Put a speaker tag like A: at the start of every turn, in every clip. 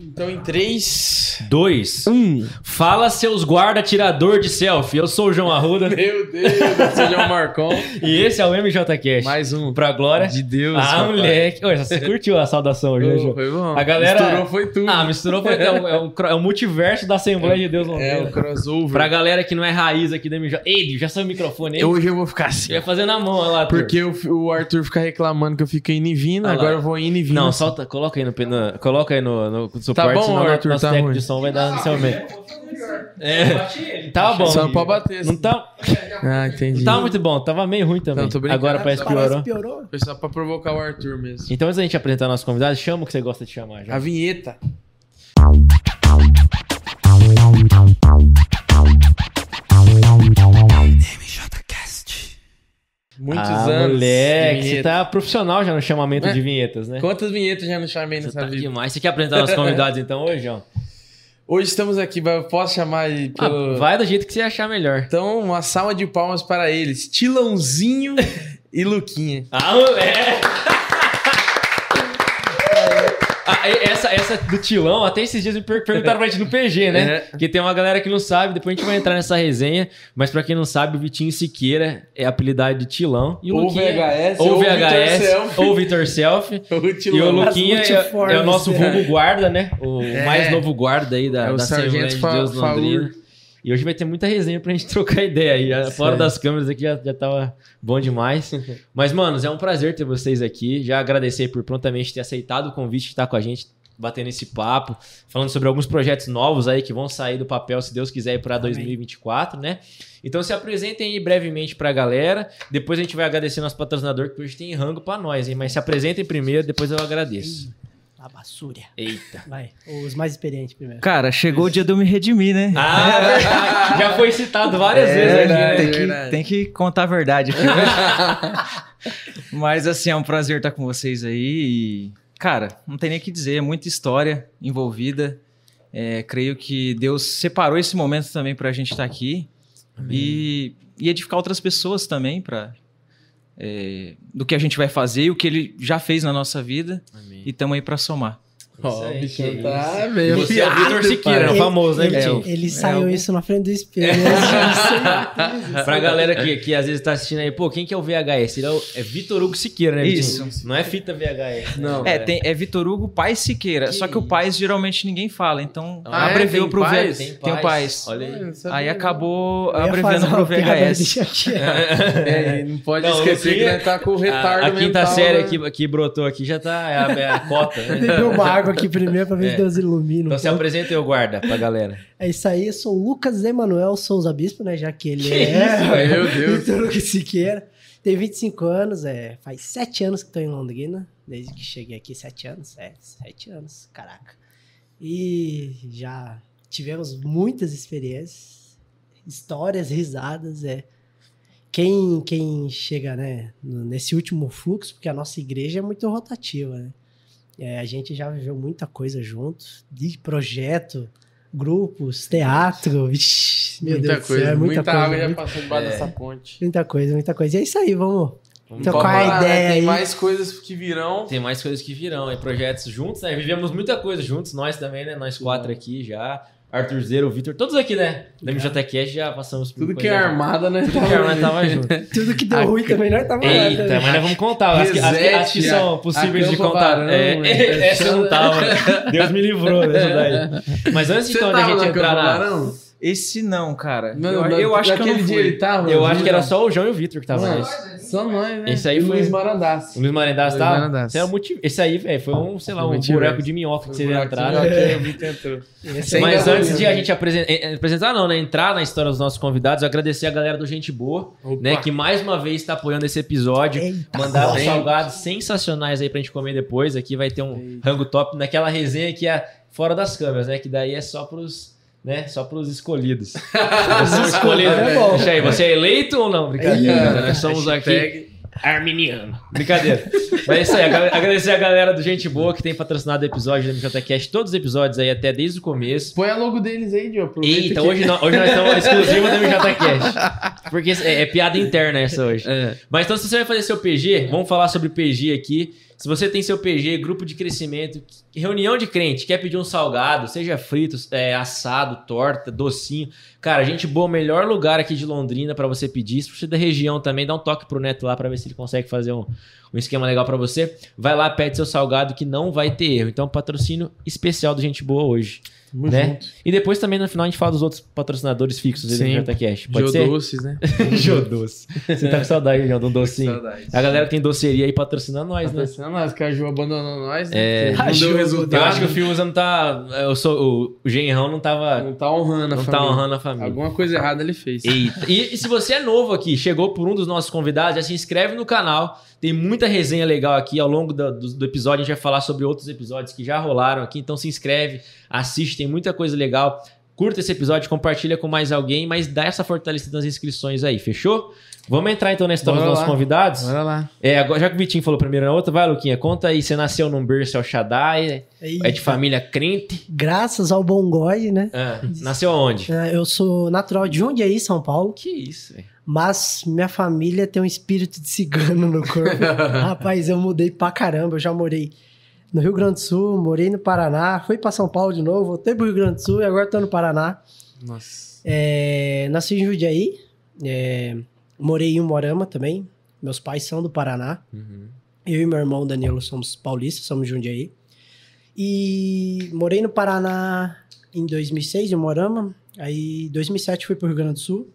A: Então, em 3.
B: 2.
C: Um.
B: Fala seus guarda tirador de selfie. Eu sou o João Arruda
A: Meu Deus, seja o Marcon.
B: e esse é o MJCast.
A: Mais um.
B: Pra glória.
A: De Deus.
B: ah,
A: rapaz.
B: moleque. Ô, você curtiu a saudação hoje, né,
A: Oh,
B: João?
A: Foi bom.
B: A galera-
A: Estourou, foi tudo.
B: Ah, misturou. Foi, é, um, é, um, cro- é um multiverso da Assembleia de Deus.
A: é,
B: Londrina.
A: o crossover.
B: Pra galera que não é raiz aqui da MJ. Ei, já saiu o microfone aí.
A: Eu- hoje eu vou ficar assim.
B: Você ia fazer na mão, olha lá. Arthur.
A: Porque eu fi- o Arthur fica reclamando que eu fico indo e vindo,
B: Ah lá.
A: agora eu vou indo e vindo.
B: Não, solta, coloca aí no, pena- coloca aí no, no suporte,
A: Tá bom,
B: senão
A: Arthur,
B: nosso
A: tá
B: técnico
A: ruim.
B: de som vai dar no seu meio. É, tá bom.
A: Só pode bater.
B: Não tá,
A: Ah, entendi.
B: não tá muito bom, tava meio ruim também.
A: Não, tô brincando.
B: Agora parece que piorou.
A: Foi só pra provocar o Arthur mesmo.
B: Então, antes da gente apresentar nosso convidado, chama o que você gosta de chamar já.
A: A vinheta. Muitos
B: ah,
A: anos.
B: Moleque,
A: de
B: você
A: vinheta.
B: tá profissional já no chamamento
A: É.
B: de vinhetas, né?
A: Quantas vinhetas já não chamei
B: Você
A: nessa
B: tá
A: vida?
B: demais. Você quer apresentar nossos convidados então hoje, João?
A: Hoje estamos aqui, vai- posso chamar aí
B: Ah,
A: pelo...
B: vai do jeito que você achar melhor.
A: Então, uma salva de palmas para eles. Tilãozinho e Luquinha.
B: Ah, moleque! Ah, e- essa, essa do Tilão, até esses dias me per- perguntaram pra gente no PG, né?
A: É.
B: Porque tem uma galera que não sabe, depois a gente vai entrar nessa resenha. Mas pra quem não sabe, o Vitinho Siqueira é apelidado de Tilão. E o
A: Ou
B: Luquinha-
A: VHS,
B: Ou
A: ou Vitor
B: VHS,
A: Selfie.
B: ou Vitor Self.
A: O
B: E o
A: Tilão.
B: Luquinha
C: As
B: é,
C: multiformes,
B: é o nosso
C: né?
B: vulgo guarda, né? O
A: É.
B: mais novo guarda aí da,
A: É o
B: da Assembleia
A: Sargento
B: de
A: Fa-
B: Deus Londrina. E hoje vai ter muita resenha pra gente trocar ideia aí. Já Fora
A: Certo.
B: das câmeras aqui já, já tava bom demais. Mas, manos, é um prazer ter vocês aqui. Já agradecer por prontamente ter aceitado o convite de estar com a gente, batendo esse papo, falando sobre alguns projetos novos aí que vão sair do papel, se Deus quiser, para 2024, né? Então se apresentem aí brevemente pra galera. Depois a gente vai agradecer nosso patrocinador, que hoje tem rango pra nós, hein? Mas se apresentem primeiro, depois eu agradeço.
C: A basura.
B: Eita.
C: Vai, os mais experientes primeiro.
D: Cara, chegou o dia de eu me redimir, né?
B: Ah, verdade. já foi citado várias
A: É
B: vezes aqui.
A: verdade.
B: né?
D: tem,
A: verdade.
D: que, tem que contar a verdade. aqui, né? Mas assim, é um prazer estar com vocês aí. E, cara, não tem nem o que dizer, é muita história envolvida. É, creio que Deus separou esse momento também para a gente estar aqui e, e edificar outras pessoas também para do que a gente vai fazer e o que Ele já fez na nossa vida.
B: Amém.
D: E estamos aí para somar.
A: Ó, o
B: Isso aí,
A: bichão
B: que
A: tá
B: E
A: meio
B: Você é o Vitor
A: afiado,
B: Siqueira,
A: pai.
B: famoso, né,
C: ele,
B: Vitinho?
C: ele saiu
D: é,
C: isso na frente do espelho. né?
B: Pra galera que, que às vezes tá assistindo aí, pô, quem que é o VHS? Ele é, o- é Vitor Hugo Siqueira, né, Vitinho? Não é fita VHS. né?
A: Não.
D: É, tem, é Vitor Hugo Paz Siqueira,
B: Que
D: só que o
B: isso.
D: Paz geralmente ninguém fala, então
B: Ah, é?
D: abreviou
A: Tem
D: pro
A: Paz? Um
D: VHS. Tem o Paz.
B: Olha aí.
D: é Aí acabou
C: né? Eu ia
D: abreviando
C: fazer
D: pro
C: uma piada, mas
D: VHS.
C: deixa quieto.
A: É, não pode
B: Não,
A: esquecer
B: Luquinha-
A: que nós tá com o retardo
B: a, a quinta
A: mental,
B: série
A: né?
B: que, que brotou aqui já tá é a, é a cota, né?
C: Beber uma água aqui primeiro pra ver se Deus ilumina. um
B: Então se
C: pouco.
B: apresenta e eu guarda pra galera.
C: É isso aí, eu sou o Lucas Emanuel Souza Bispo, né? Já que ele
B: Que
C: é.
B: isso,
A: velho? Meu Deus.
C: Vitor Hugo Siqueira. Tem 25 anos, é, faz 7 anos que tô em Londrina. Desde que cheguei aqui, 7 anos. É, 7 anos, caraca. E já tivemos muitas experiências, histórias, risadas. É. Quem, quem chega né, no- nesse último fluxo, porque a nossa igreja é muito rotativa, né? É, a gente já viveu muita coisa junto, de projeto, grupos, teatro, vixi, meu
A: muita
C: Deus do céu,
A: coisa,
C: é
A: muita, água
C: muita-
A: já passou debaixo dessa ponte.
C: Muita coisa, muita coisa. E é isso aí, vamos.
B: Vamos
C: Então,
B: pra-
C: qual é a
A: Vamos lá,
C: ideia
A: né? Tem
C: aí?
A: mais coisas que virão.
B: Tem mais coisas que virão, é projetos juntos, né? Vivemos muita coisa juntos, nós também, né? Nós quatro aqui já. Arthur Zero, Vitor, todos aqui, né? Da MJCast já passamos por
A: Tudo que é
B: coisa junto.
A: armada, né?
B: Tudo que é armado tava junto.
C: Tudo que deu
A: Ah,
C: ruim também, é nós tava lá
B: Eita,
C: também.
B: mas nós vamos contar. As que, as que- as que são possíveis de
A: Acampa
B: contar.
A: Barão,
B: É,
A: é.
B: essa eu não tava. Deus me livrou dessa daí. Mas antes então da gente entrar na.
D: Esse não, cara.
A: Não,
D: eu,
A: na-
D: eu acho que é um eu
A: naquele
D: não
A: dia
D: fui.
A: ele tava.
B: Eu acho que era só o João e o Vitor que estavam
A: Não,
B: nesse.
A: Só nós, né?
B: Esse aí
A: E
B: foi-
A: Luiz Marandás.
B: O Luiz Marendás
A: Luiz
B: tava.
A: Marendás.
B: Esse, era um motiv... esse aí, velho, foi um, sei lá, um
A: Multiverso.
B: buraco de minhoca que vocês entraram.
A: É,
C: Esse
B: Mas
C: aí- é
B: antes de a gente apresen- eh, eh, apresentar, não, né? Entrar na história dos nossos convidados, eu agradecer a galera do Gente Boa, né? Que mais uma vez tá apoiando esse episódio.
C: Eita,
B: Mandaram
C: nossa.
B: Tá salgados sensacionais aí pra gente comer depois. Aqui vai ter um rango top naquela resenha que é fora das câmeras, né? Que daí é só pros, né? Só pros escolhidos. Você é escolhido,
C: É bom.
B: Deixa aí, você é eleito ou não? Brincadeira.
A: Eita.
B: Nós somos aqui
A: Hashtag-
B: arminiano. Brincadeira. Mas é isso aí. agra- Agradecer a galera do Gente Boa que tem patrocinado o episódio do MJCast. Todos os episódios aí até desde o começo.
A: Põe a logo deles aí, Diogo. aproveita
B: Eita,
A: que-
B: então hoje, não, hoje nós estamos exclusivos do MJCast.
A: É.
B: Porque é, é piada interna essa hoje. Mas então, se você vai fazer seu PG, vamos falar sobre PG aqui. Se você tem seu PG, grupo de crescimento, reunião de crente, quer pedir um salgado, seja frito, é, assado, torta, docinho. Cara, gente boa, o melhor lugar aqui de Londrina pra você pedir. Se você é da região também, dá um toque pro Neto lá pra ver se ele consegue fazer um, um esquema legal pra você. Vai lá, pede seu salgado que não vai ter erro. Então, patrocínio especial do Gente Boa hoje.
A: é Muito
B: Né? E depois também no final a gente fala dos outros patrocinadores fixos aí
A: Sim.
B: do JCast. Pode ser?
A: Geodoces, né?
B: Jô Doce. Você tá com saudade, Jô, de um docinho.
C: É
B: A galera que tem doceria aí patrocinando nós, né?
A: Patrocinando tá nós, que a Ju abandonou nós, né?
B: É.
A: Porque não
C: A Ju
A: deu
B: Eu
A: resultado.
B: acho que o Fiuza não tá. Eu sou, o Genrão não tava.
A: não tá honrando a
B: Não tá
A: família.
B: honrando a família.
A: Alguma coisa errada ele fez.
B: Eita. E, e se você é novo aqui, chegou por um dos nossos convidados, já se inscreve no canal. Tem muita resenha legal aqui. Ao longo da- do, do episódio, a gente vai falar sobre outros episódios que já rolaram aqui. Então se inscreve, assiste, tem muita coisa legal. Curta esse episódio, compartilha com mais alguém, mas dá essa fortalecida nas inscrições aí, fechou? Vamos entrar então na história
A: Bora
B: dos
A: lá.
B: nossos convidados?
A: Bora lá.
B: É, agora, já que o Vitinho falou primeiro na outra, vai, Luquinha, conta aí. Você nasceu num berço El Shaddai, é de
C: Eita.
B: família crente.
C: Graças ao bom God, né?
B: Ah, nasceu aonde?
C: Ah, Eu sou natural de Jundiaí, São Paulo,
B: Que isso, velho.
C: mas minha família tem um espírito de cigano no corpo. Rapaz, eu mudei pra caramba, eu já morei no Rio Grande do Sul, morei no Paraná, fui pra São Paulo de novo, voltei pro Rio Grande do Sul e agora tô no Paraná.
A: Nossa.
C: É, nasci em Jundiaí, é, morei em Morama também, meus pais são do Paraná.
B: Uhum.
C: Eu e meu irmão Danilo somos paulistas, somos de Jundiaí. E morei no Paraná em 2006, em Morama. Aí, em 2007, fui para o Rio Grande do Sul.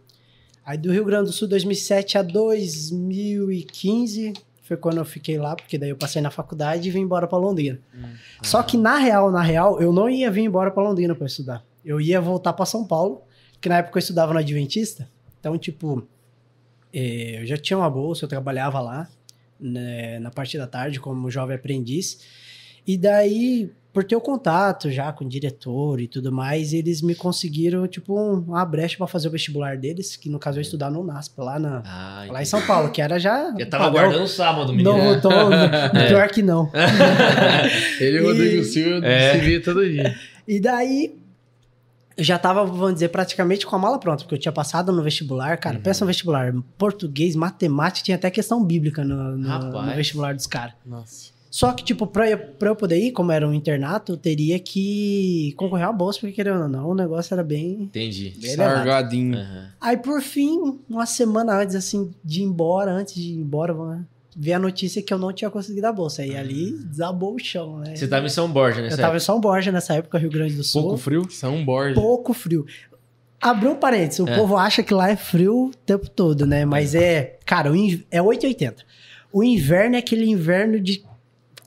C: Aí, do Rio Grande do Sul, 2007 a 2015, foi quando eu fiquei lá, porque daí eu passei na faculdade e vim embora para Londrina.
B: Hum,
C: Só
B: tá.
C: que, na real, na real, eu não ia vir embora para Londrina para estudar. Eu ia voltar para São Paulo, que na época eu estudava no Adventista. Então, tipo, eh, eu já tinha uma bolsa, eu trabalhava lá né, na parte da tarde como jovem aprendiz. E daí, por ter o contato já com o diretor e tudo mais, eles me conseguiram, tipo, um- uma brecha para fazer o vestibular deles, que no caso eu ia estudar no UNASP, lá, na,
B: Ah,
C: lá em São Paulo, que era já.
B: Eu tava
C: Ah, não,
B: aguardando o sábado, menino.
C: Não, tô,
B: É.
C: pior que não.
A: Ele e o
C: E-
A: Rodrigo Silva
B: É.
A: se via todo dia.
C: E daí, eu já tava, vamos dizer, praticamente com a mala pronta, porque eu tinha passado no vestibular, cara,
B: Uhum.
C: pensa no vestibular, português, matemática, tinha até questão bíblica no, no-
B: Rapaz.
C: no vestibular dos caras.
A: Nossa.
C: Só que, tipo, pra eu, pra eu poder ir, como era um internato, eu teria que concorrer a uma bolsa, porque querendo ou não, o negócio era bem...
B: Entendi.
C: Bem elevado.
A: Sargadinho.
B: Aham.
C: Aí, por fim, uma semana antes, assim, de ir embora, antes de ir embora, vamos ver a notícia que eu não tinha conseguido a bolsa. E ali
B: Ah.
C: desabou o chão, né?
B: Você tava em São
A: É
B: Borja, né?
C: Eu
B: certo?
C: tava em São Borja nessa época, Rio Grande do Sul.
B: pouco frio.
A: São Borja.
C: pouco frio. Abriu um parênteses, o
B: É.
C: povo acha que lá é frio o tempo todo, né? Mas é, cara, o in- é 880. O inverno é aquele inverno de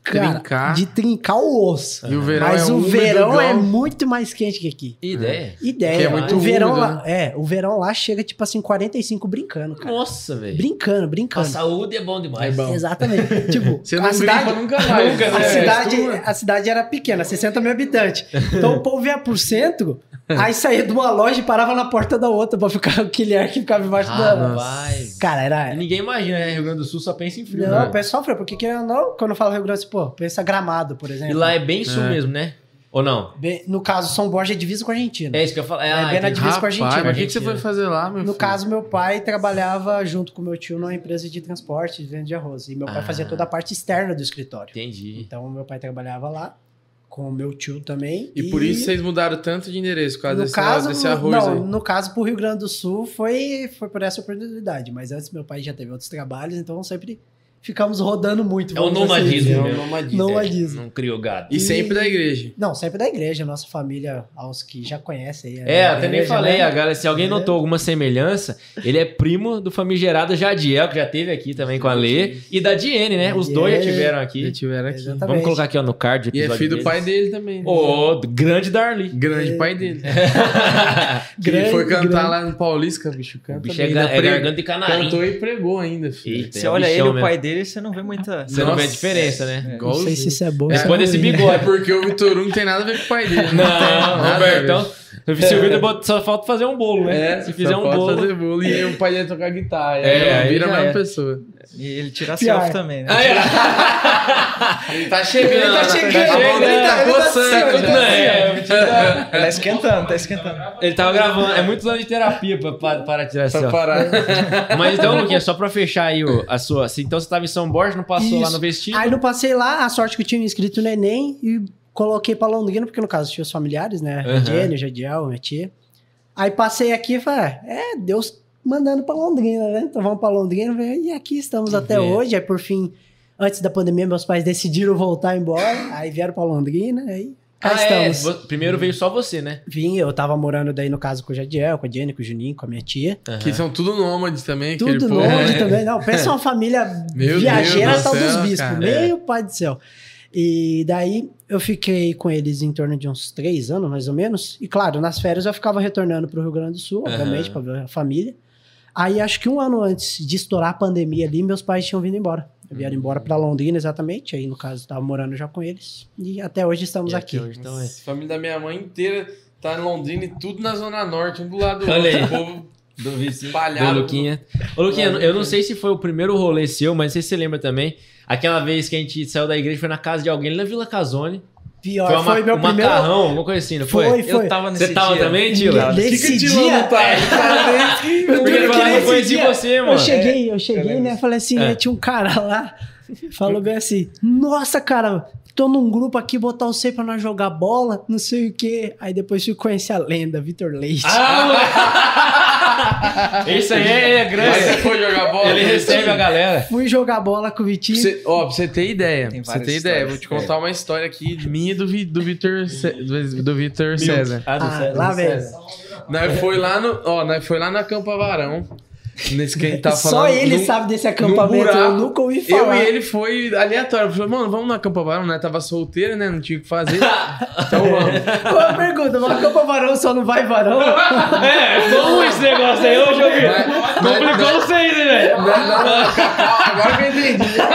C: cara,
A: Trincar.
C: de trincar o osso.
A: E o verão
C: Mas
A: é
C: o
A: úmido,
C: verão é
A: igual-
C: muito mais quente que aqui.
B: Que ideia.
C: Ideia.
A: Que é
C: mano.
A: muito
C: o verão
A: úmido, né?
C: lá, é, o verão lá chega tipo assim 45 brincando, cara.
B: Nossa, velho.
C: É. Brincando,
B: A
C: brincando.
B: saúde é bom
A: É
B: demais.
A: bom.
C: Exatamente. tipo,
A: Você
C: a
A: não
C: cidade-
A: brinca nunca mais.
B: Nunca,
C: a,
B: né?
C: cidade,
A: Costuma.
C: a cidade era pequena, 60 mil habitantes. Então o povo ia pro centro, aí saía de uma loja e parava na porta da outra pra ficar aquele ar que ficava embaixo da.
B: Rapaz.
C: Cara,
B: E
C: era.
B: Ninguém imagina, né? Rio Grande do Sul só pensa em frio.
C: Não,
B: né?
C: o pessoal sofre, porque querendo ou não, quando eu falo Rio Grande, do Sul, pô, pensa gramado, por
B: E
C: exemplo.
B: lá é bem sul
A: É.
B: mesmo, né? Ou não?
C: Bem- no caso, São Borja é divisa com a Argentina.
B: É isso que eu falo. É,
C: É
B: ah,
C: bem na
B: entendi.
C: divisa com a
A: Rapaz,
C: Argentina.
A: mas o que, que você foi fazer lá, meu
C: No
A: filho?
C: caso, meu pai trabalhava junto com meu tio numa empresa de transporte, de venda de arroz. E meu pai
B: Ah.
C: fazia toda a parte externa do escritório.
B: Entendi.
C: Então, meu pai trabalhava lá, com o meu tio também.
A: E por isso vocês mudaram tanto de endereço, por causa
C: no
A: desse,
C: caso,
A: desse arroz
C: não,
A: aí.
C: no caso pro Rio Grande do Sul foi, foi por essa oportunidade, mas antes meu pai já teve outros trabalhos, então sempre ficamos rodando muito.
B: É o
C: vamos dizer
B: nomadismo,
C: assim.
B: né?
C: Não
B: É,
C: avisa.
B: Não criou gado.
A: E sempre da igreja.
C: Não, sempre da igreja, nossa família, aos que já conhecem. aí,
B: É,
C: a
B: até nem
C: igreja,
B: falei,
C: né?
B: a galera, se alguém
C: É.
B: notou alguma semelhança, ele é primo do famigerado Jadiel, que já teve aqui também com a Lê, e da Diene, né? Os dois já
C: Diene.
B: tiveram
A: Já
B: aqui.
A: tiveram aqui.
C: Exatamente.
B: Vamos colocar aqui ó, no card. o
A: E é
B: episódio
A: filho do
B: deles.
A: pai dele também. né?
B: Ô, do grande É, Darly.
A: Grande pai dele. Que
C: Grande,
A: foi cantar
C: grande.
A: lá no Paulista, bicho.
B: O
A: Canta
B: bicho é,
A: bem,
B: ga-
A: ainda
B: é
A: pre-
B: garganta e canarim.
A: Cantou e pregou ainda, filho.
B: Eita,
D: Você
B: é um
D: olha ele,
B: bichão
D: o pai dele, você não vê muita.
B: Você não vê a
A: Nossa.
B: diferença, né?
D: É.
A: Igual
C: Não sei se isso é bom.
A: É.
C: se é
B: Depois desse
C: ruim.
A: É
B: bigode.
A: porque o Vitor Hugo não tem nada a ver com o pai dele. né?
B: Não, Roberto. Então, o Silvio Vida bota- só falta fazer um bolo, né?
A: É,
B: se fizer
A: só
B: um
A: pode
B: bolo.
A: fazer bolo e aí o pai dele tocar guitarra.
B: É,
A: É,
B: aí
A: vira a
B: já
A: mesma
B: é.
A: pessoa.
D: E ele tira
C: Pior.
D: selfie também, né?
B: Aí, ó.
A: Ele tá chegando,
B: Ele tá
A: né?
B: chegando,
A: A bola
B: ele
A: dele
B: tá-
A: tá
B: ele tá
A: coçando
B: Não,
A: já.
B: é, o Vitinho
D: tá esquentando, tá esquentando.
B: Ele tava gravando. É muitos anos de terapia pra, pra, para tirar essa.
A: Pra parar.
B: Mas então, Luquinha, só pra fechar aí o- a sua. se- Então você tava em São Borges, não passou lá
C: Isso.
B: no vestígio?
C: Aí não passei lá, a sorte que eu tinha me inscrito no Enem e coloquei pra Londrina, porque no caso tinha os familiares, né?
B: Aham.
C: Jenny, Jadiel, minha tia. Aí passei aqui e falei, "Ah, é, Deus mandando pra Londrina, né? Então vamos pra Londrina, velho, e aqui estamos
B: Que
C: até
B: ver.
C: hoje. Aí por fim, antes da pandemia, meus pais decidiram voltar embora, aí vieram pra Londrina, aí cá
B: Ah, é.
C: estamos.
B: Vo- Primeiro veio só você, né?
C: Vim, eu tava morando daí no caso com o Jadiel, com a Jenny, com o Juninho, com a minha tia.
A: Que são tudo nômades
B: É
A: também. aquele
C: Tudo
A: povo,
C: longe
A: né?
C: também, não. Pensa uma família
A: Meu
C: viajeira
A: Deus do
C: tal dos
A: céu,
C: bispos.
A: cara.
C: Meu pai do céu. E daí eu fiquei com eles em torno de uns três anos, mais ou menos. E claro, nas férias eu ficava retornando para o Rio Grande do Sul,
B: Aham.
C: obviamente, para ver a família. Aí acho que um ano antes de estourar a pandemia ali, meus pais tinham vindo embora. Vieram embora para Londrina, exatamente. Aí, no caso, estava morando já com eles. E até hoje estamos
B: E até
C: aqui.
B: hoje, então, é.
A: Nossa, A família da minha mãe inteira tá em Londrina e tudo na Zona Norte, um do lado do
B: Olha
A: outro.
B: aí.
A: O povo
B: Do vizinho.
A: Espalhado.
B: Do Luquinha. Ô, Luquinha, eu não sei se foi o primeiro rolê seu, mas não sei se você lembra também. Aquela vez que a gente saiu da igreja, foi na casa de alguém, ali na Vila Casone.
C: Pior,
B: foi
C: foi,
B: uma,
C: meu
B: um
C: primeiro.
B: macarrão, alguma coisa assim, não foi?
C: Foi,
D: Eu tava nesse
B: Você tava
D: dia.
B: também,
C: Tila?
B: Tila?
A: Por que que o
C: Esse
A: Dilão
C: dia-
A: não tá? Ele
B: é.
A: tá dentro.
C: Eu
B: Porque
C: juro que
B: falar não
C: nesse
B: foi de
C: dia-
B: você,
C: Eu
B: mano.
C: cheguei, eu cheguei,
A: lembro.
C: né? Falei assim,
B: É.
C: aí tinha um cara lá, falou bem assim, nossa, cara, tô num grupo aqui, botar você pra nós jogar bola, não sei o quê. Aí depois fui conhecer a lenda, Vitor Leite.
B: Ah, moleque. Isso aí é, é
A: Mas
B: grande.
A: você foi jogar bola?
B: Ele recebe a galera.
C: Fui jogar bola com o Vitinho.
A: Pra você, ó, pra você ter ideia,
D: Tem
A: pra você
D: várias
A: ter ideia,
D: histórias.
A: vou te contar
C: É.
A: uma história aqui de minha e do, Vi- do Vitor Ce- do, do Vitor César.
B: Ah, do
C: Ah,
B: César,
C: lá
B: do
C: vem.
B: César.
A: Nós foi lá no, ó, nós foi lá na Campa Varão. Nesse que a gente tava
C: Só
A: falando.
C: ele
A: num-
C: sabe desse acampamento, eu
A: buraco,
C: nunca ouvi
A: Eu
C: falar.
A: e ele foi aleatório. Falei, mano, vamos na Campa Varão, né? Tava solteiro, né? Não tinha o que fazer. então vamos.
C: Uma pergunta, mas acampa varão só não vai varão?
B: É, bom esse negócio aí, ô Joguinho.
A: Mas- mas-
B: Complicou vocês, hein, velho?
A: Não, não, não, agora que eu entendi. né?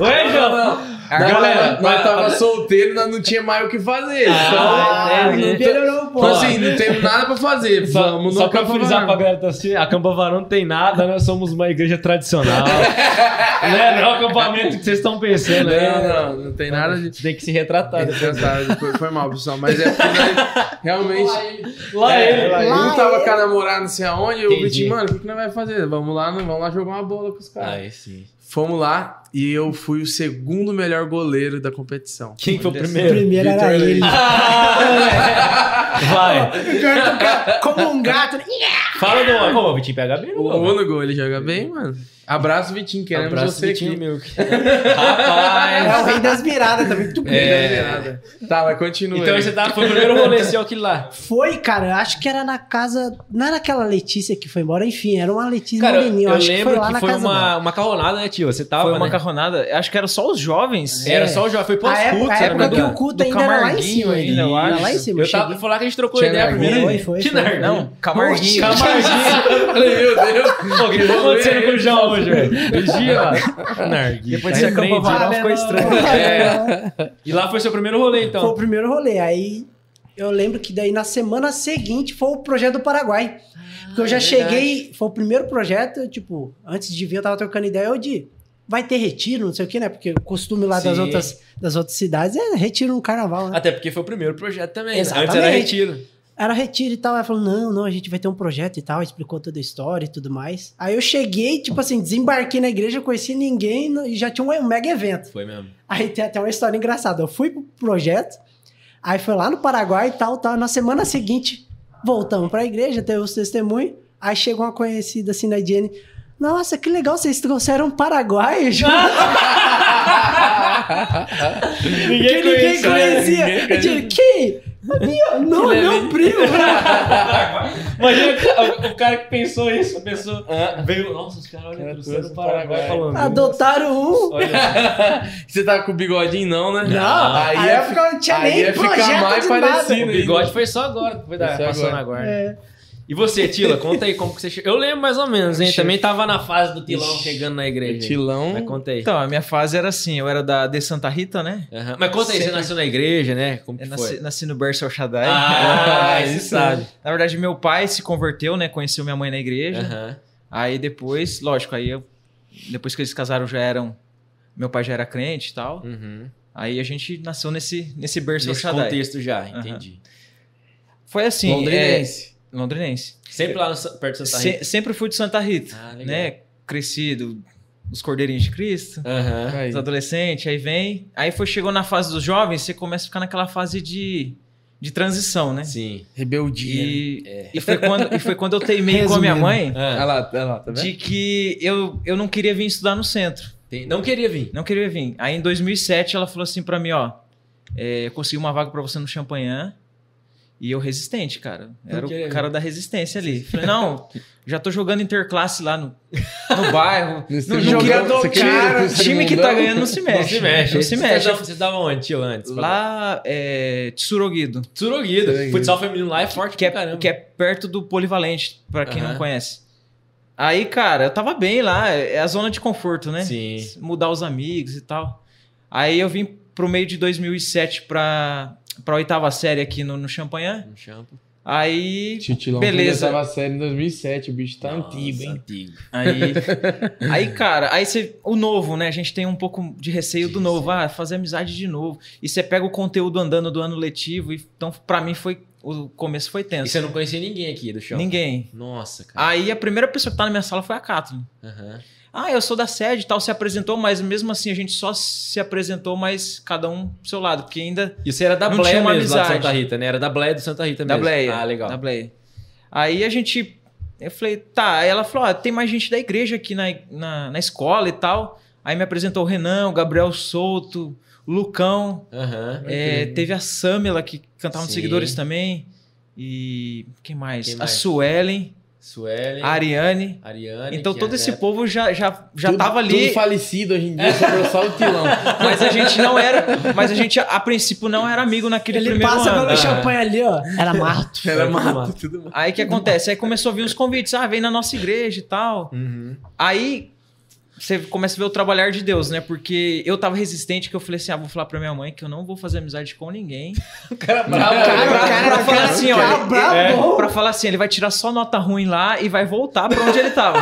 B: Ué, João? Galera,
A: Galera, nós
B: vai-
A: tava solteiro, nós não tinha mais o que fazer.
B: Ah,
A: então,
B: entendi.
C: melhorou um
A: então,
C: pouco.
A: assim, não temos nada pra fazer.
B: Só,
A: Vamos
B: só
A: no
B: pra
A: Campo
B: frisar pra
A: Varão.
B: galera que tá assistindo, a Campa Varão não tem nada, nós somos uma igreja tradicional. né? Não é o acampamento que vocês estão pensando né? aí.
A: Não, não, não tem nada de.
B: Você tem que se retratar.
A: Ele pensava, Foi, foi mal, pessoal, mas é porque nós realmente.
B: Lá ele.
A: É,
C: lá
A: um tava com a namorada, não sei aonde, e o
B: Entendi.
A: Vitinho, mano, o que, que nós vamos fazer? Vamos lá, vamos lá jogar uma bola com os caras.
B: Aí sim.
A: Fomos lá e eu fui o segundo melhor goleiro da competição.
B: Quem foi o
C: O
B: primeiro?
C: primeiro era
A: Vitor Leite.
C: ele.
B: Vai.
C: Como um gato. né?
B: Fala do homem. Pô, o Vitinho pega bem no
A: O
B: gol,
A: Ono gol, ele joga bem, mano. Abraço, Vitinho,
B: velho.
A: queremos
B: Abraço,
A: você
B: Vitinho
A: aqui.
B: Milk.
D: Ah,
C: É o
B: Rapaz.
C: rei das miradas também. Tu né?
A: É. Tá, mas continua.
B: Então
A: aí.
B: você tá, foi o primeiro rolê seu aqui lá.
C: Foi, cara, eu acho que era na casa. Não era aquela Letícia que foi embora, enfim, era uma Letícia
B: Cara, eu,
C: moreninha,
B: eu
C: acho que
B: lembro
C: foi lá
B: que
C: na
B: foi
C: casa dela.
B: uma, uma carronada, né, tio? Você tava,
D: Foi uma
B: né? É.
D: carronada. Acho que era só os jovens.
B: Era só o Jovem, foi pós
C: É. A época,
B: cultos,
C: a
B: se eu não me
C: época que
B: engano.
C: o culto
D: Do
C: ainda era lá em
D: Camarguinho
C: cima.
D: ainda, eu
C: Era
D: acho.
C: lá em cima, eu
B: Eu tava,
C: cheguei.
B: foi lá que a gente trocou
A: Tinha
B: ideia a primeira
A: narguilha?
B: vez.
C: Foi, foi,
B: Que
C: foi.
B: narguilha?
D: Não, Camarguinho.
B: Camarguinho.
A: Falei, meu Deus.
B: Pô, o que tá acontecendo com o João hoje, velho? Vigia lá. Narguilha.
D: Depois desse
B: Repreende.
D: acampamento ficou estranho.
C: É.
B: E lá foi seu primeiro rolê,
C: Foi o
B: então.
C: primeiro rolê. Aí eu lembro que daí na semana seguinte foi o projeto do Paraguai. Porque eu já
B: Ah,
A: é
C: cheguei, foi o primeiro projeto, eu, tipo, antes de vir eu tava trocando ideia, eu de vai ter retiro, não sei o que, né? Porque o costume lá das
B: Sim.
C: outras, das outras cidades é retiro no carnaval, né?
B: Até porque foi o primeiro projeto também. né? Antes era
C: Exatamente.
B: retiro.
C: era retiro e tal. Ela falou: não, não, a gente vai ter um projeto e tal. Explicou toda a história e tudo mais. Aí eu cheguei, tipo assim, desembarquei na igreja, conheci ninguém no- e já tinha um mega evento.
B: Foi mesmo.
C: Aí tem até uma história engraçada. Eu fui pro projeto, aí foi lá no Paraguai e tal, tal. Na semana seguinte, voltamos pra igreja, teve os testemunhos. Aí chegou uma conhecida assim na Jenny. Nossa, que legal, vocês trouxeram um Paraguai junto. Porque
B: Ninguém né?
C: ninguém conhecia. Eu digo, que? Meu, não, meu primo.
B: Imagina o cara que pensou isso. A pessoa veio. Nossa, os caras olha,
A: Cara,
B: trouxeram
A: trouxe
B: o
A: o
B: Paraguai Ah,
A: Paraguai.
B: falando.
C: Adotaram um.
B: Olha,
A: Você tá com o bigodinho, não, né?
C: Não, aí,
A: Aí
C: eu
A: é
C: fica, não tinha
A: aí
C: nem
A: ia ficar
C: projeto
A: mais
C: de
A: parecido.
B: o bigode foi só agora. Foi da,
A: Foi só
B: passou
A: agora.
B: na guarda.
C: nada. É.
B: E você, Tila, conta aí como que você chegou. Eu lembro mais ou menos, hein? Também tava na fase do Tilão
A: Ixi.
B: chegando na igreja. Mas
A: Tilão.
B: conta aí.
D: Então, a minha fase era assim, eu era da de Santa Rita, né?
B: Aham. Mas conta aí, você
D: Sempre-
B: nasceu na igreja, né? Como que
D: Eu
B: foi?
D: É, nasci, nasci no berço El Shaddai. É
B: Ah,
A: Ah,
B: você
A: isso
B: sabe.
D: Na verdade, meu pai se converteu, né? Conheceu minha mãe na igreja.
B: Aham.
D: Aí depois, lógico, aí eu, depois que eles casaram já eram... Meu pai já era crente e tal.
B: Uhum.
D: Aí a gente nasceu nesse, nesse berço
B: Nesse
D: Shaddai.
B: contexto já,
D: Aham.
B: entendi.
D: Foi assim. é,
A: Londrinense.
D: londrinense.
B: é, Sempre lá no Sa- perto de Santa
D: Se-
B: Rita.
D: sempre fui de Santa Rita,
B: Ah, legal.
D: né? Crescido, os cordeirinhos de Cristo.
B: Aham.
A: Aí.
D: Os adolescentes, aí vem. Aí foi, chegou na fase dos jovens, você começa a ficar naquela fase de, de transição, né?
B: Sim.
A: Rebeldia.
D: E, e, foi quando, e foi quando eu teimei com a minha mãe
A: Olha
B: Ah,
A: lá, olha lá, tá vendo?
D: de que eu, eu não queria vir estudar no centro.
B: tem- Não queria vir.
D: Não queria vir. Aí em 2007 ela falou assim pra mim: ó, é, eu consegui uma vaga pra você no Champanhã. E eu resistente, cara. Eu Era
B: Não queria
D: o
B: vir.
D: cara da resistência ali. Falei, não, já tô jogando interclasse lá no, no bairro.
A: Nesse
D: não
A: mundão,
D: queria-
A: você queria
D: cara,
A: nesse
D: time que
A: mundão?
D: tá ganhando não se mexe.
B: É, Não se mexe.
D: Não se mexe.
B: Você dava, você dava onde, tio, antes?
D: Lá é Tsuroguido,
B: Tsuruguido.
A: Tsuruguido.
B: Futsal feminino lá é forte
D: que
B: pra
D: é,
B: caramba.
D: que é perto do Polivalente, pra quem
B: Aham.
D: não conhece. Aí, cara, eu tava bem lá, é a zona de conforto, né?
B: Sim.
D: Mudar os amigos e tal. Aí eu vim pro meio de 2007 pra, pra oitava série aqui no, no Champanhã.
B: Um shampoo.
D: Aí.
A: Titilão
D: Beleza.
A: tava série em 2007, o bicho tá
B: Nossa,
A: antigo, hein?
B: Antigo.
D: Aí, aí cara, aí você. O novo, né? A gente tem um pouco de receio
B: Sim,
D: do novo.
B: sim.
D: Ah, fazer amizade de novo. E você pega o conteúdo andando do ano letivo. e- Então, pra mim, foi. O começo foi
B: E
D: tenso.
B: você não conhecia ninguém Ah. aqui do chão?
D: Ninguém.
B: Nossa, cara.
D: Aí a primeira pessoa que tá na minha sala foi a Kathleen.
B: Aham.
D: Ah, eu sou da sede e tal, se apresentou, mas mesmo assim a gente só se apresentou, mas cada um pro seu lado, porque ainda.
B: E você era da
D: Não
B: Bleia
D: tinha uma
B: mesmo, lá de
D: amizade.
B: Santa Rita, né? Era da Bleia do Santa Rita
D: da
B: mesmo.
D: Bleia.
B: Ah, legal.
D: Da Bleia. Aí a gente. Eu falei, tá. Aí ela falou: ó, tem mais gente da igreja aqui na, na, na escola e tal. Aí me apresentou o Renan, o Gabriel Souto, o Lucão.
B: Aham.
D: é, teve a Samela que cantava nos
B: Sim.
D: seguidores também. E. Quem mais?
B: Quem
D: A
B: mais?
D: Suelen,
B: Suelen.
D: a Ariane.
B: Ariane.
D: Então
B: que
D: todo
B: é
D: esse
B: da-
D: povo já, já, já
A: Tudo-
D: tava ali.
A: Tudo falecido hoje em dia, sobrou só o Tilão.
D: Mas a gente não era. Mas a gente, a princípio, não era amigo naquele
C: Ele
D: primeiro
C: passa
D: ano.
B: é.
C: pelo champanhe ali, ó. Era mato.
A: Era
B: mato.
A: mato, tudo mato.
D: Aí o que acontece? Aí começou a vir uns convites, ah, vem na nossa igreja e tal.
B: Uhum.
D: Aí você começa a ver o trabalhar de Deus, né? Porque eu tava resistente, que eu falei assim: ah, vou falar pra minha mãe que eu não vou fazer amizade com ninguém.
A: O cara bravo.
D: pra,
A: cara, tá
D: pra
C: cara,
D: falar
C: cara,
D: assim,
C: cara,
D: ó.
C: brabo.
D: é, pra falar assim, ele vai tirar só nota ruim lá e vai voltar pra onde ele tava.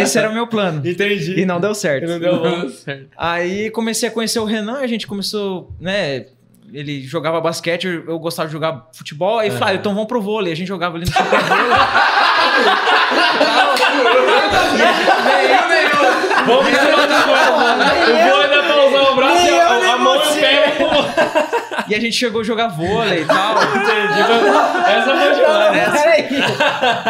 D: Esse era o meu plano.
B: Entendi.
D: E não deu certo.
B: Não deu bom.
D: Aí comecei a conhecer o Renan, a gente começou, né? Ele jogava basquete, eu eu gostava de jogar futebol. Aí falei, ah, então vamos pro vôlei. A gente jogava ali no campo de vôlei.
B: Vamos em cima do gol, mano. O gol ainda pra usar o braço, e
C: Nem eu, nem
B: a, a mão e o pé.
D: E a gente chegou a jogar vôlei e tal.
B: Entendi. Essa foi demais.
C: Não, peraí.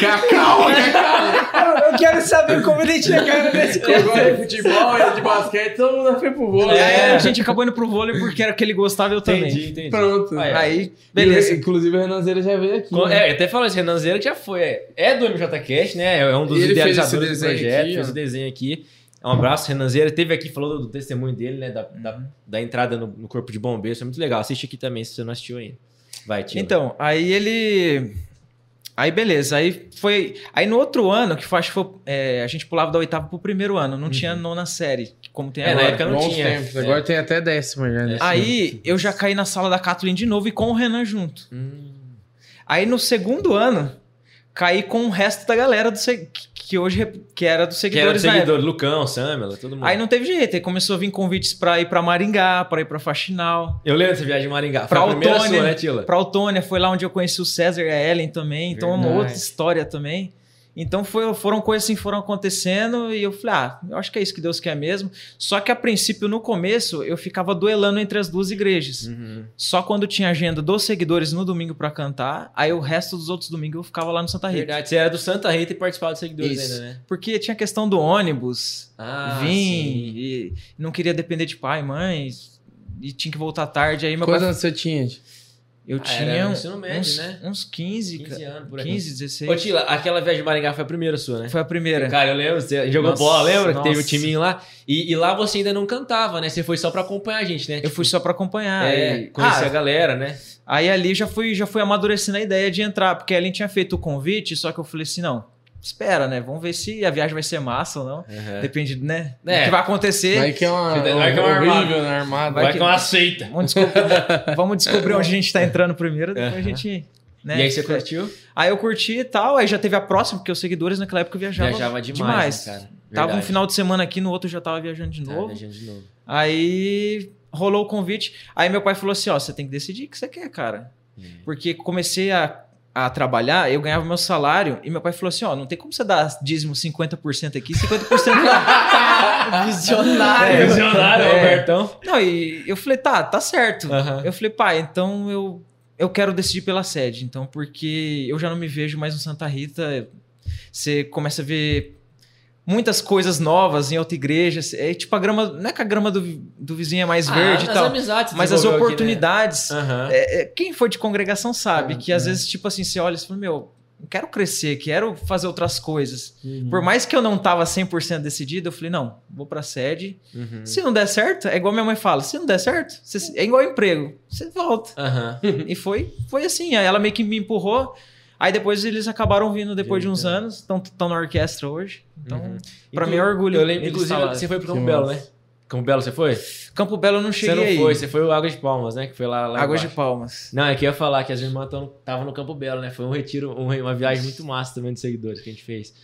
A: Cacau,
C: Eu, eu quero saber como ele chegaram nesse
A: Eu gosto de futebol, eu de basquete, todo mundo foi pro vôlei.
D: E aí
B: É.
D: a gente acabou indo pro vôlei porque era o que ele gostava e eu também.
B: Entendi, entendi.
A: Pronto.
B: Aí,
D: Aí, beleza.
A: E, inclusive o Renanzeira já veio aqui.
B: Co-
A: né?
B: É, eu até falei, assim, Renan Zeira que já foi. é- É do MJCast, né? É um dos
A: E ele fez
B: idealizadores
A: esse
B: do
A: desenho
B: projeto,
A: aqui,
B: fez
A: ó.
B: o desenho aqui. Um abraço, Renan Zeira. Teve aqui, falou do testemunho dele, né? Da, da, da entrada no, no corpo de bombeiros. Isso é muito legal. Assiste aqui também, se você não assistiu ainda. Vai, tio.
D: Então, aí ele. Aí beleza, aí foi. Aí no outro ano, que foi, acho que foi. é, a gente pulava da oitava pro primeiro ano, não tinha nona série, como tem
B: Uhum. É, na
D: agora.
B: época não
A: Bons
B: tinha.
A: tempos,
B: É.
A: Agora tem até décima já. né?
D: Aí eu já caí na sala da Kathleen de novo e com o Renan junto.
B: Hum,
D: Aí no segundo ano, caí com o resto da galera do se- que- que hoje rep- que era dos
B: que era do
D: seguidores na época.
B: seguidor, Lucão, Samela, todo mundo.
D: Aí não teve jeito, aí começou a vir convites pra ir pra Maringá, pra ir pra Faxinal,
B: Eu lembro dessa viagem de Maringá. Foi
D: Pra
B: a primeira
D: Autônia.
B: sua, né, Tila?
D: pra Autônia, foi lá onde eu conheci o César e a Ellen também, então é uma
A: Verdade.
D: outra história também. Então foi- foram coisas assim, foram acontecendo e eu falei, ah, eu acho que é isso que Deus quer mesmo. Só que a princípio, no começo, eu ficava duelando entre as duas igrejas.
B: Uhum.
D: Só quando tinha agenda dos seguidores no domingo pra cantar, aí o resto dos outros domingos eu ficava lá no Santa Rita.
B: Verdade, você era do Santa Rita e participava dos seguidores
D: Isso.
B: ainda, né?
D: Porque tinha questão do ônibus,
B: Ah,
D: vim,
B: sim.
D: e não queria depender de pai, mãe, e tinha que voltar tarde. Aí meu
A: Quantos
D: pai,
A: anos você tinha?
D: eu
B: Ah,
D: tinha um,
B: era ensino médio,
D: uns,
B: né?
D: uns 15,
B: 15
D: cara.
B: anos, por aí.
D: 15, 16.
B: Ô, Tila, aquela viagem de Maringá foi a primeira sua, né?
D: Foi a primeira.
B: Cara, eu lembro, você jogou
D: Nossa,
B: bola, lembra? Que teve o
D: nossa.
B: timinho lá. E, e lá você ainda não cantava, né? Você foi só pra acompanhar a gente, né?
D: Eu fui só pra acompanhar.
B: é,
D: aí-
B: conhecer
D: Ah,
B: a galera, né?
D: Aí ali já fui, já fui amadurecendo a ideia de entrar, porque a Ellen tinha feito o convite, só que eu falei assim, não, espera, né? Vamos ver se a viagem vai ser massa ou não. Depende, né?
B: É.
D: O que vai acontecer.
A: Vai que é uma.
B: Vai que é um
A: horrível, né? Armado.
B: Vai,
D: Vai
B: que
D: que-
B: não aceita.
D: Vamos descobrir, vamos descobrir onde a gente tá entrando primeiro, depois a gente. Né?
B: E aí você curtiu?
D: Aí eu curti e tal, aí já teve a próxima, porque os seguidores naquela época viajavam.
B: Viajava demais, né, cara.
D: Tava um
B: Verdade. Ah, Tá,
D: final de semana aqui, no outro já tava viajando de
B: Tava
D: novo.
B: viajando de novo.
D: Aí rolou o convite. Aí meu pai falou assim: ó, você tem que decidir o que você quer, cara.
B: Hum.
D: Porque comecei a, a trabalhar, eu ganhava meu salário, e meu pai falou assim: ó, não tem como você dar dízimo 50% aqui, 50% lá.
C: Visionário.
D: É,
B: Visionário,
D: É.
B: Albertão.
D: não, e eu falei: tá, tá certo.
B: Aham.
D: Eu falei, pai, então eu, eu quero decidir pela sede, então, porque eu já não me vejo mais no Santa Rita. Você começa a ver muitas coisas novas em outra igreja. É tipo a grama. Não é que a grama do, do vizinho é mais verde e
B: Ah, as
D: tal.
B: amizades
D: Mas as
B: desenvolveu aqui, né?
D: oportunidades.
B: Aham.
D: é, é, quem foi de congregação sabe
B: É,
A: Ah,
D: que às vezes, tipo assim, você olha e você fala, meu, eu quero crescer, quero fazer outras coisas.
B: Uhum.
D: Por mais que eu não tava 100% decidido, eu falei, não, vou pra sede.
B: Uhum.
D: Se não der certo, é igual minha mãe fala, se não der certo, você- é igual emprego, você volta.
B: Aham.
D: E foi, foi assim, aí ela meio que me empurrou. Aí depois eles acabaram vindo depois de uns
B: Entendi.
D: anos, estão na orquestra hoje. Então,
B: Uhum.
D: pra
B: Inclu-
D: mim é orgulho.
B: Eu lembro,
D: eles
B: inclusive,
D: falarem.
B: você foi pro
A: Que
B: Campo Belo, né?
A: massa.
B: Campo Belo você foi?
D: Campo Belo eu não
B: Você
D: cheguei.
B: não
D: aí.
B: foi, você foi o Água de Palmas, né? Que foi lá, lá
D: Águas
B: embaixo.
D: de Palmas.
B: Não, é que eu ia falar que as irmãs estavam no Campo Belo, né? Foi um retiro, um re- uma viagem muito massa também de seguidores que a gente fez.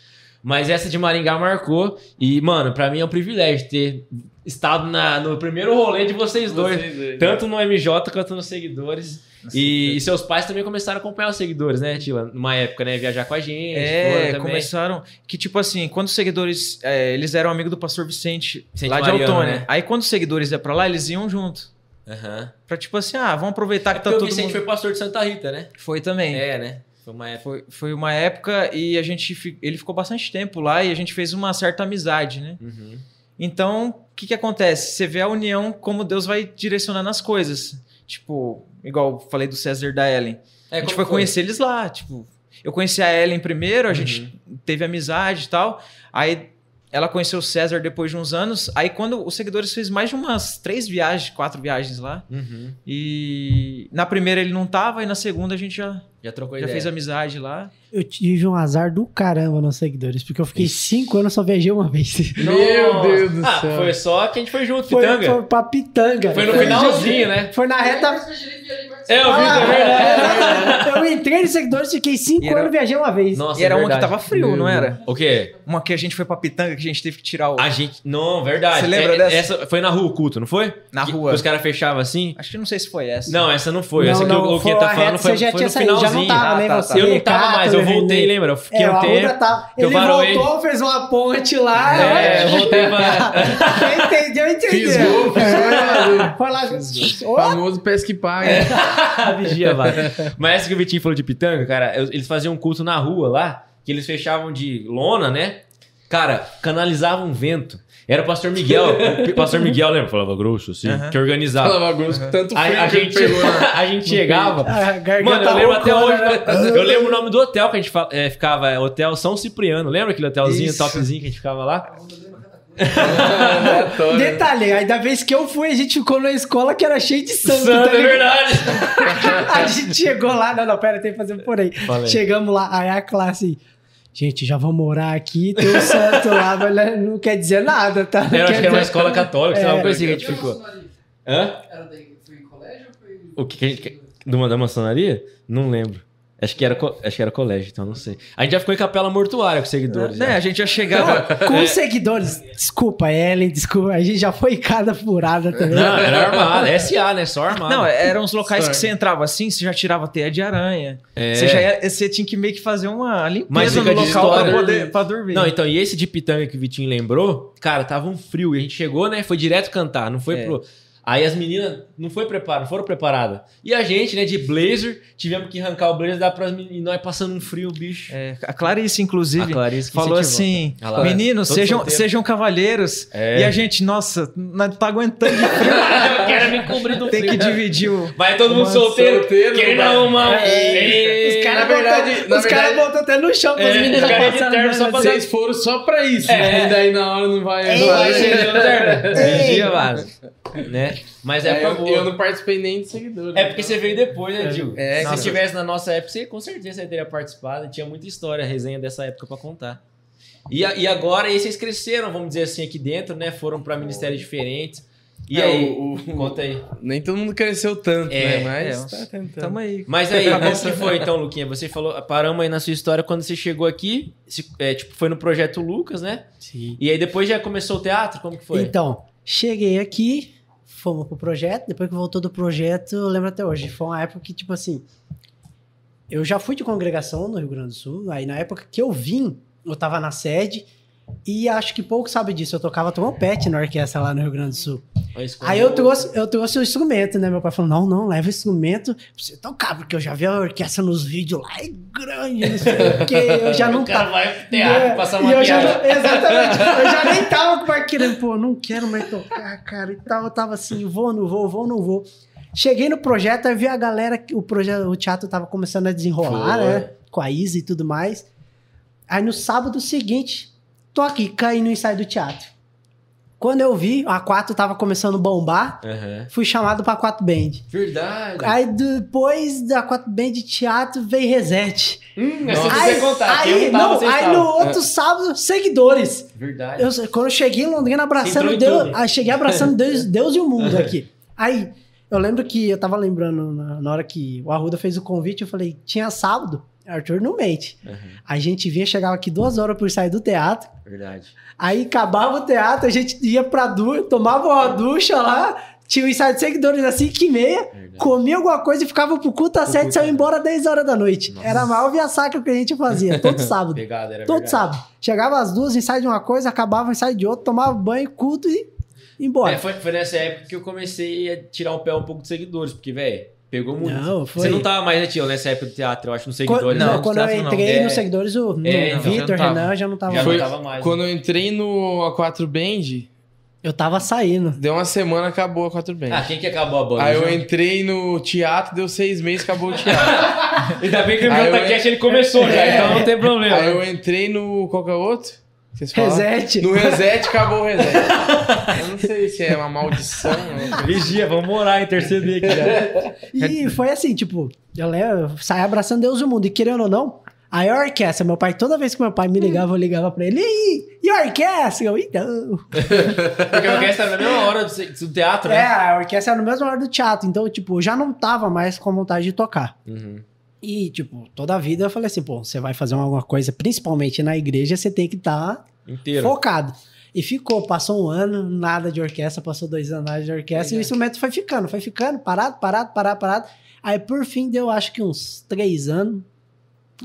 B: Mas essa de Maringá marcou. E, mano, pra mim é um privilégio ter estado na- no primeiro rolê de vocês dois. Tanto no MJ quanto nos seguidores. E, e seus pais também começaram a acompanhar os seguidores, né, Tila? Numa época, né? Viajar com a gente. foram
D: É,
B: também.
D: começaram. Que tipo assim, quando os seguidores. é, eles eram amigos do pastor Vicente,
B: Vicente
D: lá de
B: Mariano,
D: Autônia.
B: né?
D: Aí quando os seguidores iam pra lá, eles iam junto.
B: Aham.
D: Pra tipo assim, ah, vamos aproveitar que tá
B: É Porque o
D: todo
B: Vicente
D: mundo.
B: foi pastor de Santa Rita, né?
D: Foi também.
B: É, né? Foi uma época.
D: Foi, foi uma época e a gente fi- ele ficou bastante tempo lá e a gente fez uma certa amizade, né?
B: Uhum.
D: Então, o que, que acontece? Você vê a união como Deus vai direcionando as coisas. Tipo, igual eu falei do César e da Ellen.
B: É,
D: a gente
B: como
D: foi, conhecer eles lá, tipo, eu conheci a Ellen primeiro, a gente
B: Uhum.
D: teve amizade e tal. Aí ela conheceu o César depois de uns anos. Aí quando os seguidores fez mais de umas três viagens, quatro viagens lá.
B: Uhum.
D: E na primeira ele não tava e na segunda a gente já,
B: Já trocou
D: já
B: ideia.
D: fez amizade lá.
C: Eu tive um azar do caramba nos seguidores, porque eu fiquei cinco anos só viajei uma vez.
A: Meu
B: Nossa.
A: Deus do
B: Ah,
A: céu.
B: foi só que a gente foi junto,
C: Foi,
B: Pitanga.
C: foi pra Pitanga.
B: Foi no finalzinho, né?
C: Foi na reta
B: É, eu vi
C: Ah,
B: também.
C: é, Eu entrei nos seguidores, fiquei cinco
D: E era-
C: anos, viajei uma vez.
B: Nossa,
D: e era
B: é
D: uma que
B: verdade.
D: tava frio, não era?
B: O quê?
D: Uma que a gente foi pra Pitanga que a gente teve que tirar o.
B: A gente. Não, verdade.
D: Você lembra
B: É-
D: dessa?
B: Essa foi na rua o culto, não foi?
D: Na
B: Que-
D: rua.
B: que Os caras fechavam assim?
D: Acho que não sei se foi essa.
B: Não, essa não foi.
C: Não,
B: essa que
C: não,
B: o- o
C: foi
B: que tá
C: a
B: falando
C: reta,
B: foi,
C: você já
B: foi
C: tinha
B: no
C: saído, já não
B: finalzinho.
C: tava, né?
D: Ah, tá,
C: você,
D: tá.
B: Eu não tava
C: Cato,
B: mais, eu voltei,
C: Renê.
B: lembra? Eu
C: É,
B: fiquei um
C: a
B: tempo.
C: Ruda tava.
B: eu
C: Ele
B: varoei.
C: voltou, fez uma ponte lá.
B: É, eu voltei pra.
C: Quem entendeu, entendeu.
A: Fisgou,
C: É, Foi lá.
A: O
C: Ô,
A: famoso pesque paga.
B: É. Vigia, vai. Mas essa que o Vitinho falou de pitanga, cara, eu- eles faziam um culto na rua lá, que eles fechavam de lona, né? Cara, canalizavam vento. Era o pastor Miguel. o pastor Miguel, lembra? Falava grosso, assim,
D: Aham.
B: que organizava.
A: Falava grosso com tanto
B: Aí
A: frio
B: a
A: que ele
B: gente,
A: pegou na...
B: a gente chegava.
C: a garganta
B: Mano, eu lembro até
C: roncona,
B: hoje.
C: né?
B: né? Eu lembro o nome do hotel que a gente fa- eh, ficava, é, Hotel São Cipriano. Lembra aquele hotelzinho
D: Isso.
B: topzinho que a gente ficava lá?
A: Aleatório.
C: Detalhe, aí da vez que eu fui, a gente ficou na escola que era cheia de santo.
B: Santo,
C: tá
B: é
C: ligado?
B: verdade.
C: a gente chegou lá, não, não, pera, tem que fazer um porém.
B: Falei.
C: Chegamos lá, aí a classe. Gente, já vamos morar aqui, tem um santo lá, mas né, não quer dizer nada, tá? Não
B: Eu acho
C: quer
B: que era uma
C: dizer-
B: escola católica, sei lá, uma coisa assim que a gente ficou. Hã?
E: Era daí, foi em colégio ou foi.
B: O que, que a gente. Do, da maçonaria? Não lembro. Acho que, era, co- acho que era colégio, então não sei. A gente já ficou em capela mortuária com os seguidores.
D: Né,
B: né?
D: a gente já chegava.
C: Com os seguidores, desculpa, Ellen, desculpa, a gente já foi em cada furada também.
B: Não, era armada. SA, né? Só armada.
D: é. Não, é, eram os locais que
A: Sorry.
D: você entrava assim, você já tirava teia de aranha.
B: É.
D: Você, já ia- você tinha que meio que fazer uma limpeza
B: Mas
D: no
B: fica de
D: local pra,
B: história.
D: poder, pra dormir.
B: Não, então, e esse de pitanga que o Vitinho lembrou, cara, tava um frio. E a gente chegou, né? Foi direto cantar, não foi
D: É.
B: pro. Aí as meninas não, foi prepar, não foram preparadas. E a gente, né, de blazer, tivemos que arrancar o blazer e dar pras meninas. E nós passando um frio, bicho.
D: É, a Clarice, inclusive,
B: Clarice que
D: falou
B: incentivou.
D: assim:
B: Ah lá,
D: meninos,
B: todo
D: sejam,
B: solteiro.
D: sejam cavalheiros.
B: É.
D: E a gente, nossa, não tá aguentando.
C: É.
B: Eu quero me cobrir do
D: Tem
B: frio.
D: que dividir o.
B: Vai todo mundo
D: Mano,
B: solteiro.
A: solteiro,
B: Querendo
A: vai.
B: arrumar um.
A: É.
B: Ei.
C: Os caras
A: na verdade- na
C: botam, os cara
A: verdade-
C: botam até no chão pras
B: É,
C: meninas
B: os cara de
C: passarem
B: terno só
C: andando
B: pra
C: assim.
B: dar-
A: Tá Vocês foram só pra isso.
B: É.
A: E daí na hora não vai.
B: Não vai ser
A: Não
B: lanterna.
C: Ei.
B: Vigia, vaso. Né? Mas é,
A: É,
B: pra
A: eu, eu não participei nem de seguidor. então.
B: É porque você veio depois, né, Gil?
D: É,
B: Se
D: nossa.
B: você tivesse na nossa época, você com certeza você teria participado. Tinha muita história, resenha dessa época pra contar. E, a- e agora, e aí vocês cresceram, vamos dizer assim, aqui dentro, né? Foram pra ministérios diferentes. E
A: É,
B: aí?
A: o- o-
B: Conta aí.
A: Nem todo mundo cresceu tanto,
B: É,
A: né?
D: é,
A: Mas
D: uns-
A: tá tentando.
D: Tamo aí.
B: Mas aí, como que foi então, Luquinha? Você falou, paramos aí na sua história quando você chegou aqui, se- é, tipo, foi no projeto Lucas, né?
C: Sim.
B: E aí depois já começou o teatro? Como que foi?
C: Então, cheguei aqui, fomos pro projeto, depois que voltou do projeto, eu lembro até hoje, foi uma época que, tipo assim, eu já fui de congregação no Rio Grande do Sul, aí na época que eu vim, eu tava na sede, e acho que pouco sabe disso, eu tocava trompete na orquestra lá no Rio Grande do Sul.
B: Olha isso,
C: Aí eu trouxe, eu trouxe o instrumento, né? Meu pai falou: não, não, leva o instrumento pra você tocar, porque eu já vi a orquestra nos vídeos lá, é grande, não sei o quê, eu já não
B: O cara
C: tava.
B: vai pro teatro
C: É,
B: passar
C: e
B: uma
C: eu já
B: piada.
C: não- Exatamente, eu já nem tava com aquilo, pô, não quero mais tocar, cara, e tal, eu tava assim, vou, não vou, vou, não vou. Cheguei no projeto, aí vi a galera, que o, projeto, o teatro tava começando a desenrolar,
B: Foi.
C: né? Com a Isa e tudo mais. Aí no sábado seguinte, tô aqui, caí no ensaio do teatro. Quando eu vi, a 4 tava começando a bombar,
B: Aham.
C: fui chamado pra 4 Band.
B: Verdade.
C: Aí depois da 4 Band de teatro veio Reset.
B: Hum,
A: Nossa.
B: essa
A: Se
C: Aí,
B: você contar,
C: aí,
B: eu tava,
C: não,
B: você
C: aí
B: estava.
C: no outro sábado, seguidores.
B: Verdade.
C: Eu, quando eu cheguei em Londrina
B: entrou
C: abraçando
B: em
C: Deus,
B: tudo. É.
C: aí cheguei abraçando Deus, Deus e o mundo aqui. Aí eu lembro que eu tava lembrando na, na hora que o Arruda fez o convite, eu falei, tinha sábado, Arthur não mente.
B: Aham,
C: A gente vinha, chegava aqui duas horas por sair do teatro,
B: Verdade.
C: Aí acabava o teatro, a gente ia pra du tomava uma ducha lá, tinha o ensaio de seguidores às 5 e meia,
B: Verdade.
C: comia alguma coisa e ficava pro culto às
B: É. Pro
C: 7
B: culto.
C: e saiu embora às 10 horas da noite.
B: Nossa.
C: Era a maior via sacra que a gente fazia, todo sábado.
B: Pegada, era
C: todo
B: verdade.
C: sábado. Chegava às duas, ensaio de uma coisa, acabava o ensaio de outra, tomava banho, culto e ia embora.
B: É, foi, foi nessa época que eu comecei a tirar o pé um pouco dos seguidores, porque, velho, pegou muito.
C: Não, foi-
B: Você não tava mais, né, tio, nessa época do teatro, eu acho, nos
C: Quando,
B: seguidores.
C: não,
B: né?
C: quando eu
D: teatro não.
C: entrei
B: É.
C: nos seguidores, o
B: É,
C: o
B: não,
D: já
C: Vitor,
D: não tava.
C: Renan já não tava.
B: Já
C: mais.
A: Foi
B: não tava mais. né?
A: Quando eu entrei no A4 Band,
C: Eu tava saindo.
A: deu uma semana, acabou a A4 Band.
B: Ah, quem que acabou a banda?
A: Aí eu
B: João?
A: entrei no teatro, deu seis meses, acabou o teatro.
B: Ainda bem que o
A: Aí eu-
B: JCast ele começou já,
A: É.
B: então não tem problema.
A: Aí eu entrei no. Qual que é o outro? Que Vocês falaram?
C: Reset.
A: No reset, acabou o reset. eu não sei se é uma maldição. né?
B: Vigia, vamos morar, interceder aqui
D: né?
B: já.
C: E foi assim, tipo, eu, levo- eu saí abraçando Deus e o mundo. E querendo ou não, aí a orquestra, meu pai, toda vez que meu pai me ligava, eu ligava pra ele, e, e a orquestra? Eu, então.
B: Porque a orquestra era na mesma hora do, se- do teatro,
C: É,
B: né?
C: a orquestra era no mesmo hora do teatro, então, tipo, eu já não tava mais com vontade de tocar.
B: Uhum.
C: E, tipo, toda a vida eu falei assim, pô, você vai fazer alguma coisa, principalmente na igreja, você tem que estar
B: Inteiro.
C: focado. E ficou, passou um ano, nada de orquestra, passou dois anos, nada de orquestra, e o instrumento foi ficando, foi ficando, parado, parado, parado, parado. Aí por fim deu acho que uns três anos.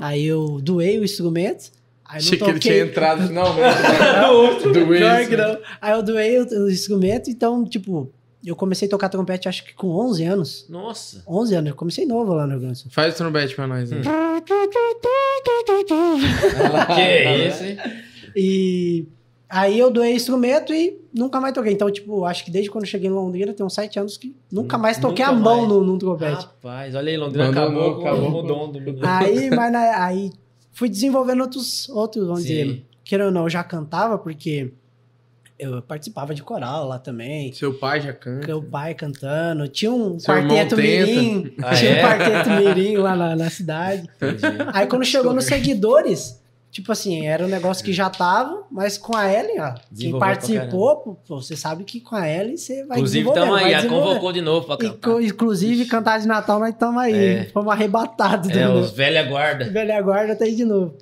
C: Aí eu doei o instrumento. Aí não
A: Achei que ele tinha
C: toquei.
A: entrado finalmente.
C: né?
B: Do outro.
A: Do
C: Pior
A: Wilson.
C: que não. Aí eu doei o, o instrumento, então, tipo, eu comecei a tocar trompete acho que com 11 anos.
B: Nossa.
C: 11 anos, eu comecei novo lá no Rio Grande do Sul.
A: Faz o trombete pra nós. Né?
B: Que é isso, hein?
C: E aí eu doei instrumento e nunca mais toquei. Então, tipo, acho que desde quando eu cheguei em Londrina, tem uns sete anos que nunca mais toquei
B: Hum, Nunca
C: a mão
B: mais.
C: num, num trompete.
B: Rapaz, olha aí, Londrina
A: Abandonou,
B: acabou,
A: acabou.
B: com o dom do menino.
C: Aí, mas na- aí fui desenvolvendo outros, outros vamos dizer,
B: Sim.
C: queira ou não, eu já cantava porque eu participava de coral lá também.
A: Seu pai já canta.
B: Uhum.
C: Meu pai cantando, tinha um
A: Seu irmão
C: quarteto
A: tenta.
C: mirim,
B: Ah,
C: tinha
B: é?
C: um quarteto mirim lá na- na cidade.
B: Entendi.
C: Aí quando chegou nos seguidores, tipo assim, era um negócio que já tava, mas com a Ellen, ó, quem
B: Desenvolveu pra
C: participou, pô, pô, você sabe que com a Ellen você vai
B: Inclusive,
C: desenvolvendo,
B: tamo
C: vai
B: aí, a
C: desenvolvendo.
B: convocou de novo pra
C: E
B: cantar.
C: co- Inclusive, cantar de Natal, nós estamos aí.
B: É.
C: Fomos arrebatados
B: É,
C: do
B: os velha guarda.
C: velha guarda tá aí de novo.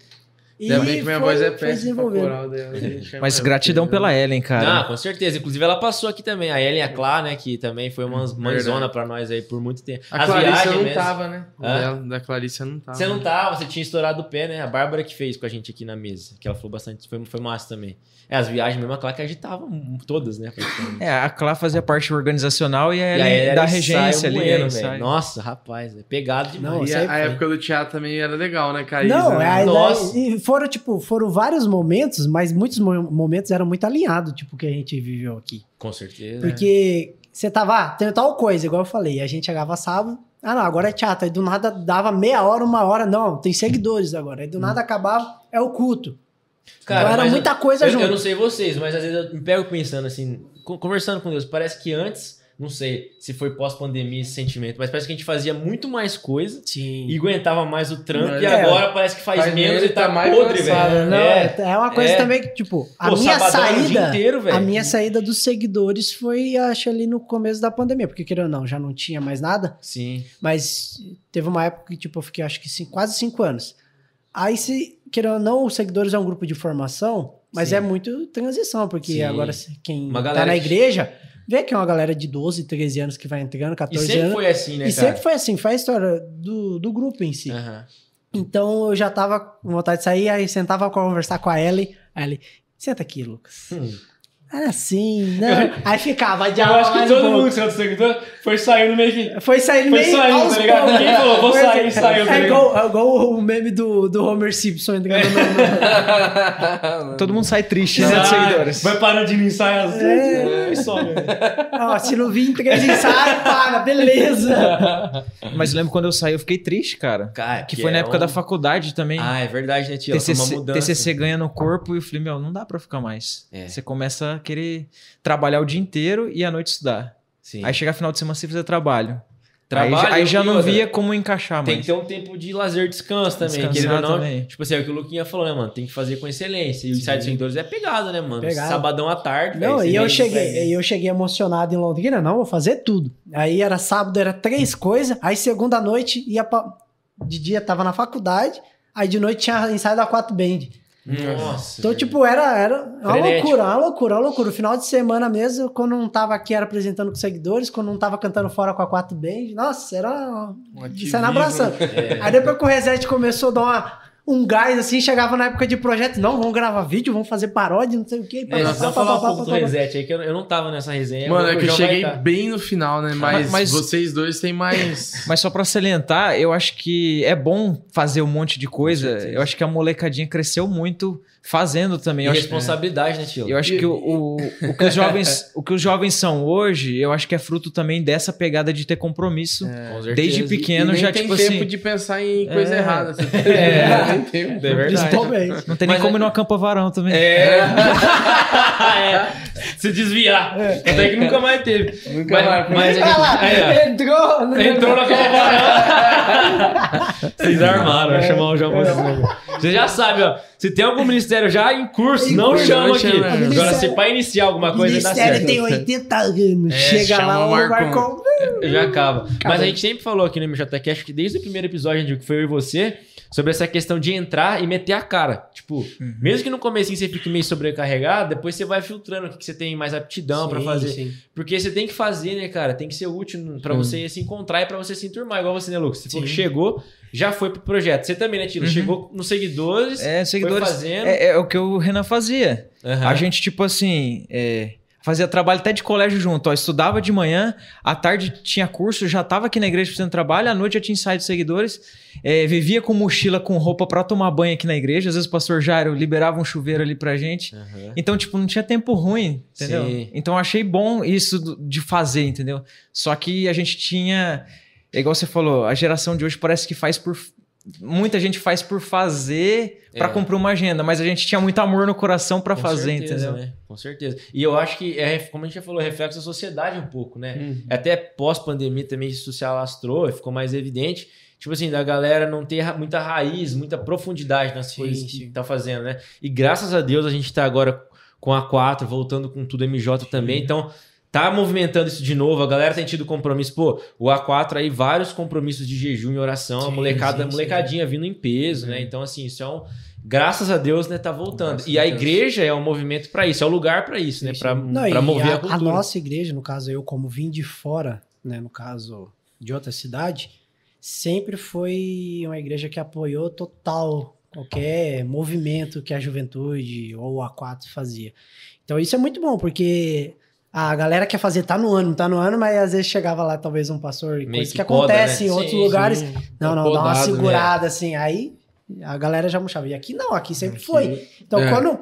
C: E
A: Ainda bem que minha voz é péssima
C: foi
A: pra
C: desenvolvendo.
A: coral dela. gente. é
D: Mas gratidão pela Ellen,
B: Ah,
D: cara.
B: com certeza. Inclusive, ela passou aqui também. A Ellen e a Clá, né? Que também foi uma mãezona pra nós aí por muito tempo.
A: Hum, né? A
B: As
A: Clarissa
B: viagens
A: não
B: mesmo.
A: tava, né?
B: Hã?
A: Dela- Da Clarissa não tava.
B: Você não tava, você tinha estourado o pé, né? A Bárbara que fez com a gente aqui na mesa. Que ela falou bastante, foi, foi massa também. É, as viagens mesmo, a Clá que agitava hum, todas, né? praticamente.
D: É, a Clá fazia parte organizacional e
B: E
D: a
B: aí
D: Ellen
B: era
D: É, da
B: ensaio
D: regência ali. né?
B: moendo,
D: era
B: velho.
D: ensaio.
B: Nossa, rapaz, é pegado
C: Não,
B: demais.
A: E
C: sempre
A: a, a
C: foi.
A: época do teatro também era legal, né, Caísa?
C: Não,
A: né?
C: é,
B: Nossa.
C: e foram, tipo, foram vários momentos, mas muitos mo- momentos eram muito alinhados, tipo, que a gente viveu aqui.
B: Com certeza.
C: Porque você tava, ah, tem tal coisa, igual eu falei, a gente chegava sábado, ah não, agora é teatro, aí do nada dava meia hora, uma hora, não, tem seguidores agora, aí do nada acabava, é o culto.
B: Hum. Cara,
C: então era
B: mas
C: muita
B: eu,
C: coisa
B: eu,
C: junto.
B: eu não sei vocês, mas às vezes eu me pego pensando assim, co- conversando com Deus, parece que antes, não sei se foi pós-pandemia esse sentimento, mas parece que a gente fazia muito mais coisa
C: Sim.
B: e aguentava mais o trampo,
A: Não,
B: e
C: é.
B: agora parece que faz,
A: Faz
B: menos
A: menos
B: e tá
A: e tá mais
B: podre,
A: cansado,
B: velho.
C: Não,
B: É.
C: é, é uma coisa
B: é.
C: também que, tipo, a
B: Pô,
C: minha
B: sabadão era o dia
C: saída.
B: inteiro, velho.
C: A minha saída dos seguidores foi, acho, ali no começo da pandemia, porque querendo ou não, já não tinha mais nada,
B: Sim.
C: mas teve uma época que, tipo, eu fiquei acho que cinco- quase cinco anos. Aí, se, querendo ou não, os seguidores é um grupo de formação, mas
B: Sim.
C: é muito transição, porque
B: Sim.
C: agora se- quem
B: Uma
C: tá
B: galera
C: na
B: que-
C: igreja Vê que é uma galera de 12, 13 anos que vai entrando,
B: E
C: 14
B: sempre
C: anos.
B: foi assim, né,
C: e
B: cara? É.
C: sempre foi assim, faz a história do, do grupo em si.
B: Aham.
C: Então eu já tava com vontade de sair, aí sentava pra conversar com a Ellie. Aí ele, senta aqui, Lucas.
B: Hum.
C: Era assim, né? aí ficava de
B: Eu
C: aula
B: acho que
C: mais
B: todo
C: um pouco.
B: mundo que saiu do seguidor foi saindo no meio que.
C: Foi saindo
B: Foi
C: meio
B: saindo,
C: aos
B: tá ligado?
C: poucos.
B: Ninguém falou, "Vou
C: Foi
B: sair",
C: assim.
B: saiu, tá
C: É
B: ligado?
C: igual, é igual o meme do, do Homer Simpson tá entrando no-
D: Todo mundo sai triste, né?
B: Sai,
D: Dos seguidores.
B: Vai parando de me ensaiar assim.
C: É.
B: E some.
C: Ó, se não vir em três ensaios, para, beleza.
D: Mas eu lembro quando eu saí, eu fiquei triste, cara.
B: Cara,
D: Que foi na
B: é
D: época
B: um-
D: da faculdade também.
B: Ah, é verdade, né, tio? Ela foi uma
D: TCC,
B: mudança. né?
D: TCC ganha no corpo e eu falei, meu, não dá pra ficar mais.
B: É.
D: Você começa a querer trabalhar o dia inteiro e à noite estudar.
B: Sim.
D: Aí chegar final de semana você fazer trabalho.
B: Trabalho
D: aí, aí já
B: e
D: não
B: outra.
D: via como encaixar
B: Tem
D: mais.
B: que ter um tempo de lazer, descanso também.
D: Descansar
B: querendo ou não,
D: também.
B: tipo assim, é o que o Luquinha falou, né, mano? Tem que fazer com excelência. E o
D: Sim.
B: site de seguidores é pegada, né, mano?
C: Pegada.
B: Sabadão à tarde.
C: Não,
B: velho,
C: e
B: você
C: eu
B: nem
C: cheguei,
B: consegue.
C: e eu cheguei emocionado em Londrina, não, vou fazer tudo. Aí era sábado, era três coisas, aí segunda noite ia pra... de dia tava na faculdade, aí de noite tinha ensaio da 4 Band.
B: Nossa.
C: Então,
B: velho.
C: tipo, era, era uma
B: Frenético.
C: loucura, uma loucura, uma loucura. O final de semana mesmo, quando não tava aqui, era apresentando com seguidores, quando não tava cantando fora com a 4 Band, nossa, era de sair na abraçando.
B: É.
C: Aí depois que o Reset começou a dar uma- um gás, assim, chegava na época de projeto, não, vamos gravar vídeo, vamos fazer paródia, não sei o quê.
B: É,
C: pá,
B: só
C: pá, pá,
B: falar
C: pá,
B: um
C: pá,
B: pouco do
C: pá, pá.
B: reset aí, que eu, eu não tava nessa resenha.
A: Mano,
B: mas
A: é
B: o
A: que eu
B: João vai
A: cheguei
B: tá.
A: bem no final, né? Mas,
D: mas-
A: vocês dois têm mais.
D: Mas só pra salientar, eu acho que é bom fazer um monte de coisa.
B: certeza.
D: Eu acho que a molecadinha cresceu muito fazendo também.
B: E
D: Eu acho,
B: responsabilidade, né, tio?
D: é. eu acho que o, o- o que os jovens, o que os jovens são hoje, eu acho que é fruto também dessa pegada de ter compromisso.
B: Com certeza.
D: Desde pequeno
A: E nem
D: já,
A: tem
D: tipo
A: tempo
D: assim.
A: de pensar em coisa
D: É.
A: errada. tá
B: É.
A: Nem tempo.
B: É verdade.
C: Principalmente.
D: Não tem
B: Mas
D: nem como
B: é-
D: ir no acampa varão também.
B: É. É. Se desviar. Até que nunca mais teve.
A: Nunca
B: Mas-
A: mais.
B: mas-
C: Olha lá,
B: Aí,
C: entrou, né?
B: Entrou na Copa Vocês armaram,
C: É.
B: vai chamar o João pra vocês, né? Você já sabe, ó. Se tem algum ministério já em curso,
A: Em
B: não
A: curso,
B: chama
A: não
B: aqui.
A: chama.
B: Agora, se pra iniciar alguma coisa, dá
C: né? Ministério
B: certo.
C: tem 80 anos,
A: É,
C: chega
A: chama
C: lá,
A: o
C: o Marcon.
A: Marcon.
B: Já acaba. Mas a gente sempre falou aqui no MJCast que desde o primeiro episódio, Andy, que foi eu e você, sobre essa questão de entrar e meter a cara. Tipo,
D: Uhum.
B: mesmo que no começo você fique meio sobrecarregado, depois você vai filtrando o que que você tem mais aptidão pra
C: Sim,
B: fazer.
C: sim.
B: Porque você tem que fazer, né, cara? Tem que ser útil pra você se encontrar e pra você se enturmar, igual você, né, Lucas? Você falou que chegou, já foi pro projeto. Você também, né, Tilo?
D: Uhum.
B: Chegou nos seguidores,
D: É,
B: foi
D: seguidores.
B: fazendo.
D: É, é o que o Renan fazia.
B: Aham.
D: A gente, tipo assim, é, fazia trabalho até de colégio junto. Ó, estudava de manhã, à tarde tinha curso, já tava aqui na igreja fazendo trabalho, à noite já tinha ensaio de seguidores. É, vivia com mochila, com roupa pra tomar banho aqui na igreja. Às vezes o pastor Jairo liberava um chuveiro ali pra gente.
B: Aham.
D: Então, tipo, não tinha tempo ruim, entendeu?
B: Sim.
D: Então, achei bom isso do- de fazer, entendeu? Só que a gente tinha... É igual você falou, a geração de hoje parece que faz por... Muita gente faz por fazer pra
B: É.
D: cumprir uma agenda, mas a gente tinha muito amor no coração pra
B: Com
D: fazer,
B: certeza,
D: entendeu?
B: Né? Com certeza. E eu acho que, é, como a gente já falou, é reflexo da sociedade um pouco, né?
C: Uhum.
B: Até pós-pandemia também isso se alastrou, ficou mais evidente. Tipo assim, da galera não ter ra- muita raiz, muita profundidade nas
C: Sim,
B: coisas que
C: sim.
B: tá fazendo, né? E graças a Deus a gente tá agora com a 4, voltando com tudo MJ também. Então, tá movimentando isso de novo. A galera tem tido compromisso. Pô, o A4 aí, vários compromissos de jejum e oração. a
C: Sim,
B: molecada,
C: sim, Uhum. sim.
B: molecadinha vindo em peso, né? Então, assim, isso é um. Graças a Deus, né? Tá voltando.
D: Graças
B: E
D: a
B: a
D: Deus.
B: igreja é um movimento pra isso, é o lugar pra isso, né?
D: Sim,
B: Pra,
C: Não,
B: pra
C: e
B: mover a,
C: a,
B: cultura.
C: a nossa igreja, no caso eu, como vim de fora, né, no caso de outra cidade, sempre foi uma igreja que apoiou total qualquer movimento que a juventude ou a 4 fazia. Então isso é muito bom, porque a galera quer fazer, tá no ano, tá no ano, mas às vezes chegava lá talvez um pastor,
B: Meio
C: coisa que,
B: que poda,
C: acontece
B: né?
C: em outros
B: Sim, Tá
C: lugares.
A: sim.
C: Não, não, dá uma
A: Podado, né?
C: segurada assim. Aí a galera já murchava. E aqui não, aqui sempre foi. Então,
A: É.
C: quando,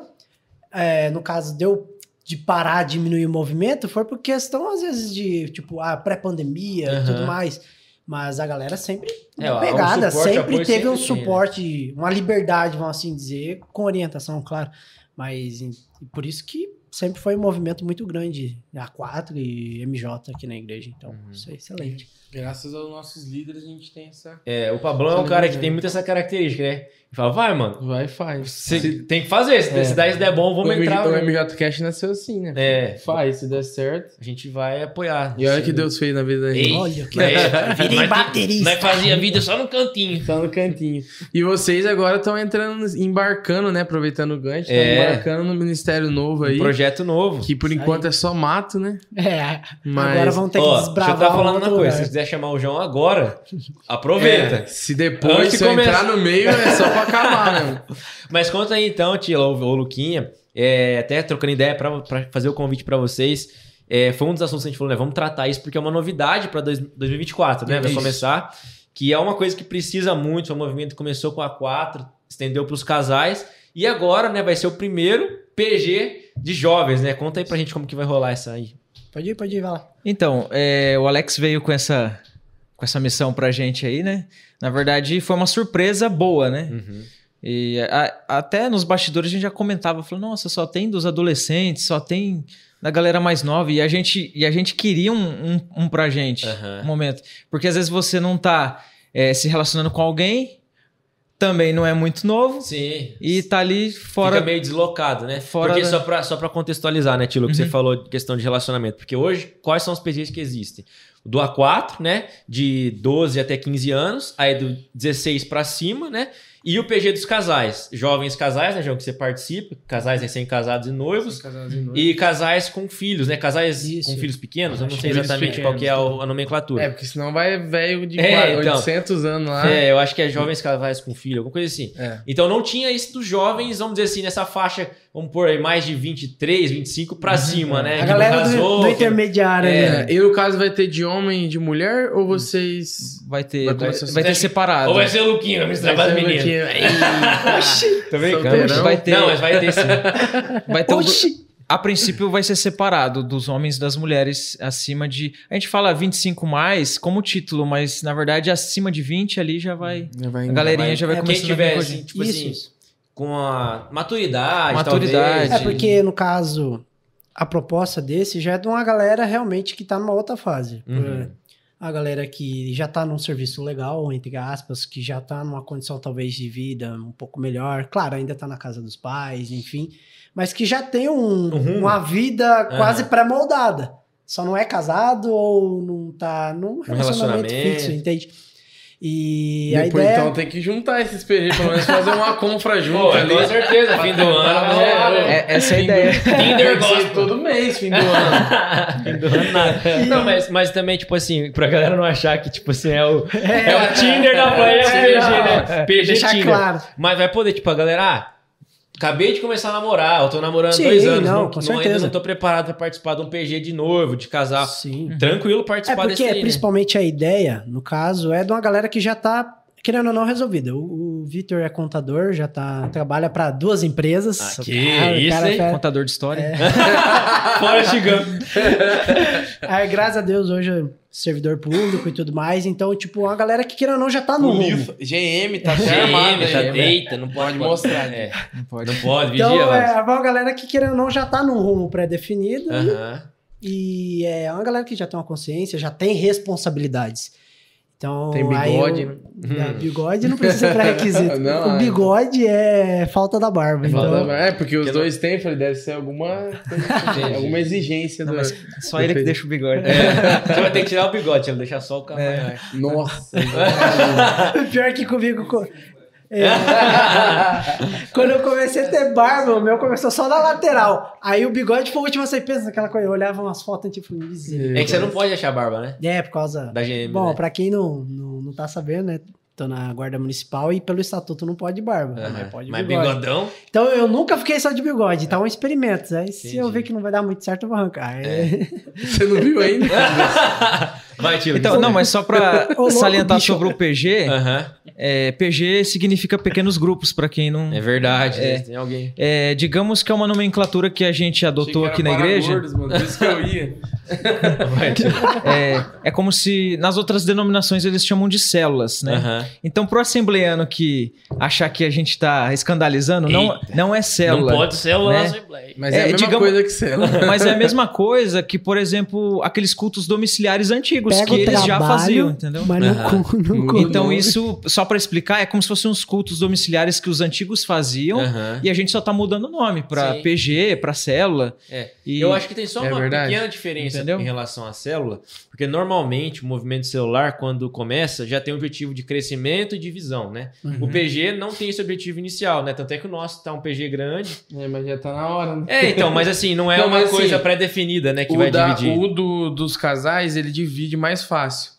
C: é, no caso, deu de parar, diminuir o movimento, foi por questão, às vezes, de, tipo, a pré-pandemia e
B: Aham.
C: tudo mais. Mas a galera sempre
B: É, ó, o
C: pegada,
B: suporte,
C: sempre
B: apoio
C: teve um
B: sempre tem, né?
C: suporte, uma liberdade, vamos assim dizer, com orientação, claro. Mas em- por isso que sempre foi um movimento muito grande, A4 e MJ aqui na igreja. Então,
B: Uhum.
C: isso é excelente.
A: Graças aos nossos líderes, a gente tem essa.
B: É, o Pablão é um cara que tem muito essa característica, né? Ele fala, vai, mano,
A: Vai, faz.
B: você tem que fazer. Se,
A: É.
B: se der, se der bom,
A: O
B: vamos
A: MJ
B: entrar. né?
A: o MJ Cash nasceu assim, né?
B: É,
A: Faz, se der certo.
B: a gente vai apoiar.
A: E olha o que Deus fez na vida da gente.
B: Ei,
C: Olha que
B: é,
C: Virei
B: vai-
C: baterista.
B: Vai fazer a vida só no cantinho.
A: Só Tá no cantinho. E vocês agora estão entrando, embarcando, né? Aproveitando o gancho, estão
B: É.
A: embarcando no Ministério Novo aí.
B: Um projeto projeto novo.
A: Que por
C: Isso
A: enquanto é só mato, né?
C: É,
A: Mas...
C: agora vão ter
B: Ó,
C: que
B: deixa
C: desbravar.
B: eu tá falando
C: outro
B: uma coisa.
C: lugar.
B: Se você quiser chamar o João agora, aproveita.
A: É, se depois
B: Antes de
A: se eu
B: começar.
A: entrar no meio é só pra acabar, né? mano?
B: Mas conta aí então, Tila, ou, ou Luquinha, é, até trocando ideia pra pra fazer o convite pra vocês. é, foi um dos assuntos que a gente falou, né? Vamos tratar isso porque é uma novidade pra dois- 2024, né? Vai
A: Isso.
B: começar. Que é uma coisa que precisa muito. O movimento que começou com a 4, estendeu pros casais. E agora, né, vai ser o primeiro PG de jovens, né? Conta aí pra gente como que vai rolar essa aí.
C: Pode ir, pode ir, vai lá.
D: Então, é, o Alex veio com essa, com essa missão pra gente aí, né? Na verdade, foi uma surpresa boa, né?
B: Uhum.
D: E a- até nos bastidores a gente já comentava, falou, nossa, só tem dos adolescentes, só tem da galera mais nova. E a gente, e a gente queria um, um, um pra gente,
B: Aham.
D: um momento. Porque às vezes você não tá eh, se relacionando com alguém, também não é muito novo,
B: Sim.
D: e tá ali fora...
B: Fica meio deslocado, né?
D: Fora
B: Porque
D: da-
B: só, pra, só pra contextualizar, né, Tilo, que você falou de questão de relacionamento. Porque hoje, quais são os PGs que existem? Do A4, né? De 12 até 15 anos, aí do 16 pra cima, né? E o PG dos casais. Jovens casais, né, João, que você participa, casais recém-casados e noivos. E casais com filhos, né? Casais
C: Isso.
B: com filhos pequenos, eu não
A: Acho
B: sei
A: que
B: exatamente
A: filhos
B: qual que é a,
A: pequenos,
B: a nomenclatura.
A: É, porque senão vai velho de
B: É,
A: quase
B: então.
A: 800 anos lá.
B: é, eu acho que é jovens casais com filho, alguma coisa assim.
A: É.
B: Então não tinha isso dos jovens, vamos dizer assim, nessa faixa, vamos pôr aí mais de 23, 25 pra cima, né?
C: a galera do-
B: casou,
C: do,
B: que-
C: intermediário ali, né?
A: É, e no caso vai ter de homem e de mulher ou vocês.
D: Vai ter,
A: Vai
D: vai,
A: começar a
D: vai ter
B: ser-
D: separado.
B: Ou vai ser o Luquinho, vai misturar as
A: Vai né?
B: meninas.
A: ser um pouquinho- Solteirão.
B: Tô brincando.
D: Vai ter- um
B: Não, mas vai ter sim.
D: Vai
B: então,
D: ter um o-
C: Oxi!
D: A princípio vai ser separado dos homens e das mulheres acima de. A gente fala 25 mais como título, mas na verdade acima de 20 ali já vai.
A: Vai
D: A galerinha
B: Vai-
D: já vai
B: é,
D: começando
B: Quem
D: a vir
B: tiver,
D: com a
B: assim,
D: gente.
B: tipo
C: Isso,
B: assim,
C: isso.
B: com a maturidade,
D: Maturidade.
C: É
B: talvez.
C: porque, no caso, a proposta desse já é de uma galera realmente que tá numa outra fase. É,
B: Uhum.
C: A galera que já tá num serviço legal, entre aspas, que já tá numa condição talvez de vida um pouco melhor. Claro, ainda tá na casa dos pais, enfim. Mas que já tem um-
B: rumo.
C: uma vida
B: Aham.
C: quase pré-moldada. Só não é casado ou não tá num relacionamento,
B: relacionamento.
C: fixo, entende? E a
A: Depois
C: ideia...
A: então tem que juntar esses PG, pelo menos fazer uma compra junto
B: né? Pô,
A: ali.
B: com certeza, fim do ano. vai rolar, né?
D: É, essa é a ideia.
B: Tinder
A: Tem que ser
B: gospel.
A: todo mês, fim do ano.
B: Não, mas, mas também, tipo assim, pra galera não achar que, tipo assim, é o,
C: É,
B: é o Tinder da praia, é o
C: é,
B: PG,
C: não.
B: né? PG
C: deixar
B: Tinder.
C: claro.
B: Mas vai poder, tipo, a galera, ah, acabei de começar a namorar, eu tô namorando há
C: Sim,
B: dois anos,
C: não,
B: não,
C: com
B: não-
C: certeza.
B: ainda não tô preparado pra participar de um PG de novo, de casal.
C: Sim.
B: Tranquilo
C: É
B: participar
C: porque
B: desse aí, né?
C: principalmente a ideia, no caso, é de uma galera que já tá, querendo ou não, resolvida. O, o Vitor é contador, já tá, trabalha para duas empresas.
B: Ah,
C: O
B: que
C: o
B: isso,
C: é
B: hein?
C: fera.
D: Contador de história.
B: Fora gigante.
C: Aí, graças a Deus, hoje é servidor público e tudo mais. Então, tipo, uma galera que, querendo ou não, já tá no
A: O
C: rumo.
A: Lil- GM tá até armado
B: GM, tá
A: aí, né?
B: deita, não pode,
A: Pode mostrar, né?
B: É,
D: Não pode.
B: não pode, vigia.
C: Então, é
B: Wallace.
C: é uma galera que, querendo ou não, já tá num rumo pré-definido.
B: Aham.
C: E é uma galera que já tem uma consciência, já tem responsabilidades. Então,
A: Tem
C: aí
A: bigode,
C: eu-
A: né?
C: Ah, bigode não precisa ser pré-requisito.
A: Não, é.
C: o bigode é falta da barba. então-
A: Fala, É, porque os
B: Porque não-
A: dois têm, falei, deve ser alguma, coisa- alguma exigência.
D: Não,
A: do...
D: mas só ele que
A: Depende.
D: deixa o bigode.
B: É. Você vai ter que tirar o bigode, Thiago, deixar só o cabelo.
A: Nossa.
C: Pior que comigo. co- É. Quando eu comecei a ter barba, o meu começou só na lateral. Aí o bigode foi o último a sair pensa naquela coisa. Eu olhava umas fotos antigas e falei,
B: É que você não pode achar barba, né?
C: É, por causa.
B: Da GM,
C: Bom,
B: né?
C: pra quem não, não, não tá sabendo, né? Tô na guarda municipal e pelo estatuto não pode barba.
B: Aham.
C: Mas pode
B: Mas
C: bigode.
B: bigodão,
C: Então eu nunca fiquei só de bigode, então é um experimento. Aí se eu
B: Entendi. É.
C: ver que não vai dar muito certo, eu vou arrancar.
A: Você não viu ainda?
B: vai, Tilo.
D: Então, não, mas só pra
C: louco,
D: salientar
C: bicho.
D: sobre o PG,
B: Aham.
D: é, PG significa pequenos grupos, pra quem não.
B: É verdade,
D: É.
B: né? tem alguém.
D: É, digamos que é uma nomenclatura que a gente adotou aqui na igreja.
A: Gordos, mano. Por isso que eu ia.
B: Vai, Tilo.
D: É, é como se nas outras denominações eles chamam de células, né?
B: Aham.
D: Então, pro assembleano que achar que a gente tá escandalizando, não, não é
B: Não
D: célula.
B: pode ser o
D: né?
B: Lance Blake.
A: Mas é, a
D: É,
A: mesma
D: digamos-
A: coisa que você. né?
D: Mas é a mesma coisa que, por exemplo, aqueles cultos domiciliares antigos
C: Pega
D: que
C: o
D: eles já
C: trabalho,
D: faziam, entendeu?
C: Mas não,
B: Aham.
C: cu- não
A: Muda o
C: cu-
D: Então,
A: nome.
D: isso só só para explicar, é como se fossem uns cultos domiciliares que os antigos faziam.
B: Aham.
D: E a gente só tá mudando o nome pra
B: Sim.
D: PG, pra célula.
B: É.
D: E
B: Eu acho que tem só
A: É
B: uma
A: verdade.
B: pequena diferença
D: Entendeu?
B: em relação à célula, porque normalmente o movimento celular, quando começa, já tem um objetivo de crescimento e divisão, né?
D: Uhum.
B: O PG não tem esse objetivo inicial, né? Tanto é que o nosso tá um PG grande.
A: É, mas já tá na hora, né?
B: É, então, mas assim, não é
A: Não,
B: uma
A: mas, assim,
B: coisa pré-definida, né? Que
A: o
B: vai
A: da-
B: dividir.
A: o do- dos casais, ele divide mais fácil.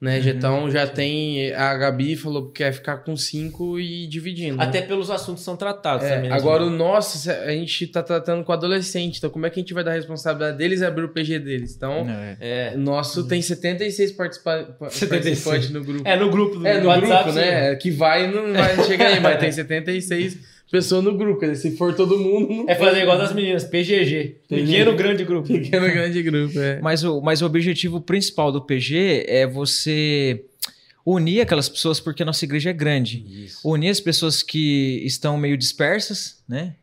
A: Né?
D: Uhum.
A: Então já tem. A Gabi falou que quer ficar com cinco e dividindo. né?
B: Até pelos assuntos que são tratados
A: É,
B: também. né?
A: agora o nosso, se- a gente tá tratando com adolescente, então como é que a gente vai dar a responsabilidade deles e abrir o PG deles? Então,
D: É.
B: É.
A: o nosso tem 76 participa pa-
B: 76.
A: participantes no grupo.
B: É, no grupo do
A: É, no
B: WhatsApp,
A: grupo,
B: sim.
A: né? Que vai e não vai chegar aí, mas tem 76 pessoas no grupo. Quer dizer, se for todo mundo, não
B: É fazer igual das meninas, PGG. Pequeno grande grupo.
A: fica no grande grupo. É.
D: Mas o, mas o objetivo principal do PG é você unir aquelas pessoas, porque a nossa igreja é grande.
B: Isso.
D: Unir as pessoas que estão meio dispersas, né?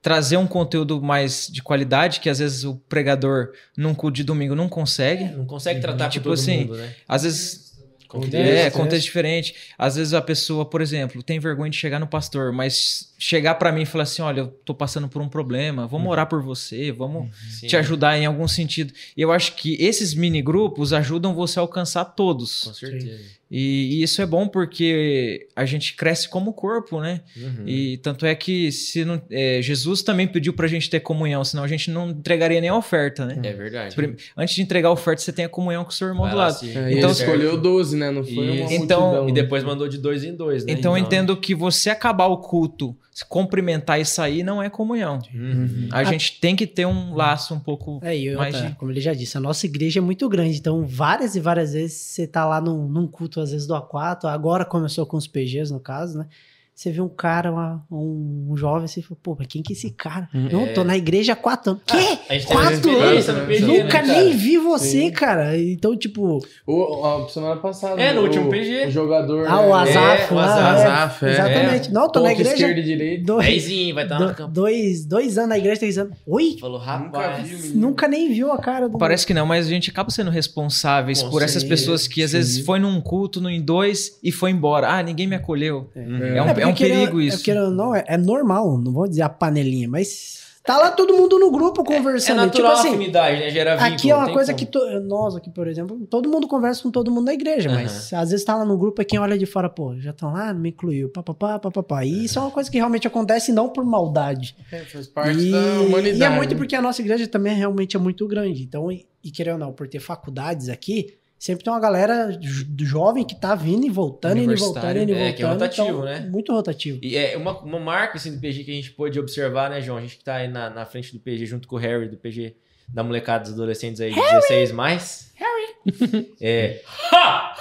D: Trazer um conteúdo mais de qualidade, que às vezes o pregador num culto de domingo não consegue.
B: É, Não consegue tratar
D: Tipo
B: com todo
D: assim,
B: mundo, né?
D: Às vezes
B: Com
A: contexto,
B: criança,
D: é
B: né?
D: contexto diferente. Às vezes a pessoa, por exemplo, tem vergonha de chegar no pastor, mas chegar pra mim e falar assim: olha, eu tô passando por um problema, vamos orar por você, vamos
B: Sim.
D: te ajudar em algum sentido. E eu acho que esses mini grupos ajudam você a alcançar
B: Com
D: todos.
B: certeza.
D: E, e isso é bom porque a gente cresce como corpo, né?
B: Uhum.
D: E tanto é que se não- é, Jesus também pediu pra gente ter comunhão, senão a gente não entregaria nem a oferta, né?
B: É verdade.
D: Prim- Antes de entregar a oferta, você tem a comunhão com o seu irmão
B: Vai
D: do
B: lá,
D: lado.
B: sim.
A: É, e ele
D: Então,
A: escolheu 12, né? Não foi uma
B: Isso.
D: Então,
A: multidão,
B: E
A: né?
B: depois mandou de dois em dois, né?
D: Então eu entendo que você acabar o culto, se cumprimentar e sair, não é comunhão.
B: Uhum.
D: A gente tem que ter um laço um pouco.
C: É, e
D: Mas,
C: outra,
D: né?
C: como ele já disse, a nossa igreja é muito grande, então várias e várias vezes você tá lá num, num culto, às vezes do A4, agora começou com os PGs no caso, né? Você vê um cara, uma- um, um jovem, você fala, pô, mas quem que é esse cara? Não, tô na igreja há quatro anos. Quê?
B: A gente
C: Quatro
B: teve uma experiência
A: anos,
B: no PG, Ah, né,
C: Nunca
B: cara?
C: nem vi você,
A: Sim.
C: cara. Então, tipo,
A: O, a semana passada.
B: É, no
A: o-
B: último PG.
A: O jogador.
C: ah, o
A: né?
C: Azaf
B: É, o
C: lá.
B: Azaf,
C: é.
A: Azaf, é.
C: Exatamente. Não, tô
A: Ponto
C: na igreja.
A: esquerda e direita.
C: Dois,
B: Dezinho, vai estar
C: do-
B: na campanha.
C: dois, dois anos na igreja, três anos. Oi?
B: Falou,
A: Nunca
B: rapaz.
A: vi, menino.
C: Nunca nem viu a cara do.
D: Parece que não, mas a gente acaba sendo responsáveis
B: Uhum. Com
D: por essas
B: certeza,
D: pessoas que às vezes foi num culto, num em dois, e foi embora. Ah, ninguém me acolheu.
B: Uhum.
A: É.
D: É um, é um
C: porque
D: perigo
C: ele- é
D: isso.
C: porque ele- não, é, é normal, não vou dizer a panelinha, mas tá lá todo mundo no grupo
B: É
C: conversando.
B: natural
C: tipo
B: a
C: assim,
B: afinidade, né? Gera vínculo.
C: aqui é
B: não
C: uma
B: tem
C: coisa
B: como.
C: que to- nós aqui, por exemplo, todo mundo conversa com todo mundo na igreja, mas às vezes tá lá no grupo e quem olha de fora, pô, já estão lá, não me incluiu, papapá, papapá. E isso é uma coisa que realmente acontece não por maldade.
A: É, faz parte
C: e,
A: da humanidade.
C: e é muito
A: né?
C: porque a nossa igreja também realmente é muito grande. Então, e, e querendo ou não, por ter faculdades aqui, sempre tem uma galera jo- jovem que tá vindo e voltando, indo e voltando, indo e voltando. então,
B: É, que é rotativo, né?
C: Muito rotativo.
B: E é uma, uma marca assim, do PG que a gente pôde observar, né, João? A gente que tá aí na, na frente do PG junto com o Harry, do PG da molecada dos adolescentes aí, de 16 mais. Harry! É. Ha!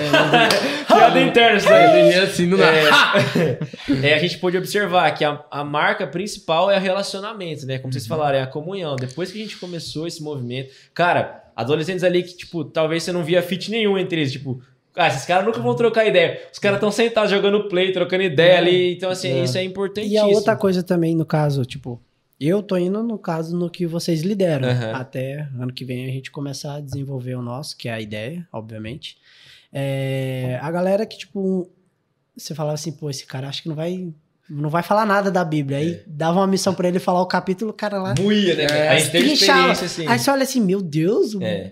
A: É,
B: Piada interna, isso daí.
A: Ele é assim, não dá.
C: Então,
B: É, a gente pôde observar que a, a marca principal é o relacionamento, né? Como
D: Uhum.
B: vocês falaram, é a comunhão. Depois que a gente começou esse movimento, cara, adolescentes ali que, tipo, talvez você não via fit nenhum entre eles, tipo. Ah, esses caras nunca vão trocar ideia. Os caras estão sentados jogando play, trocando ideia ali. Então, assim,
A: É.
B: isso é importantíssimo.
C: E a outra coisa também, no caso, tipo, eu tô indo no caso no que vocês lideram.
B: Aham.
C: Até ano que vem a gente começar a desenvolver o nosso, que é a ideia, obviamente. É, a galera que, tipo, você falava assim, pô, esse cara acho que não vai. Não vai falar nada da Bíblia.
B: É.
C: Aí dava uma missão pra ele falar o capítulo, o cara lá.
B: Muia, né?
A: É.
B: a gente teve
C: Trinchava.
B: experiência, assim.
C: Aí você olha assim, meu Deus.
B: É.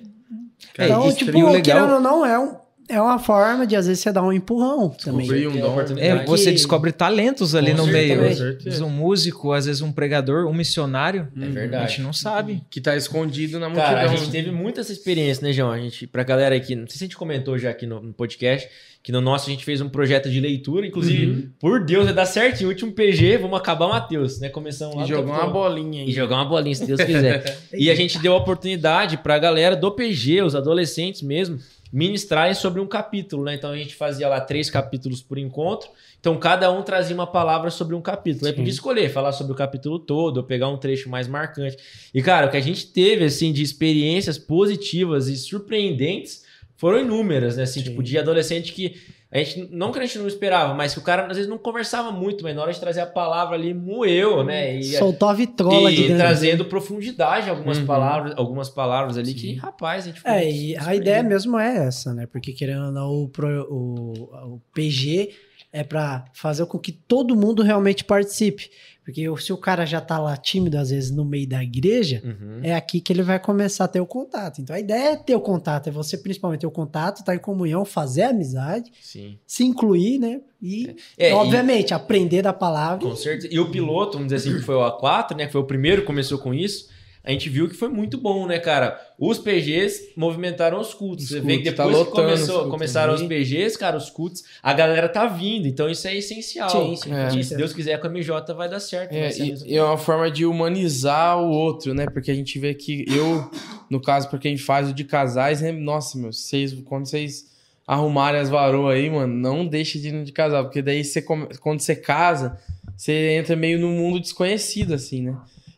D: É,
C: Então,
D: e-
C: tipo,
D: e o
C: querendo
D: legal
C: ou não, é, um, é uma forma de às vezes você dar um empurrão também.
A: Descobrir um
B: Tem
A: dom.
B: oportunidade.
D: é
C: que-
D: você descobre talentos ali
B: Com
D: no
B: certeza,
D: meio.
B: com
D: Às
A: certeza.
D: vezes um músico, às vezes um pregador, um missionário.
B: É
D: A
B: verdade. Uhum.
D: gente não sabe.
A: Que tá escondido na multidão.
B: Cara, a gente teve muita essa experiência, né, João? A gente, pra galera aqui, não sei se a gente comentou já aqui no, no podcast, que no nosso a gente fez um projeto de leitura, inclusive,
A: Uhum.
B: por Deus, vai dar certinho. Último PG, vamos acabar o Matheus, né? Começamos
A: E
B: lá. no
A: jogar uma
B: capítulo-
A: bolinha
B: E
A: aí.
B: jogar uma bolinha, se Deus quiser.
C: né?
B: e a gente deu a oportunidade pra galera do PG, os adolescentes mesmo, ministrarem sobre um capítulo, né? Então a gente fazia lá três capítulos por encontro. Então cada um trazia uma palavra sobre um capítulo. Aí
A: Sim.
B: podia escolher, falar sobre o capítulo todo, ou pegar um trecho mais marcante. E cara, o que a gente teve assim de experiências positivas e surpreendentes foram inúmeras, né? Assim,
C: Sim.
B: tipo de adolescente que A gente, não que a gente não esperava, mas que o cara às vezes não conversava muito, mas na hora de trazer a palavra ali, moeu, né? E,
C: Soltou a vitrola
B: e
C: de dentro.
B: trazendo profundidade algumas
A: Uhum.
B: palavras, algumas palavras ali
A: Sim.
B: que, rapaz, a gente
C: É, e a
B: surpreendido.
C: ideia mesmo é essa, né? Porque querendo ou não, o, pro- o- o PG é pra fazer com que todo mundo realmente participe. Porque o- se o cara já tá lá tímido, às vezes, no meio da igreja,
B: Uhum.
C: é aqui que ele vai começar a ter o contato. Então a ideia é ter o contato, é você principalmente ter o contato, estar em comunhão, fazer amizade,
A: Sim.
C: se incluir, né? E,
B: É, e-
C: obviamente, aprender da palavra.
B: Com certeza. E o piloto, vamos dizer assim, que foi o A4, né? Que foi o primeiro que começou com isso. A gente viu que foi muito bom, né, cara? Os PGs movimentaram os cultos.
A: Os
B: Você vê que
A: cultos,
B: depois
A: tá
B: que
A: lotando os
B: começou-
A: cultos
B: começaram os
A: também.
B: PGs, cara, os cultos, a galera tá vindo. Então isso é essencial.
C: Sim, sim,
A: É.
B: E
C: com
B: se
C: certeza.
B: Deus quiser, com a MJ vai dar certo.
A: É,
B: vai ser a mesma
A: e, e é uma forma de humanizar o outro, né? Porque a gente vê que eu, no caso, pra quem faz o de casais, né? nossa, meu, vocês, quando vocês arrumarem as varoas aí, mano, não deixa de ir no de casal, porque daí você, come- quando você casa, você entra meio num mundo desconhecido, assim, né?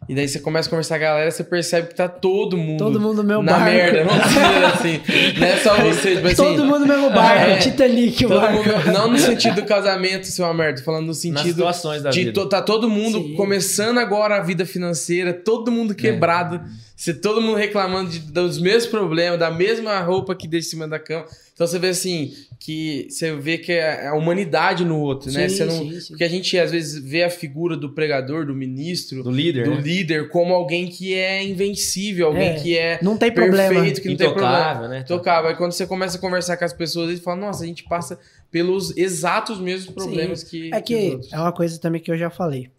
A: E daí você começa a conversar com a galera, você percebe que tá todo mundo,
C: Todo mundo no meu
A: na
C: barco.
A: merda, vamos dizer assim. Não é só você, tipo assim.
C: Todo mundo no mesmo barco.
A: É.
C: Titanic, o
A: todo
C: barco.
A: mundo- não no sentido do casamento, seu uma merda, tô falando no
B: Nas
A: sentido
B: situações da
A: de
B: vida.
A: to- tá todo mundo
C: Sim.
A: começando agora a vida financeira, todo
B: É.
A: mundo quebrado, se todo mundo reclamando de- dos mesmos problemas, da mesma roupa que deixa em cima da cama. Então você vê assim que você vê que é a humanidade no outro, né?
C: Sim,
A: Você não,
C: sim, sim.
A: porque a gente às vezes vê a figura do pregador, do ministro,
B: Do líder,
A: do
B: né?
A: líder como alguém que é invencível, alguém
C: É.
A: que é
C: Não tem problema.
A: perfeito, que não tem problema
B: Intocável, né?
A: tocava. Aí quando você começa a conversar com as pessoas, eles falam, nossa, a gente passa pelos exatos mesmos problemas que,
C: É
A: os
C: que
A: outros."
C: é uma coisa também que eu já falei.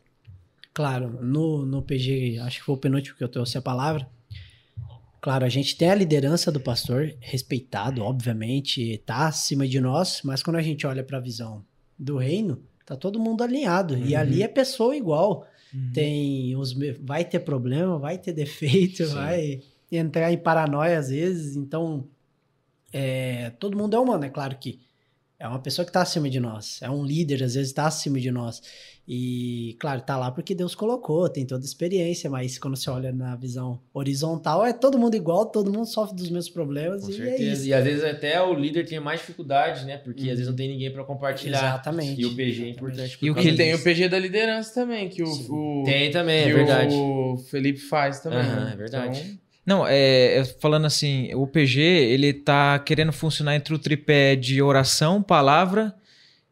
C: Claro, no, no PG, acho que foi o penúltimo que eu trouxe a palavra. Claro, a gente tem a liderança do pastor, respeitado, obviamente, tá acima de nós, mas quando a gente olha para a visão do reino, tá todo mundo alinhado. E
A: Uhum.
C: ali é pessoa igual.
B: Uhum.
C: Tem os me- vai ter problema, vai ter defeito,
B: Sim.
C: vai entrar em paranoia às vezes. Então, é, todo mundo é humano, é claro que é uma pessoa que está acima de nós, é um líder às vezes está acima de nós. E claro, tá lá porque Deus colocou, tem toda a experiência, mas quando você olha na visão horizontal, é todo mundo igual, todo mundo sofre dos mesmos problemas
B: Com
C: e é
B: certeza.
C: isso.
B: e às vezes até o líder tem mais dificuldade, né? Porque às vezes não tem ninguém pra compartilhar.
C: Exatamente.
B: E o PG é
C: Exatamente.
B: importante. por
D: E o
A: E
B: causa
A: que tem
B: disso.
A: o PG da liderança também, que o,
C: Sim.
A: o-
B: Tem também,
A: que
B: é verdade.
A: o Felipe faz também.
B: Aham,
A: né?
B: é verdade.
A: Então,
D: Não, é, é falando assim, o PG ele tá querendo funcionar entre o tripé de oração, palavra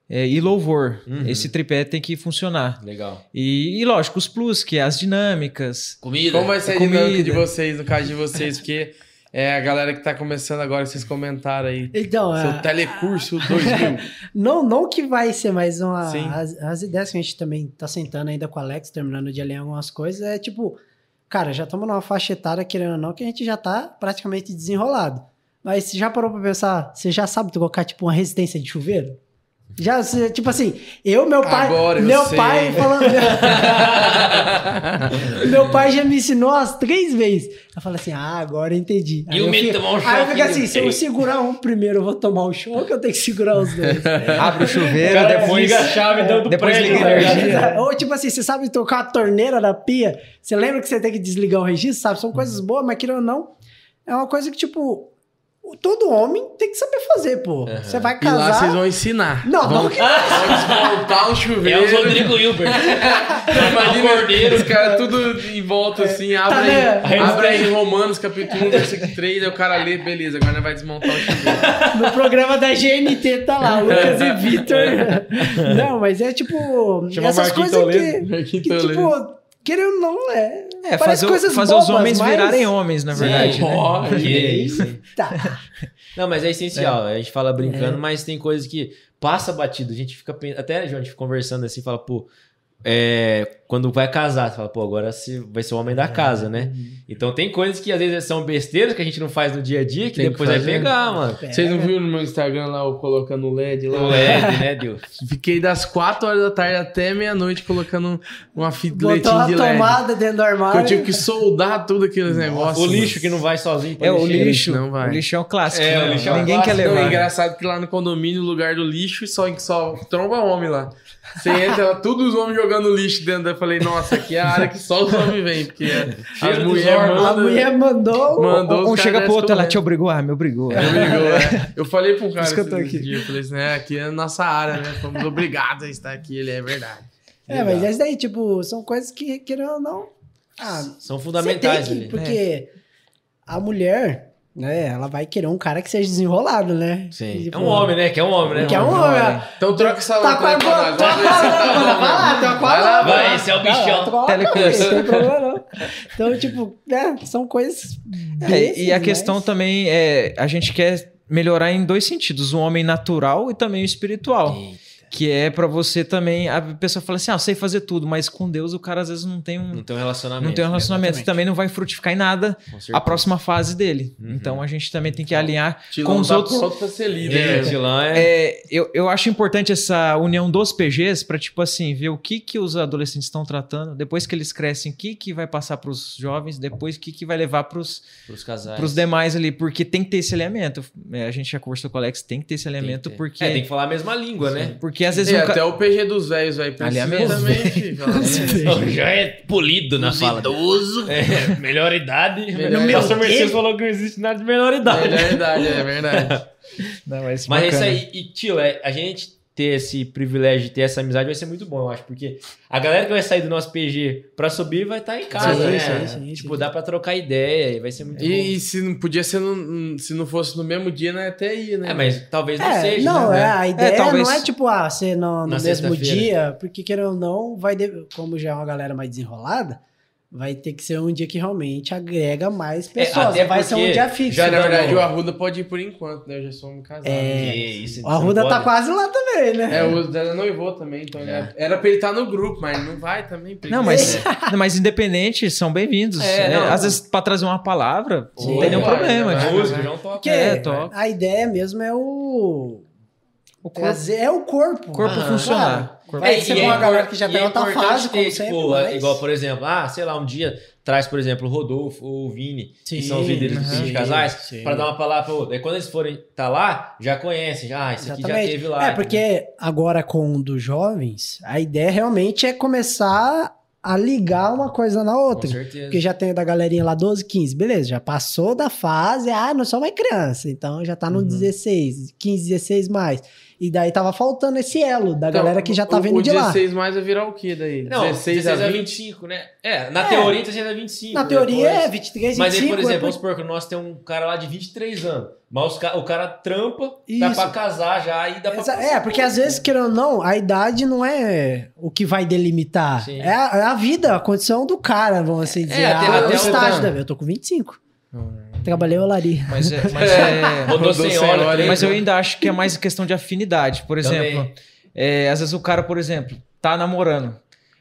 D: é, e louvor.
B: Uhum.
D: Esse tripé tem que funcionar.
B: Legal.
D: E, e lógico, os plus, que é as dinâmicas.
B: Comida.
A: Então, como vai ser a
D: comida.
A: dinâmica de vocês, no caso de vocês? Porque é a galera que tá começando agora, que vocês comentaram aí.
C: Então,
A: Seu
C: a-
A: telecurso 2000.
C: Não, não que vai ser mais uma.
A: Sim.
C: As, as ideias que a gente também tá sentando ainda com o Alex, terminando de alinhar algumas coisas, é tipo, cara, já estamos numa faixa etária, querendo ou não, que a gente já tá praticamente desenrolado. Mas você já parou pra pensar, você já sabe colocar, tipo, uma resistência de chuveiro? Já, você- tipo assim, eu, meu pai.
A: Agora eu
C: meu
A: sei.
C: pai falando. meu pai já me ensinou as três vezes. Eu falo assim, ah, agora eu entendi.
B: E o
C: eu
B: medo de
C: fico-
B: tomar um choque.
C: Aí eu fico assim,
B: de-
C: se eu segurar um primeiro, eu vou tomar o choque, eu tenho que segurar os dois.
D: Abre o
B: O
D: chuveiro,
B: cara
D: depois.
B: desliga a chave dentro do
D: depois
B: prédio.
D: liga a
B: tá ligado?
D: energia.
C: Ou tipo assim, você sabe trocar a torneira da pia, você lembra que você tem que desligar o registro, sabe? São coisas
A: Uhum.
C: boas, mas querendo ou não, é uma coisa que, tipo, o- todo homem tem que saber fazer, pô.
B: Aham.
C: Você vai
A: Uhum. E lá vocês
C: casar.
A: vão ensinar.
C: Não,
A: vão
C: não que
A: desmontar o
B: É
A: chuveiro.
B: o Rodrigo Hilbert.
A: Imagina
B: O cordeiro.
A: os caras tudo em
C: É.
A: volta assim, abre,
C: né?
A: aí, abre aí Romanos capítulo 1, versículo 3, aí o cara lê, beleza, agora nós vai desmontar o chuveiro.
C: no programa da GNT tá lá, Lucas e Vitor. Não, mas é tipo.
B: Chama
C: essas
B: Marquinhos
C: coisas
B: Toledo.
C: que,
A: Marquinhos
C: que,
A: Toledo.
C: tipo, querendo ou não, é.
D: É,
C: Parece
D: fazer, o-
C: coisas
D: fazer os
C: bobas,
D: homens
C: mas-
D: virarem homens, na verdade.
B: Sim.
D: né?
A: Pode.
B: Que é isso.
C: Tá.
B: Não, mas é essencial. A gente fala brincando, mas tem coisas que passa batido. A gente fica pen- até João, a gente fica conversando assim, fala, pô, é, quando vai casar, você fala, pô, agora se- vai ser o homem da casa, né? Então tem coisas que às vezes são besteiras que a gente não faz no dia a dia que
A: Tem que
B: depois vai
A: fazer.
B: pegar, mano.
C: é?
A: Vocês não viram no meu Instagram lá, eu colocando LED lá?
B: O LED, né, Deus?
A: Fiquei das 4 horas da tarde até meia-noite colocando uma fita
C: Botou
A: leitinho
C: a
A: de LED.
C: tomada dentro do
A: Que eu
C: armário.
A: tive que soldar tudo aqueles negócios.
B: o lixo que não vai sozinho pra
D: É, o
B: lixeira.
D: lixo.
A: Não vai.
D: O lixo é um clássico.
B: É,
D: né?
B: o lixo é um
D: Ninguém
B: clássico.
D: quer
A: Não, é
D: levar.
A: engraçado que lá no condomínio, o lugar do lixo, só, só tromba homem lá. Você entra, lá, todos os homens jogando lixo dentro da eu falei, nossa, aqui é a área que só os homens vêm, porque é as
B: Cheiro dos
A: mulheres
B: hormônios.
C: A
A: mandam.
C: mulher mandou.
A: mandou os
D: um
A: caras
D: chega pro
A: descem
D: outro, ela
A: correndo.
D: te obrigou. Ah, me obrigou.
A: Me obrigou, é. Eu falei pra um cara
C: Por isso que eu tô
A: esses
C: aqui.
A: dias, eu falei assim, né, aqui é a nossa área, né? Fomos obrigados a estar aqui, ele é verdade.
C: É, mas essa daí, tipo, são coisas que, querendo ou não. Ah,
B: São
C: Você tem
B: fundamentais
C: que-
B: ali.
C: porque a mulher, né, ela vai querer um cara que seja desenrolado, né?
B: Sim.
C: E,
B: É
C: tipo,
B: um homem, né? Que é um homem, né?
C: Que é um homem. ela-
A: Então troca essa
C: Tá com a
A: lâmpada
C: boca, tá
A: aí pra
C: com a
A: nós.
C: lâmpada, vai lá, tá com a
A: né? Vai lá,
C: lâmpada.
B: Vai, esse é o
C: Vai lá,
B: bichão.
C: troca a lâmpada,
D: Telecurso.
C: Não tem problema, não. Então, tipo, né, são coisas.
D: É,
C: bestas,
D: e a
C: mas-
D: questão também é: a gente quer melhorar em dois sentidos, o homem natural e também o espiritual.
B: Sim.
D: Que é pra você também. A pessoa fala assim: ah, eu sei fazer tudo, mas com Deus o cara às vezes não tem um,
B: Não tem um relacionamento.
D: não tem um
B: né?
D: relacionamento e também não vai frutificar em nada
B: Com certeza.
D: a próxima fase dele.
B: Uhum.
D: Então a gente também tem que alinhar.
A: Tilão
D: Com os
A: tá
D: outros-
A: pronto pra ser
B: É,
A: líder. né?
B: Tilão é.
D: É, eu, eu acho importante essa união dos PGs pra tipo assim, ver o que, que os adolescentes estão tratando, depois que eles crescem, o que, que vai passar pros jovens, depois o que, que vai levar pros
B: Pros casais.
D: Pros demais ali, porque tem que ter esse alinhamento. É, a gente já conversou com o Alex, tem que ter esse alinhamento,
B: Tem que ter.
D: porque.
B: É, tem que falar a mesma língua, né?
D: Porque às vezes
A: E
D: um
A: É,
D: ca-
A: até o PG dos velhos, velho.
D: Aliás,
A: Precisa também, filho. fala assim.
B: O Já é polido na fala. Idoso. É, melhor idade.
A: Melhor
B: Nossa,
A: idade.
B: Mercedes falou que não existe nada de melhor
A: É
B: idade.
A: verdade, é verdade.
D: Não, mas
B: Mas é isso
D: bacana.
B: aí. E, tio, é, a gente ter esse privilégio de ter essa amizade vai ser muito bom, eu acho. Porque a galera que vai sair do nosso PG pra subir vai estar em casa,
C: Sim,
B: né?
C: sim, sim, sim.
B: tipo, dá pra trocar ideia e vai ser muito bom.
A: E, e se não podia ser no- se não fosse no mesmo dia, né? Até ia, né?
B: É, mas talvez não
C: É,
B: seja,
C: não,
B: né?
C: é, a ideia
D: talvez-
C: não é tipo, ah, ser no, no
B: Na
C: mesmo
B: sexta-feira.
C: dia, porque querendo ou não, vai de- como já é uma galera mais desenrolada, vai ter que ser um dia que realmente agrega mais pessoas.
B: É, até
C: não vai ser
B: porque
C: um dia fixo.
A: Já, na
B: Cidadão.
A: verdade, o Arruda pode ir por enquanto, né? Eu já sou um casado.
C: É.
A: né?
B: Que isso,
C: O Arruda
B: não
C: tá
B: pode.
C: quase lá também, né?
A: É, o dela noivou também, então né? era pra ele estar no grupo, mas não vai também. porque-
D: Não, mas, não, mas independentes são bem-vindos.
B: É,
D: né?
B: não.
D: às vezes, pra trazer uma palavra,
B: Sim,
D: não tem nenhum
B: vai,
D: problema.
A: vai.
D: tipo,
B: Música, João toca.
C: Porque
D: É, toca.
C: a ideia mesmo é o.
D: o corpo,
C: trazer- é o corpo.
D: o corpo
B: Aham.
D: funcionar. O corpo-
C: Vai ser
B: e
C: uma
B: é
C: galera
B: impor-
C: que já
B: e
C: tá em
B: é
C: outra
B: importante
C: fase, como
B: ter,
C: sempre,
B: tipo,
C: mas-
B: Igual, por exemplo, ah, sei lá, um dia traz, por exemplo, o Rodolfo ou o Vini, que são os líderes dos
D: aham.
B: filhos de casais, pra dar uma palavra pra outro. Aí quando eles forem tá lá, já conhecem, já, ah, esse aqui já
C: Exatamente.
B: teve lá. né?
C: É, porque agora com o dos jovens, a ideia realmente é começar a ligar uma coisa na
B: Com
C: outra.
B: certeza.
C: Porque já tem da galerinha lá 12, 15, beleza, já passou da fase, ah, não sou mais criança, então já tá no
B: Uhum.
C: 16, 15, 16 mais. E daí tava faltando esse elo da
A: Então,
C: galera que já tá
A: o-
C: vindo
A: o
C: de
A: 16 mais vai virar o quê daí?
B: Não, 16,
A: 16 a
B: a
A: 20?
B: 25, né? É, na
C: É.
B: teoria 16 a
C: lá.
B: 25.
C: Na teoria
B: depois-
C: é 23, 25.
B: Mas aí, por exemplo,
C: é por-
B: vamos supor que o nosso tem um cara lá de 23 anos, mas os ca- o cara trampa, tá
C: Isso.
B: pra casar já, aí dá pra...
C: Exa- é, porque às vezes, querendo ou não, a idade não é o que vai delimitar.
B: Sim. É,
C: É a, é a vida, a condição do cara, vamos assim dizer.
B: até-
C: Ah,
B: até
C: o
B: o Hum.
C: estágio
B: tempo.
C: da vida. Eu tô com 25. Trabalhei olaria.
D: Mas, é, mas, é-
B: Rodou
A: Rodou
B: sem
A: sem
B: hora,
A: hora,
B: três
D: mas eu ainda acho que é mais questão de afinidade. Por
B: Também.
D: exemplo, é, às vezes o cara, por exemplo, tá namorando.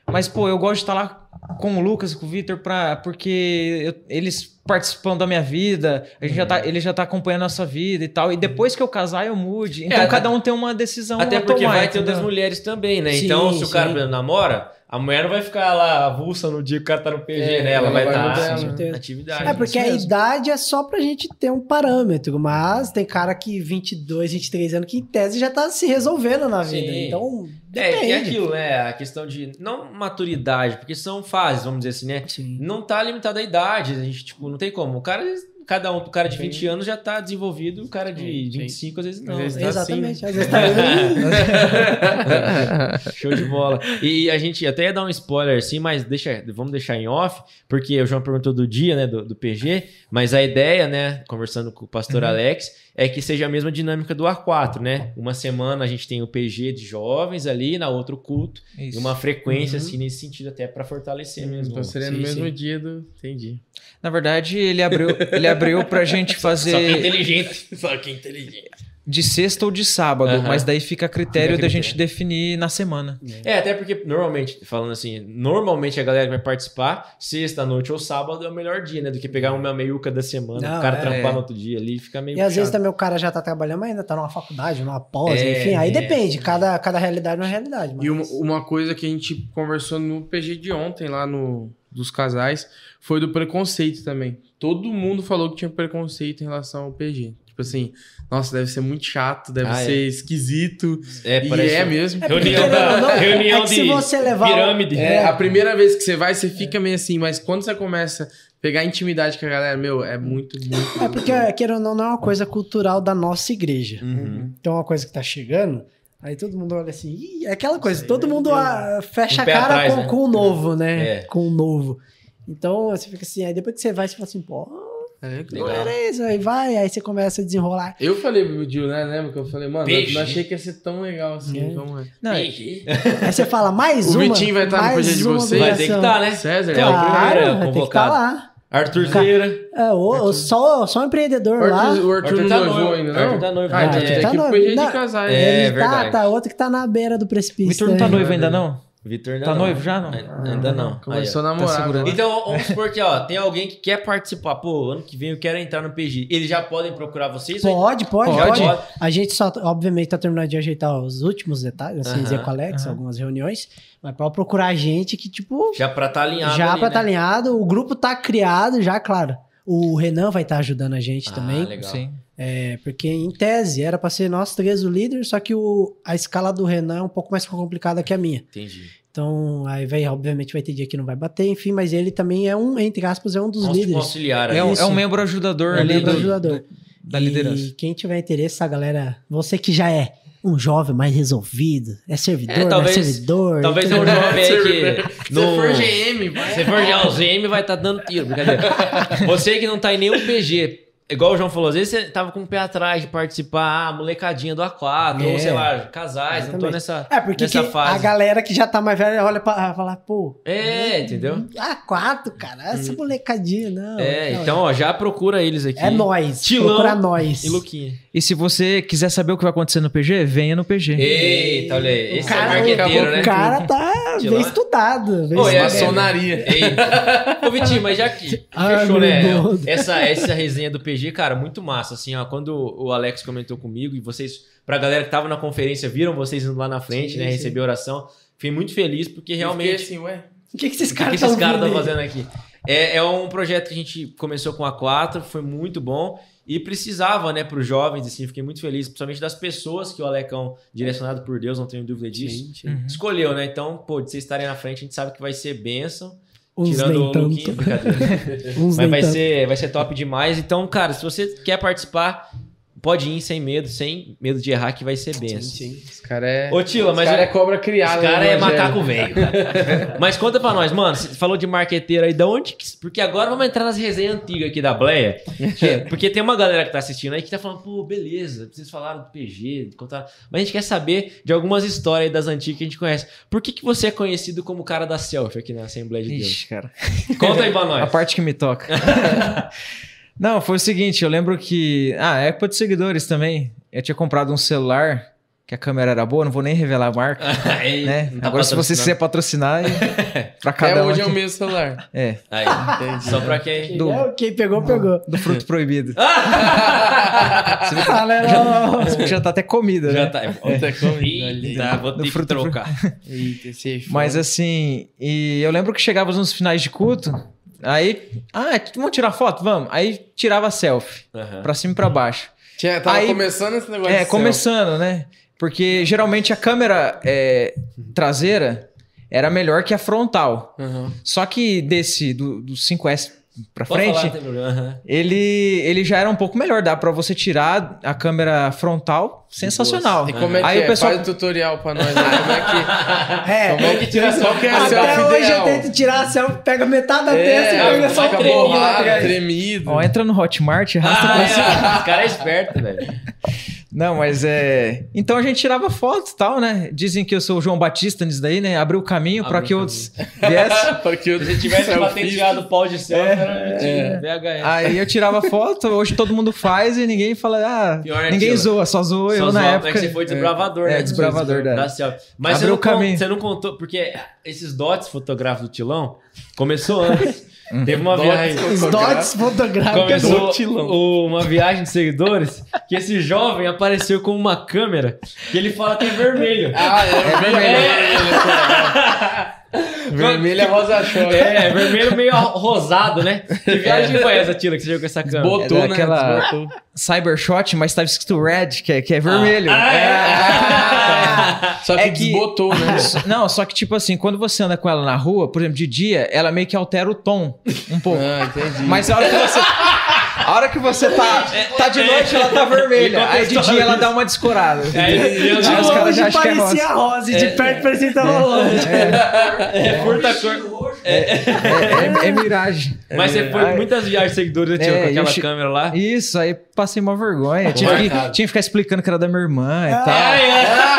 D: Mas, pô, eu gosto de estar lá com o Lucas, com o Vitor, pra- porque eu- eles participam da minha vida, a gente já
B: Uhum.
D: tá, ele já tá acompanhando a nossa vida e tal. E depois que eu casar, eu mude. Então
B: É, até-
D: cada um tem uma decisão
B: Até
D: a
B: porque
D: tomar,
B: vai ter o
D: entendeu?
B: das mulheres também, né?
C: Sim,
B: então, se o cara
C: sim.
B: por exemplo, namora, a mulher não vai ficar lá avulsa no dia que o cara tá no PG,
A: É,
B: né? Ela
A: ela
B: vai
A: vai mudar,
B: estar
A: né?
B: na atividade.
C: É porque a
D: isso mesmo.
C: idade é só pra gente ter um parâmetro, mas tem cara que 22, 23 anos que em tese já tá se resolvendo na vida.
B: Sim.
C: Então,
B: É,
C: depende.
B: e é aquilo, né? A questão de. Não maturidade, porque são fases, vamos dizer assim, né?
C: Sim.
B: Não tá limitada a idade. A gente, tipo, não tem como. O cara, cada um, o cara de 20 anos já tá desenvolvido, o cara de
A: Sim, sim.
B: 25, às vezes assim, né? não.
A: Às vezes
C: né?
A: tá
C: Então, Exatamente. Às vezes tá...
B: Show de bola. E a gente até ia dar um spoiler assim, mas deixa, vamos deixar em off, porque o João perguntou do dia, né, do, do PG, mas a ideia, né, conversando com o pastor
A: Uhum.
B: Alex, é que seja a mesma dinâmica do A4,
A: Tá
B: né? Uma semana a gente tem o PG de jovens ali, na outra o culto, e
D: Isso.
B: uma frequência assim nesse sentido até pra fortalecer mesmo.
A: Então Uhum. seria no
B: Sim,
A: mesmo
B: sim.
A: dia do. Entendi.
D: Na verdade, ele abriu, ele abriu pra gente
B: Só que
D: fazer
B: inteligente, só que inteligente.
D: de sexta ou de sábado,
B: Aham.
D: mas daí fica a critério
B: Fica a
D: da
B: critério.
D: gente definir na semana.
B: É, até porque normalmente, falando assim, normalmente a galera que vai participar, sexta à noite ou sábado é o melhor dia, né? Do que pegar uma meiuca da semana,
C: Não,
B: o cara
C: é.
B: trampar no outro dia ali, fica meio
C: E às vezes
B: puxado.
C: também o cara já tá trabalhando, mas ainda tá numa faculdade, numa pós,
B: É,
C: enfim. Aí
B: é.
C: depende, cada, cada realidade é uma realidade.
A: E uma,
C: mas-
A: uma coisa que a gente conversou no PG de ontem, lá no dos casais, foi do preconceito também. Todo mundo falou que tinha preconceito em relação ao PG. Tipo assim, nossa, deve ser muito chato, deve
B: Ah, é.
A: ser esquisito.
B: É,
A: e
B: parece.
A: é mesmo.
C: É porque,
B: Reunião,
C: querendo ou não,
B: da, reunião
C: é que
B: de
C: se você levar o-
B: pirâmide.
A: É, a primeira vez que você vai, você fica meio assim, mas quando você começa a pegar intimidade com a galera, meu, é muito, muito.
C: É porque, querendo ou não, não é uma coisa cultural da nossa igreja.
B: Uhum.
C: Então, é uma coisa que tá chegando, aí todo mundo olha assim, "Ih", é aquela coisa,
A: aí,
C: todo
A: meu
C: mundo
A: Deus.
C: ah,
B: Um
C: fecha a
B: pé
C: cara
B: atrás,
C: com,
B: né?
C: com o novo, né?
B: É.
C: Com o novo. Então, você fica assim, aí depois que você vai, você fala assim, pô,
A: É,
C: não
A: legal.
B: Legal.
C: era isso, aí vai, aí você começa a desenrolar.
A: Eu falei pro Gil, né? Lembra que eu falei, mano, eu
B: Peixe.
A: não achei que ia ser tão legal assim.
C: É.
A: Como é.
D: Não, é-
C: Aí você fala, mais
A: O
C: uma.
A: Vitinho vai estar no
C: mais
A: projeto de
C: uma
A: vocês?
B: Vai ter que
C: obrigação.
B: estar, né?
A: César,
B: É, o
A: né?
B: primeiro
C: Claro, vai ter que estar
B: convocado.
C: lá.
B: Arthur Zeira.
C: É, ou, só, só um empreendedor
A: o
C: lá.
A: Arthur, o Arthur não noivou ainda,
B: O Arthur
A: não?
B: tá noivo.
A: Ah,
C: Ah,
A: então
C: Arthur
A: tem
C: tá
A: que ir pro
C: noivo.
A: projeto
C: Não.
A: de casais.
B: É,
A: né?
C: Ele tá,
B: verdade.
C: tá, outro que tá na beira do
D: O
C: precipício.
D: Vitor não tá
C: né?
D: noivo ainda não?
B: Vitor ainda
D: Tá
B: não.
D: noivo já não?
B: Ainda não. Aí, ó.
A: Começou a namorar.
D: segurando.
A: agora.
B: Então, vamos supor que, ó, tem alguém que quer participar. Pô, ano que vem eu quero entrar no PG. Eles já podem procurar vocês? hein?
C: Pode, pode,
D: Pode.
C: pode, A gente só, obviamente, tá terminando de ajeitar os últimos detalhes, assim,
B: Aham,
C: dizer com o Alex,
D: aham.
C: algumas reuniões, mas pode procurar a gente que, tipo,
B: Já pra tá alinhado.
C: já
B: ali,
C: pra
B: né?
C: tá alinhado, o grupo tá criado já, claro. O Renan vai estar ajudando a gente
B: Ah,
C: também,
B: legal.
D: Sim.
C: é, porque em tese era pra ser nós três o líder, só que o, a escala do Renan é um pouco mais complicada que a minha.
B: Entendi.
C: Então, aí vai, obviamente vai ter dia que não vai bater, enfim, mas ele também é um, entre aspas, é um dos
B: Vamos tipo,
C: líderes.
B: auxiliar ali.
D: É um, é
C: Isso.
D: um membro ajudador
C: É
D: ali
C: membro
D: do-
C: ajudador.
D: da liderança.
C: E quem tiver interesse, a galera, você que já é um jovem mais resolvido, é servidor,
B: É, talvez-
C: não é servidor.
B: Talvez é
C: então-
B: um jovem aí
A: Servidor.
B: que...
A: Se
B: não-
A: for GM, vai.
B: Se for já o GM, vai tá dando tiro, brincadeira. Você que não tá em nenhum PG, igual o João falou, às vezes você tava com o pé atrás de participar, ah, molecadinha do A4, ou
C: É.
B: sei lá, casais, não tô
C: Exatamente.
B: nessa...
C: É, porque
B: Nessa
C: quem-
B: fase.
C: a galera que já tá mais velha olha pra falar, pô.
B: É, entendeu? Hum.
C: Ah, quatro, cara. Essa molecadinha, não.
B: É,
C: não,
B: então, ó, já procura eles aqui.
C: É nós.
B: Tilão
C: Procura nós.
B: E Luquinha.
D: E se você quiser saber o que vai acontecer no PG, venha no PG.
B: Eita, olha aí.
C: O
B: Esse
C: cara,
B: é marqueteiro,
C: o,
B: né?
C: cara tá
B: Tilão.
C: bem estudado. Bem
B: Ô, é,
C: estudado.
A: Maçonaria.
B: Eita. Ô, Vitinho, mas já que
C: Ai,
B: fechou,
C: meu
B: né?
C: Deus.
B: Essa, essa resenha do PG, cara, muito massa. Assim, ó, quando o Alex comentou comigo e vocês, pra galera que tava na conferência, viram vocês indo lá na frente,
A: Sim,
B: né?
A: sim.
B: Receber oração. Fiquei muito feliz porque
A: Realmente.
B: realmente.
A: assim, ué.
C: O que, que esses
B: O que, que
C: caras
B: esses
C: estão
B: caras estão
C: fazendo?
B: fazendo aqui? É, é um projeto que a gente começou com a 4, foi muito bom e precisava, né, para os jovens, assim, fiquei muito feliz, principalmente das pessoas que o Alecão, direcionado por Deus, não tenho dúvida disso,
D: Uhum.
B: escolheu, né? Então, pô, de vocês estarem na frente, a gente sabe que vai ser bênção.
C: Uns
B: tirando o
C: nem
B: Luquinha,
C: tanto.
B: brincadeira. Mas
C: Uns nem
B: vai
C: tanto.
B: ser, vai ser top demais. Então, cara, se você quer participar, pode ir sem medo, sem medo de errar, que vai ser bênção.
A: Os caras é.
B: Ô, Tila,
A: Os
B: mas
A: cara
B: o-
A: é cobra criada.
B: os caras
A: né,
B: é
A: Rogério?
B: macaco velho. cara. mas conta pra nós, mano. Você falou de marqueteiro aí, da onde que- Porque agora vamos entrar nas resenhas antigas aqui da Bleia. que- Porque tem uma galera que tá assistindo aí que tá falando, pô, beleza, vocês falaram do PG, contaram. Mas a gente quer saber de algumas histórias aí das antigas que a gente conhece. Por que, que você é conhecido como o cara da selfie aqui na Assembleia de Deus?
D: Ixi, cara.
B: Conta aí pra
D: A
B: nós.
D: parte que me toca. Não, foi o seguinte, eu lembro que. Ah, época de seguidores também. Eu tinha comprado um celular que a câmera era boa, não vou nem revelar a marca.
B: Aí,
D: Né?
B: não tá
D: Agora, se você
B: patrocinando.
D: quiser patrocinar, é pra
A: Até
D: cada um.
A: hoje é o
D: aqui.
A: mesmo celular.
D: É,
B: Aí, só pra quem.
D: do-
C: É, Quem pegou, pegou.
D: do fruto proibido.
C: Ah, né, não, não.
D: Isso aqui já tá até comida,
B: Já
D: né?
B: tá.
A: Até
B: Ih, tá, vou
D: Do
B: ter que
D: fruto-
B: trocar.
A: Eita, esse iPhone.
D: Mas assim, e eu lembro que chegava nos finais de culto, aí. Ah, vamos tirar foto? Vamos. Aí tirava selfie,
A: É.
B: Aham.
D: pra cima e pra baixo.
A: Tinha, tava
D: aí-
A: começando esse negócio.
D: É,
A: de céu.
D: começando, né? Porque geralmente a câmera é, traseira era melhor que a frontal.
A: Aham.
D: Só que desse, do, do 5S pra
B: Pode
D: frente,
B: falar, não tem problema. Aham.
D: ele, ele já era um pouco melhor. Dá pra você tirar a câmera frontal, sensacional.
A: E como é que
D: Aí
A: é?
D: o pessoal.
A: Faz o tutorial pra nós. Né? Como é que.
C: É,
A: Como é que tira só que é a selfie
C: Até hoje
A: ideal?
C: eu tento tirar a selfie, pega metade da testa e
A: É,
C: pega só
A: fica
C: o
B: tremida,
A: borrado,
B: cara.
A: tremido.
D: Ó, entra no Hotmart e arrasta
B: Ah,
D: pra cima.
B: é, os caras é esperto, velho.
D: Não, mas é. Então a gente tirava foto e tal, né? Dizem que eu sou o João Batista nisso daí, né? Abriu o caminho pra
B: Abriu
D: que
B: o
D: outros viessem.
A: Pra que eu
B: Se tivesse patenteado o pau de céu, era
A: é.
B: VHS.
D: Aí eu tirava foto, hoje todo mundo faz e ninguém fala, ah,
B: Pior é
D: ninguém
B: aquilo.
D: zoa, só zoou
B: Só
D: eu
B: zoa,
D: na
B: É que
D: época.
B: você foi desbravador,
D: É,
B: né?
D: desbravador da-
B: da selfie. Mas você
D: Abriu
B: não,
D: o
B: con-
D: caminho.
B: você não contou, porque esses dots fotográficos do Tilão começou antes.
D: Hum.
B: Teve uma
A: Dots
B: viagem.
A: fotográficos.
C: Os dots fotográficos.
B: Começou
A: do Tilão.
B: o- uma viagem de seguidores que esse jovem apareceu com uma câmera que ele fala que é vermelho.
A: Ah, é, é vermelho.
B: É.
A: Vermelho é rosa choque.
B: É, vermelho meio rosado, né? Que viagem foi essa, Tila, que você jogou com essa câmera?
A: Botou,
D: É
A: né?
D: daquela-
A: Desbotou.
D: Cybershot, mas tava escrito red, que é, que é vermelho.
A: Ah, Só que,
D: É que-
A: desbotou, né?
D: So- Não, só que tipo assim, quando você anda com ela na rua, por exemplo, de dia, ela meio que altera o tom um pouco.
A: Ah, entendi.
D: Mas a hora que você. A hora que você tá,
B: É,
D: tá de noite, ela tá vermelha. Aí de dia ela dá uma descorada.
B: É, e eu
D: Os
C: De
B: digo,
D: caras
C: longe
D: já acham que é
C: parecia rosa e de perto parecia que tava longe.
B: é furta cor.
D: É, é, é miragem.
B: Mas você foi
D: Ai.
B: muitas viagens seguidoras, né, Tila,
D: É,
B: com
D: e
B: aquela
D: o chi-
B: câmera lá.
D: Isso, aí passei uma vergonha. Tinha que,
A: Marcado.
D: tinha que ficar explicando que era da minha irmã e
C: Ah,
D: tal.
B: Ai, ai.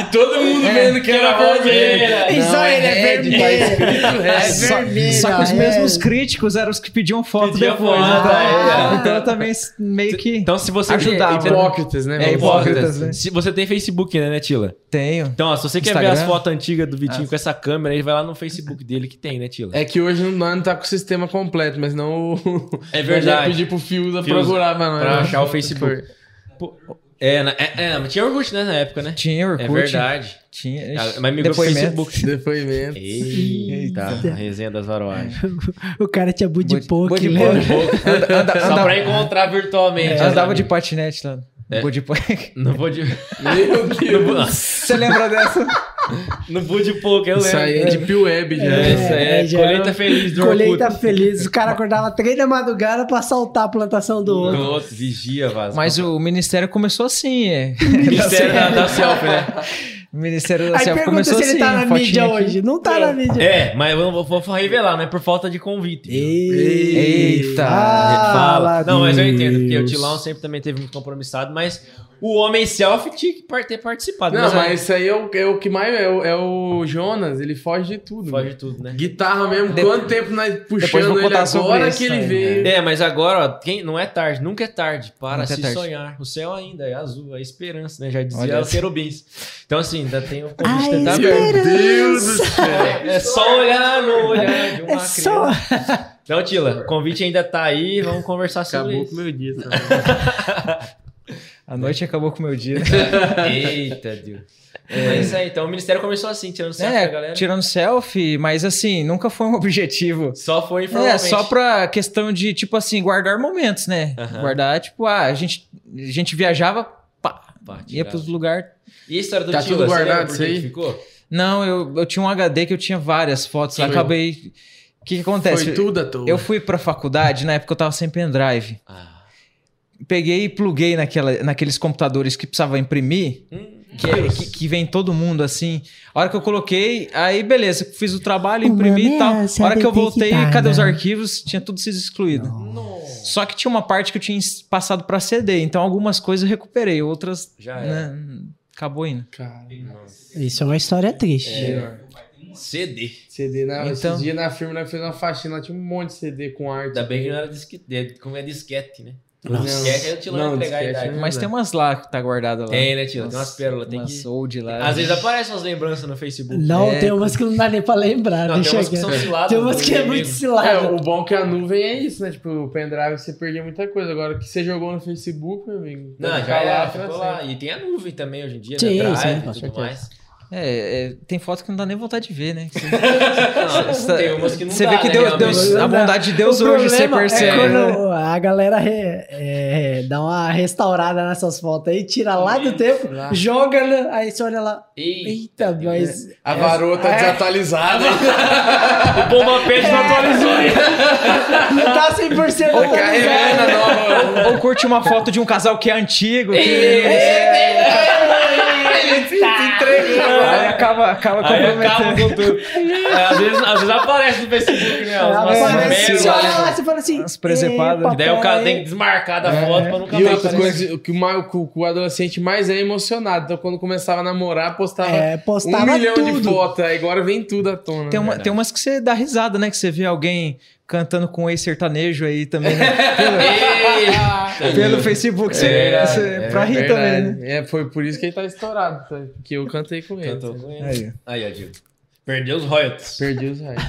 A: E todo mundo vendo que era vermelha.
C: E só ele é,
A: é de-
C: vermelho.
A: tá
C: É
D: Só-
C: vermelho.
D: Só que os
C: é.
D: mesmos críticos eram os que pediam foto
B: Pediam
D: depois.
B: foto,
D: né?
B: ah,
C: é.
D: Então eu também meio que
B: Então, se você
D: Ajudava.
B: Tem, então,
A: Hipócritas, né?
D: É,
A: mano?
D: hipócritas, né?
B: se você tem Facebook, né, né, Tila?
D: tenho.
B: Então, ó, se você quer
D: Instagram.
B: ver as fotos antigas do Vitinho com essa câmera, ele vai lá no Facebook dele que tem, né, Tila?
A: É que hoje não, não tá com o sistema completo, mas não o.
B: É
A: Eu já pedi pro Fiuza
B: Fiuza,
A: procurar pra nós.
B: pra
A: né?
B: achar o Facebook. É, na- é, é, mas tinha Orkut, né, na época, né?
D: Tinha Orkut.
B: É verdade.
D: Tinha.
B: Ah, Mas migrou pro
D: depoimento.
B: Facebook.
A: Depoimento.
B: Eita, resenha das varoagens.
C: O cara tinha booty
D: Booty-
C: poke,
D: booty
C: mano.
D: Anda- anda-
B: Só
D: andava-
B: pra encontrar virtualmente. né,
D: andava É, de
B: amigo?
D: patinete lá.
B: É.
D: Body pack.
B: Não vou de...
A: Meu Deus.
D: Você lembra dessa?
B: Não vou de pouco, eu lembro.
A: Isso aí é de Pio Web já.
B: É, isso aí é,
C: É, já
B: colheita
C: era-
B: feliz do
C: Colheita
B: Orkut.
C: feliz. Os caras acordavam três da madrugada pra assaltar a plantação do outro.
B: Do outro, vigia, Vaz.
D: Mas o ministério começou assim, é.
B: Ministério da, da selfie, né?
D: O ministério da
C: Aí
D: selfie
C: pergunta se
D: começou assim.
C: ele tá na
D: fotinha
C: mídia
D: aqui.
C: hoje. Não tá na mídia.
B: É, mas eu não vou, vou revelar, né? Por falta de convite.
D: Eita.
C: Ah.
B: Fala.
C: Fala.
B: Não, mas eu entendo, porque o
C: Deus.
B: Tilão sempre também teve muito compromissado, mas o homem selfie tinha que par- ter participado. né?
A: Não,
B: mas,
A: mas isso aí é o, é o que mais. É o, é o Jonas, ele foge de tudo.
B: foge
A: né?
B: de tudo, né?
A: Guitarra mesmo,
D: Depois-
A: quanto tempo nós
D: depois eu
A: puxando
D: vou
A: ele
D: contar sobre
A: agora
D: isso
A: que ele
D: aí,
A: veio.
B: É, mas agora, ó, quem, não é tarde, nunca é tarde para
D: Nunca é
B: se
D: tarde.
B: sonhar. O céu ainda é azul, é esperança, né? Já dizia
D: Olha
B: os querubins. Então, assim, ainda tem o convite
C: Ai,
B: de tentar
C: espera.
B: ver.
A: Meu Deus do céu.
B: É só olhar no olhar de uma
C: É
B: criança.
C: só.
B: Então, Tila, o convite ainda tá aí, vamos conversar sobre
A: Acabou com
B: isso.
A: o meu dia. tá?
D: A noite acabou com o meu dia.
B: Eita, Deus. Mas é isso aí, então o ministério começou assim, tirando certo da
D: É,
B: galera.
D: tirando selfie, mas assim, nunca foi um objetivo.
B: Só foi
D: É,
B: informalmente.
D: só pra questão de, tipo assim, guardar momentos, né?
B: Aham.
D: Guardar, tipo, ah, a gente, a gente viajava, pá,
B: Pá,
D: ia
B: tirado.
D: pros lugares.
B: E a história do
A: Tá
B: Tila,
A: tudo
B: você lembra
A: guardado
B: por
A: isso
B: que
A: aí?
B: que Ficou?
D: Não, eu, eu tinha um HD que eu tinha várias fotos,
A: Sim.
D: acabei... O que, que acontece?
A: Foi tudo à toa.
D: Eu fui pra faculdade, na época eu tava sem pendrive.
B: Ah.
D: Peguei e pluguei naquela, naqueles computadores que precisava imprimir,
B: Hum,
D: que, é- que, que vem todo mundo assim. A hora que eu coloquei, aí beleza, fiz o trabalho, imprimi e tal.
C: ameaça
D: A hora que eu voltei,
C: detectada.
D: cadê os arquivos? Tinha tudo sido excluído.
B: Nossa.
D: Só que tinha uma parte que eu tinha passado pra CD, então algumas coisas eu recuperei, outras
B: Já era.
D: né, acabou indo.
A: Cara,
C: Isso é uma história triste.
A: é.
B: CD.
A: CD na,
D: Então-
A: Esse dia na firma nós fez uma faxina, lá tinha um monte de CD com arte.
B: Ainda bem que não era disquete, como é disquete, né?
A: Não.
B: Disquete, eu te
A: Não,
B: lembro entregar a
A: disquete
B: idade.
A: não.
D: Mas tem umas lá que tá guardada lá.
B: Tem, né, Tila? Tem
D: Umas-
B: umas pérolas, tem
D: umas
B: que...
D: old lá.
B: Às vezes aparecem umas lembranças no Facebook. né?
C: Não,
D: É.
C: tem umas que não dá nem pra lembrar.
B: Não, tem
C: deixa
B: umas que
C: quieto.
B: são né, ciladas.
C: Tem umas
B: do
C: que é
B: inimigo.
C: muito
A: É,
C: cilada.
A: o bom que a nuvem é isso, né? Tipo, o pendrive você perdia muita coisa. Agora o que você jogou no Facebook, meu amigo.
B: Não,
A: vai
B: já
A: ficar
B: lá,
A: pra
B: ficou
A: sempre.
B: lá. E tem a nuvem também hoje em dia,
C: Sim,
B: né?
C: sim,
B: Drive
C: com
B: e tudo
C: certeza.
B: mais.
D: É, é, tem foto que não dá nem vontade de ver, né?
B: Não, tem umas que não
D: Você
B: dá,
D: vê que
B: né,
D: Deus,
B: realmente.
D: Deus- a bondade de Deus
C: O
D: hoje você
C: problema
D: percebe.
C: É
D: né?
C: quando a galera re- é, dá uma restaurada nessas fotos aí, tira lá do tempo,
A: Lá.
C: joga, né? aí você olha lá.
B: Eita, né?
C: Eita, mas.
A: A varoa
D: É.
A: tá desatualizada.
B: O bomba pet não atualizou ainda.
C: Não tá 100%
A: Ô,
D: é.
A: carregando
C: atualizado.
A: a nova.
D: Ou curte uma foto de um casal que é antigo. que- é
C: é
A: Ele se entregou.
D: tá Aí
B: né?
D: acaba, acaba
B: Aí acaba
D: comprometendo.
B: com tudo. É, às, vezes, às vezes aparece no Facebook, né? Umas
C: Aparece,
D: merda,
C: você
B: merda.
C: olha lá, você fala assim.
D: As presepadas.
C: "Epa,
B: E daí o cara
C: peraí."
B: tem que desmarcar
C: É.
B: da foto pra nunca
A: E
B: mais
A: outra
B: aparecer.
A: coisa, o que, mais- o que o adolescente mais é emocionado. Então, quando começava a namorar, postava
C: É,
A: um
C: postava
A: milhão de
C: tudo.
A: fotos. Aí agora vem tudo à tona. né?
D: Tem, uma-
B: Verdade.
D: tem umas que você dá risada, né? Que você vê alguém cantando com um ex-sertanejo aí também, né?
C: né?
B: Eita.
D: Pelo Facebook. Você,
B: É,
D: você-
B: é
D: pra rir
A: Verdade.
D: também, né?
A: É, foi por isso que ele tá estourado. tá? Porque eu cantei com ele.
B: Cantou com ele.
D: Aí.
B: Aí, ó, Diego. Perdeu os royalties.
A: Perdi os raios.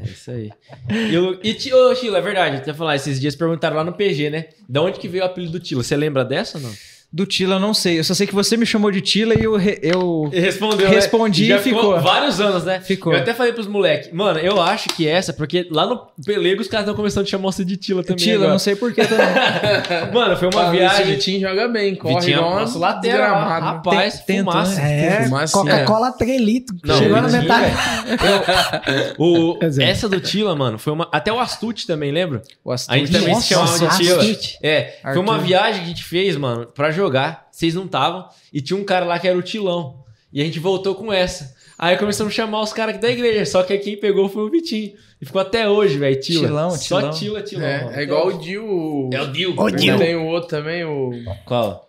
B: É isso aí. E, o- e Ti- ô, Tila, é verdade, até falar, esses dias perguntaram lá no PG, né? Da onde que veio o apelido do Tila? Você lembra dessa ou não?
D: Do Tila eu não sei. Eu só sei que você me chamou de Tila e eu, re- eu
B: E respondeu.
D: Respondi
B: né? Já
D: e ficou.
B: Vários anos, né?
D: Ficou.
B: Eu até falei pros moleques, mano, eu acho que é essa, porque lá no Pelego os caras estão começando a chamar você de Tila também.
D: Tila,
B: agora.
D: não sei porquê também.
B: Mano, foi uma
A: Ah, esse
B: viagem.
A: Vitinho joga bem, corre
B: Vitinho é
A: igual
B: nosso
A: um
B: lateral,
A: desgramado.
B: rapaz,
D: Tem- tenta,
B: fumaça.
C: É,
A: Fumacinha.
C: Coca-Cola 3 litros.
B: Não,
C: Chegou na
B: Vitinho,
C: metade.
B: O,
C: Quer dizer-
B: essa do Tila, mano, foi uma. Até o Astute também, lembra?
D: O
B: A gente também se
D: Nossa,
B: chamava de Tila.
C: Astute.
B: É, foi
D: Arthur.
B: uma viagem que a gente fez, mano, pra jogar. Vocês não estavam. E tinha um cara lá que era o Tilão. E a gente voltou com essa. Aí começamos a chamar os caras aqui da igreja. Só que quem pegou foi o Vitinho. E ficou até hoje, velho. Tila.
D: Tilão,
B: Só
D: Tilão.
B: Tila, Tilão. mano.
A: É, é
B: Até
A: igual
B: hoje.
A: o Dil.
B: É o Dil.
C: O Dil.
A: Tem o outro também, o,
B: Qual?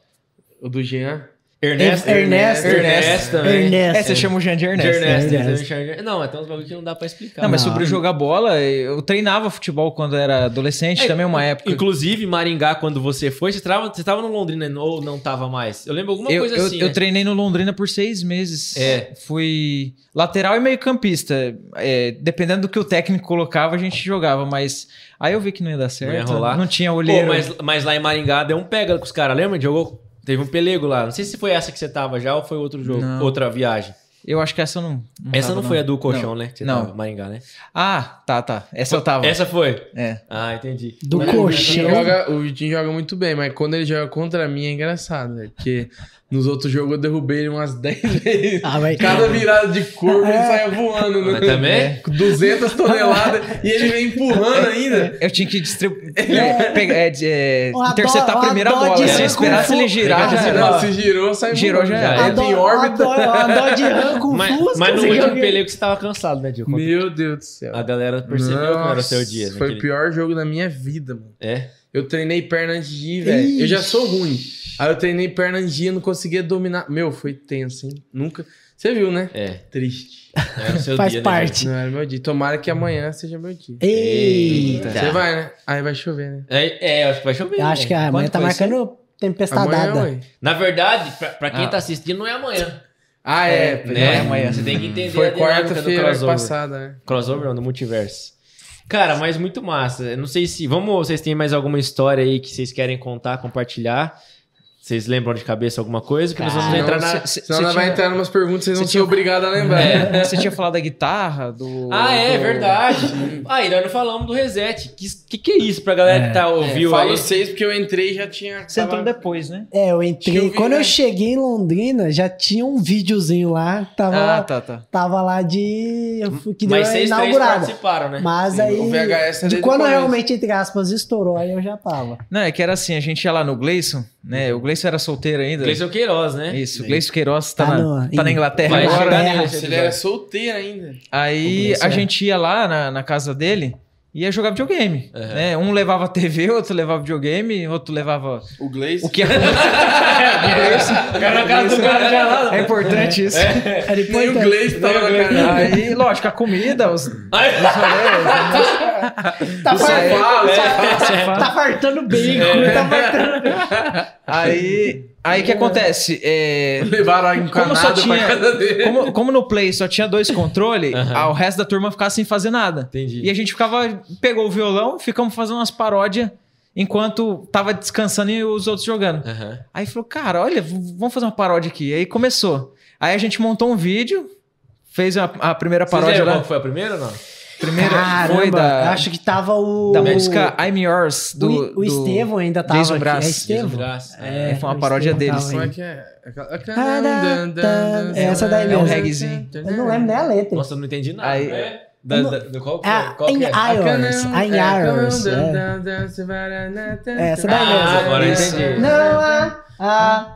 A: o do Jean.
B: Ernesto.
C: Ernesto.
B: Ernesto também.
D: É,
C: Ernesto.
D: você chama o Jean de
B: De
D: Ernesto.
B: Ernesto. Ah.
C: Ernesto.
B: eles também chamam de- Não, mas tem uns bagulho que não dá pra explicar.
D: Não, mas
C: Não.
D: sobre jogar bola, eu treinava futebol quando era adolescente,
B: É,
D: também uma época.
B: Inclusive, Maringá, quando você foi, você tava, você tava no Londrina né? ou não tava mais? Eu lembro alguma
D: eu,
B: coisa
D: eu-
B: assim.
D: eu
B: né?
D: treinei no Londrina por seis meses.
B: É.
D: Fui lateral e meio campista. É, dependendo do que o técnico colocava, a gente jogava, mas aí eu vi que não ia dar certo.
B: ia rolar.
D: não tinha
B: Pô,
D: olheiro.
B: mas, mas lá em Maringá deu um pega com os caras, lembra? Jogou, teve um pelego lá. Não sei se foi essa que você tava já ou foi outro jogo,
D: Não.
B: outra viagem.
D: Eu acho que essa eu não. não
B: essa
D: tava,
B: não foi a do colchão, né? Que você
D: Não.
B: tava, Maringá, né?
D: Ah, tá, tá. Essa eu tava.
B: Essa foi.
D: É.
B: Ah, entendi.
C: Do
A: Mas o Vitinho,
C: colchão.
A: joga, o Vitinho joga muito bem, mas quando ele joga contra mim é engraçado, velho. Porque nos outros jogos eu derrubei ele umas 10 vezes.
C: Ah, vai.
A: Cada virada de curva ele saia voando, né?
B: É. Mas também?
A: Com 200 toneladas e ele vem empurrando
B: É
A: ainda.
D: Eu tinha que distribuir. é,
C: Eu adoro-
D: interceptar
C: eu
D: a primeira
C: adoro
D: bola.
C: de
D: Se eu
C: Kung
D: esperasse
C: Fu.
D: ele girar,
B: Pegar
D: já
B: de
D: era.
A: Não, né? se girou, saiu.
D: Girou,
A: voando.
D: já era.
A: Ele tem
C: Adoro,
A: é órbita.
C: adoro, adoro de rã com
B: Mas,
C: fusca. assim,
B: mas no
C: você
B: último
C: joga-
B: pelego você tava cansado, né, Diogo?
A: Meu Deus do céu.
B: A galera percebeu que não era o seu dia.
A: Nossa,
B: né?
A: Foi
B: aquele-
A: o pior jogo da minha vida, mano.
B: É.
A: Eu treinei perna antes de ir, velho. Eu já sou ruim. Aí eu treinei perna antes de ir, não conseguia dominar. Meu, foi tenso, hein? Nunca. Você viu, né?
B: É.
A: Triste.
B: Não era o seu
C: Faz
B: dia, né,
C: parte.
A: Não era meu dia. Tomara que amanhã seja meu dia.
C: Eita.
B: Eita.
A: Você vai, né? Aí vai chover, né?
B: Diogo? É, é, eu acho que vai chover.
C: Eu acho
B: né?
C: que a mãe
D: Quanto
C: tá
D: foi isso?
C: marcando Tá
A: Amanhã, é
C: tempestadada.
A: ué.
B: Na verdade, pra, pra quem
D: Ah.
B: tá assistindo, não é amanhã.
A: Ah, é.
D: É,
A: pois
D: Não
B: Né?
A: é.
D: amanhã.
B: Você tem que entender a
A: Foi
B: dinâmica do
A: quarta-feira
B: crossover.
A: passada, né?
B: Crossover não, do multiverso. Cara, mas muito massa. Eu não sei se. Vamos, vocês têm mais alguma história aí que vocês querem contar, compartilhar? Vocês lembram de cabeça alguma coisa? Porque nós vamos
C: Cara,
B: entrar
A: Senão,
B: na.
A: na,
D: cê-
A: senão
D: cê
A: nós vai
D: tinha-
A: entrar em umas perguntas que vocês vão
D: cê
A: ser
D: tinha-
A: obrigados a lembrar.
D: É, Você tinha falado da guitarra, do.
B: Ah, é
D: do-
B: verdade. Ah, e nós não falamos do reset. Que, que, que é isso pra galera que tá ouviu
A: Falo
B: aí?
A: seis porque eu entrei e já tinha.
D: Você entrou
A: tava-
D: depois, né?
C: É, eu
A: Deixa
C: entrei.
A: eu ver,
C: Quando eu
A: né?
C: cheguei em Londrina, já tinha um videozinho lá. Tava,
D: Ah, tá, tá.
C: tava lá de. Eu fui, que deu
B: Mas
C: a
B: vocês três
C: inaugurada.
B: participaram, né?
C: Mas aí.
A: O VHS é
C: de
A: desde
C: quando
A: o começo.
C: realmente, entre aspas, estourou, aí eu já tava.
D: Não, é que era assim, a gente ia lá no Gleison, né? O Gleison era solteiro ainda.
B: Uhum. Gleison Queiroz, né?
D: Isso, o Gleison Queiroz tá,
C: Tá
D: na,
C: no-
D: tá
C: em-
D: na Inglaterra
B: Vai
D: agora. né?
B: chegar
C: é,
B: nele. esse
A: Ele era
B: episódio.
A: solteiro ainda.
D: Aí
C: O Gleison
D: a
C: é.
D: gente ia lá na, na casa dele e ia jogar videogame.
B: Aham.
D: Né? Um levava TV, outro levava videogame, outro levava.
A: O Gleison.
D: O que é,
B: O cara na casa do cara já lá. né?
D: é importante isso.
C: Era
A: Nem o
C: importante.
A: Gleison tava na cara.
D: Aí, lógico, a comida, os.
B: Aí-
C: Tá,
A: O sofá, né?
C: tá fartando bacon, tá fartando.
D: Aí, aí o que acontece? É,
A: Levaram a
D: Como só
A: encanada pra
D: tinha-
A: casa dele.
D: como, como no Play só tinha dois controles,
B: Aham.
D: o resto da turma ficava sem fazer nada. E
B: Entendi.
D: a gente ficava, pegou o violão, ficamos fazendo umas paródias enquanto tava descansando e os outros jogando.
B: Aham.
D: Aí falou, cara, olha, v- vamos fazer uma paródia aqui. Aí começou. Aí a gente montou um vídeo, fez a, a primeira
B: Vocês
D: paródia
B: lembram qual
D: lá.
B: que foi a primeira ou não?
D: Primeira foi
C: Caramba, eu
D: da,
C: acho que tava o.
D: da música I'm Yours, do,
C: o, o
D: do-
C: Estevão ainda tava.
D: Jason
C: aqui.
D: Brass.
C: É
B: Jason
C: Estevão.
B: Brass.
C: É,
D: foi uma
C: o
D: paródia
C: Estevão
D: deles.
C: tava
A: Como é
C: aí.
A: que é?
C: Tá, É essa daí
D: É um
C: mesmo.
D: reggaezinho.
C: Eu não lembro nem a letra.
B: É. Nossa, eu não entendi nada.
D: Aí-
B: É. Da, da, do qual, que é?
C: Ah,
B: qual
C: em
B: que é?
C: Irons. Em Irons. é.
A: né,
C: É, essa daí mesmo.
B: Ah, agora eu entendi.
C: Não há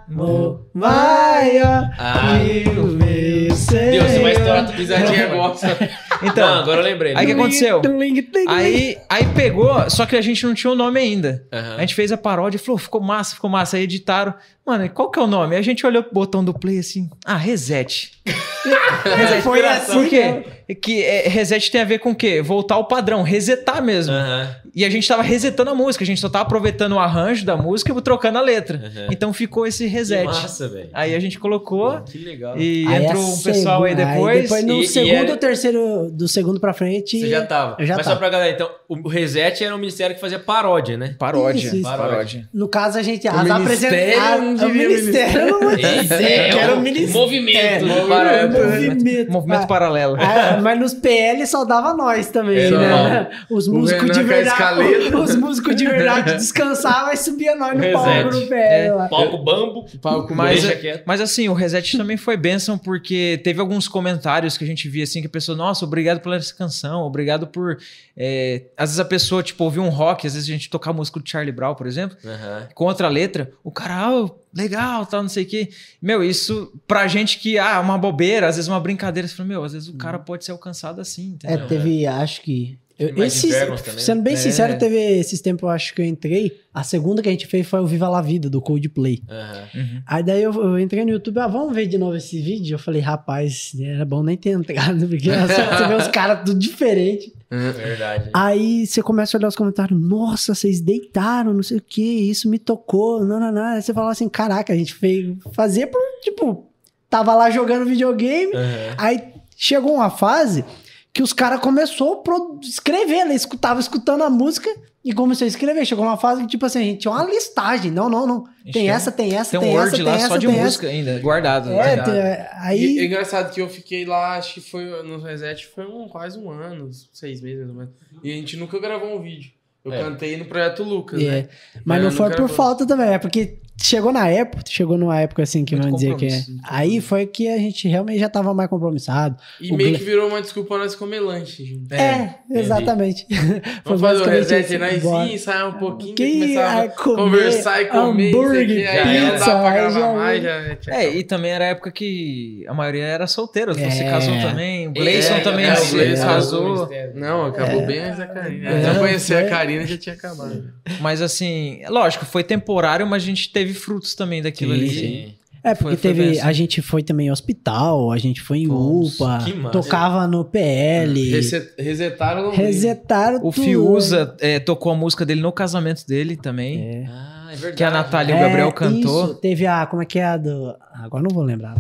C: amor maior
B: Ah.
C: que o meu Senhor.
B: Deus, você vai estourar tudo
A: Pisadinha gosta.
D: Então,
B: Não, agora eu lembrei.
D: Aí o que aconteceu?
C: Tling, tling, tling.
D: Aí, aí pegou, só que a gente não tinha o nome ainda.
B: Aham.
D: A gente fez a paródia e falou, ficou massa, ficou massa. Aí editaram. Mano, e qual que é o nome? Aí a gente olhou pro botão do play assim, ah, reset. Reset.
C: Foi assim,
D: Por quê? É Que é, reset tem a ver com o quê? Voltar ao padrão, resetar mesmo.
B: Aham.
D: E a gente tava resetando a música, a gente só tava aproveitando o arranjo da música e trocando a letra.
B: Uhum.
D: Então ficou esse
B: Que
D: reset.
B: massa, velho.
D: Aí a gente colocou
B: Que legal.
D: e
C: Aí
D: entrou
C: a
D: um pessoal aí
C: segunda-
D: depois.
C: no
B: e- e
C: segundo
B: era-
C: ou terceiro, do segundo pra frente.
B: Você já tá tava.
C: Eu já
B: Mas só
C: tava.
B: pra galera, então, o Reset era um ministério que fazia paródia, né?
D: Paródia,
C: Isso, isso.
D: paródia.
C: No caso, a gente. as
A: ministério,
C: apresenta-
A: eu não
C: a- O
A: diria
C: ministério, eu não vou
D: É,
C: dizer. que era
D: um
C: o
B: é
C: ministério.
B: Movimento.
C: É,
A: Paródia.
C: movimento.
D: Movimento
C: Ah,
D: paralelo.
C: Ah, mas nos PL só dava nós também,
A: É,
C: né? Os
A: O
C: músicos de
A: Renan com a
C: verdade.
A: escaleta.
C: Os músicos de verdade descansavam e subia nós no
B: Reset.
C: palco no PL lá.
B: Palco bambo.
A: Palco
D: É. Mas-
B: deixa quieto.
D: Mas assim, o Reset também foi bênção, porque teve alguns comentários que a gente via assim, que a pessoa, nossa, obrigado pela essa canção, obrigado por. é, Às vezes a pessoa, tipo, ouvir um rock, às vezes a gente tocar a música do Charlie Brown, por exemplo,
B: Aham.
D: com outra letra, o cara, ah, legal, tal, não sei o quê. Meu, isso pra gente que, ah, é uma bobeira, às vezes uma brincadeira, você fala, meu, às vezes o cara pode ser alcançado assim,
C: Uhum. É,
D: entendeu?
C: teve, acho que. Eu,
B: Imagine
C: esses-
B: Dragons também, né?
C: sendo bem
D: É.
C: sincero, teve esses tempos, eu acho que eu entrei. A segunda que a gente fez foi o Viva La Vida, do Coldplay.
B: Aham.
D: Uhum.
C: Aí daí eu, eu entrei no YouTube, ah, vamos ver de novo esse vídeo? Eu falei, rapaz, era bom nem ter entrado, porque você vê os caras tudo diferente.
B: Verdade.
D: Ah,
C: Aí você começa a olhar os comentários, nossa, vocês deitaram, não sei o que, isso me tocou, não, não, não. Aí você fala assim, caraca, a gente fez, fazia por, tipo, tava lá jogando videogame,
B: Aham.
C: Aí chegou uma fase que os caras começou a produ- escrever, né? Escutava escutando a música e começou a escrever. Chegou uma fase que, tipo assim, a gente tinha uma listagem. Não, não, não. Tem
D: Encheu.
C: essa, tem essa,
D: Tem
C: tem,
D: um
C: essa,
D: Word
C: tem
D: lá
C: essa,
D: só de
C: tem
D: música ainda, guardado.
C: essa.
D: né?
C: É, tem-
A: E, é
C: aí...
A: engraçado que eu fiquei lá, acho que foi no Reset, foi um, quase um ano, uns seis meses mais ou menos. E a gente nunca gravou um vídeo. Eu
B: É.
A: cantei no Projeto Lucas,
C: é,
A: né?
C: Mas
A: Eu
C: não foi
A: nunca
C: por
A: vou-
C: falta também, é porque chegou na época, chegou numa época assim que
D: Muito
C: vamos dizer que é.
D: compromisso, muito
C: Aí foi que a gente realmente já tava mais compromissado.
A: E
C: O
A: meio
C: Gle-
A: que virou uma desculpa nós comer lanche, gente.
C: É, exatamente. Foi
A: Vamos fazer o
C: basicamente
A: Reset
C: isso.
A: aí, nós
C: assim, Bora.
A: sim, ensaiar um pouquinho,
C: Quem
A: daí começava
C: ia
A: a
C: comer
A: conversar e comer, não sei o que,
C: hambúrguer,
A: aí não
C: pizza,
A: dava pra
C: aí
A: gravar
C: já-
A: mais, já tinha
D: É,
A: acabado.
D: e também era a época que a maioria era solteira.
C: É.
D: Você casou também, o Gleison
B: É,
D: também
A: é, o
D: se
A: Gleison,
D: casou.
A: Não, acabou bem antes da Karina.
C: É,
A: Eu já conheci
C: foi.
A: a Karina já tinha acabado.
D: Mas assim, lógico, foi temporário, mas a gente teve frutos também daquilo
C: Sim,
D: ali.
C: sim.
B: Sim.
C: É, porque
D: Foi- foi
C: teve.
D: benção.
C: a gente foi também em hospital, a gente foi em
D: Fomos.
C: UPA,
B: Que massa.
C: tocava no
D: Ah,
C: PL.
A: Reset- resetaram não
C: Resetaram
D: O
C: tudo.
D: Fiuza é, tocou a música dele no casamento dele também.
C: É.
B: Ah, é verdade.
D: Que a Natália e o
C: É,
D: Gabriel cantou.
C: isso, Teve a. Como é que é a do. Agora não vou lembrar.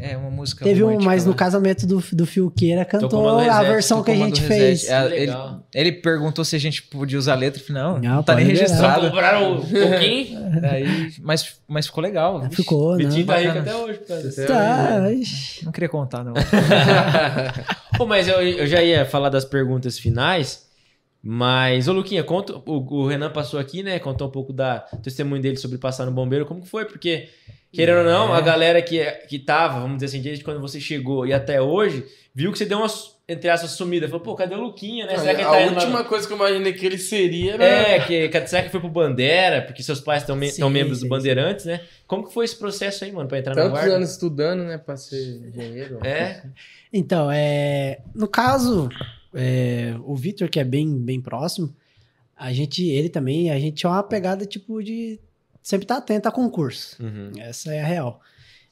D: É é uma música
C: teve um,
D: romântica,
C: mas
D: né?
C: no casamento do, do Fiuqueira cantou
B: Comando
C: a
B: Reset,
C: versão que a
D: Tocou uma
C: gente
D: do Reset.
C: fez.
D: É,
B: Que
D: ele,
B: legal.
D: ele perguntou se a gente podia usar a letra. Eu falei, não,
C: Não,
D: não, tá nem
C: pode liberar.
B: Só
D: registrado.
B: cobraram um pouquinho.
D: Aí, mas, mas Ah, ficou legal. vixe.
C: Ficou, né?
B: Vitinho tá rico
D: Bacana.
B: até hoje, por causa disso.
C: Tá, ixi.
D: Não queria contar, não.
B: Pô, mas eu, eu já ia falar das perguntas finais, mas, ô Luquinha, conta, o, o Renan passou aqui, né, contou um pouco da do testemunho dele sobre passar no bombeiro, como que foi, porque, querendo ou não, a galera que, que tava, vamos dizer assim, desde quando você chegou e até hoje, viu que você deu uma, entre aspas, sumida, falou, pô, cadê o Luquinha, né, será que ele
A: a
B: tá indo lá-
A: última coisa é que eu imaginei que ele seria era
B: É, que, que será que foi pro Bandera, porque seus pais estão
C: Sim,
B: membros
C: sim,
B: do Bandeirantes, né? Como que foi esse processo aí, mano, pra entrar na
A: tantos
B: guarda?
A: anos estudando, né, pra ser engenheiro.
B: É,
C: Então, é, no caso, é, o Vitor, que é bem, bem próximo, a gente, ele também, a gente tinha uma pegada tipo de sempre estar atento a concurso.
B: uhum.
C: Essa é a real.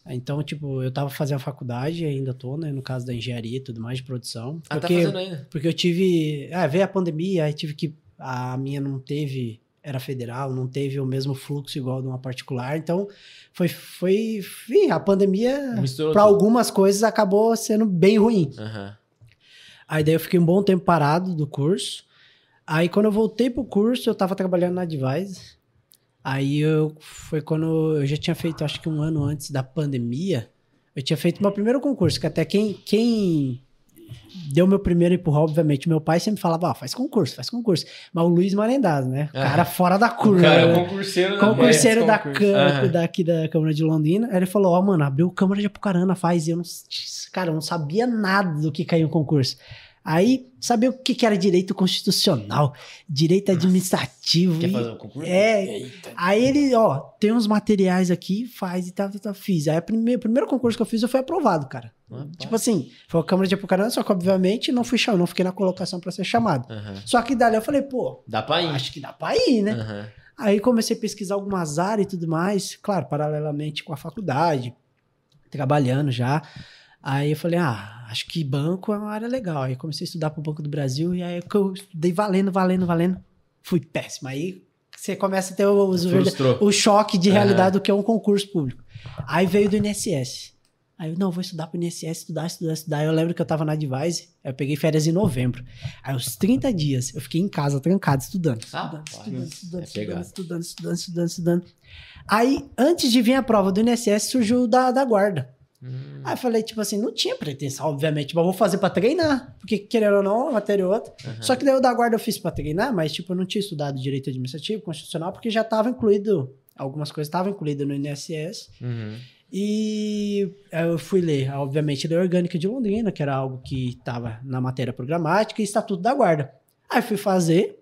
C: Então, tipo, eu tava fazendo a faculdade, ainda tô, né? No caso da engenharia e tudo mais, de produção.
B: Ah, tá
C: porque,
B: fazendo ainda.
C: porque eu tive. Ah, veio a pandemia, aí tive que. A minha não teve. Era federal, não teve o mesmo fluxo igual de uma particular. Então, foi. foi enfim, a pandemia,
B: Misturou
C: para
B: tudo.
C: algumas coisas, acabou sendo bem ruim.
B: Aham.
C: Aí daí eu fiquei um bom tempo parado do curso. Aí quando eu voltei pro curso, eu tava trabalhando na Advise. Aí eu foi quando eu já tinha feito, acho que um ano antes da pandemia, eu tinha feito meu primeiro concurso, que até quem quem deu meu primeiro empurrão, obviamente, meu pai sempre falava, ah, faz concurso, faz concurso. Mas o Luiz Marendaz, né? O
B: Ah.
C: cara fora da curva.
B: Cara,
C: né?
B: concurseiro na
C: concurseiro da,
A: concurso.
C: Câmara-
B: Aham.
C: daqui da Câmara de Londrina. Aí ele falou: Ó, mano, abriu Câmara de Apucarana, faz. E eu não, cara, eu não sabia nada do que caiu o concurso. Aí, sabia o que, que era direito constitucional, direito administrativo.
B: Quer
C: e-
B: fazer um concurso?
C: É.
A: Eita.
C: Aí ele, ó, tem uns materiais aqui, faz e tal, tal, tal, fiz. Aí o primeiro, primeiro concurso que eu fiz, eu fui aprovado, cara.
B: Rapaz.
C: Tipo assim, foi a Câmara de Apucarana, só que obviamente não fui chamado, não fiquei na colocação pra ser chamado.
B: Aham.
C: Só que dali eu falei, pô,
B: Dá pra ir.
C: acho que dá pra ir, né?
B: Aham.
C: Aí comecei a pesquisar algumas áreas e tudo mais, claro, paralelamente com a faculdade, trabalhando já. Aí eu falei, ah, acho que banco é uma área legal. Aí eu comecei a estudar pro Banco do Brasil e aí é que eu estudei valendo, valendo, valendo. Fui péssimo. Aí você começa a ter os,
B: Frustrou.
C: o choque de realidade do que é um concurso público. Aí veio do INSS. Aí eu, não, vou estudar pro INSS, estudar, estudar, estudar. Eu lembro que eu tava na Advise, aí eu peguei férias em novembro. Aí aos 30 dias, eu fiquei em casa, trancado, estudando, estudando,
B: Rapaz,
C: estudando,
B: é
C: estudando,
B: pegado.
C: estudando, estudando, estudando, estudando, estudando. Aí, antes de vir a prova do INSS, surgiu o da, da guarda.
B: Hum.
C: Aí eu falei, tipo assim, não tinha pretensão, obviamente, mas vou fazer pra treinar, porque querendo ou não, é uma matéria ou outra. Só que daí o da guarda eu fiz pra treinar, mas tipo, eu não tinha estudado direito administrativo, constitucional, porque já tava incluído, algumas coisas estavam incluídas no INSS.
B: Uhum.
C: E eh, eu fui ler, obviamente, Lei Orgânica de Londrina, que era algo que estava na matéria programática e Estatuto da Guarda. Aí fui fazer,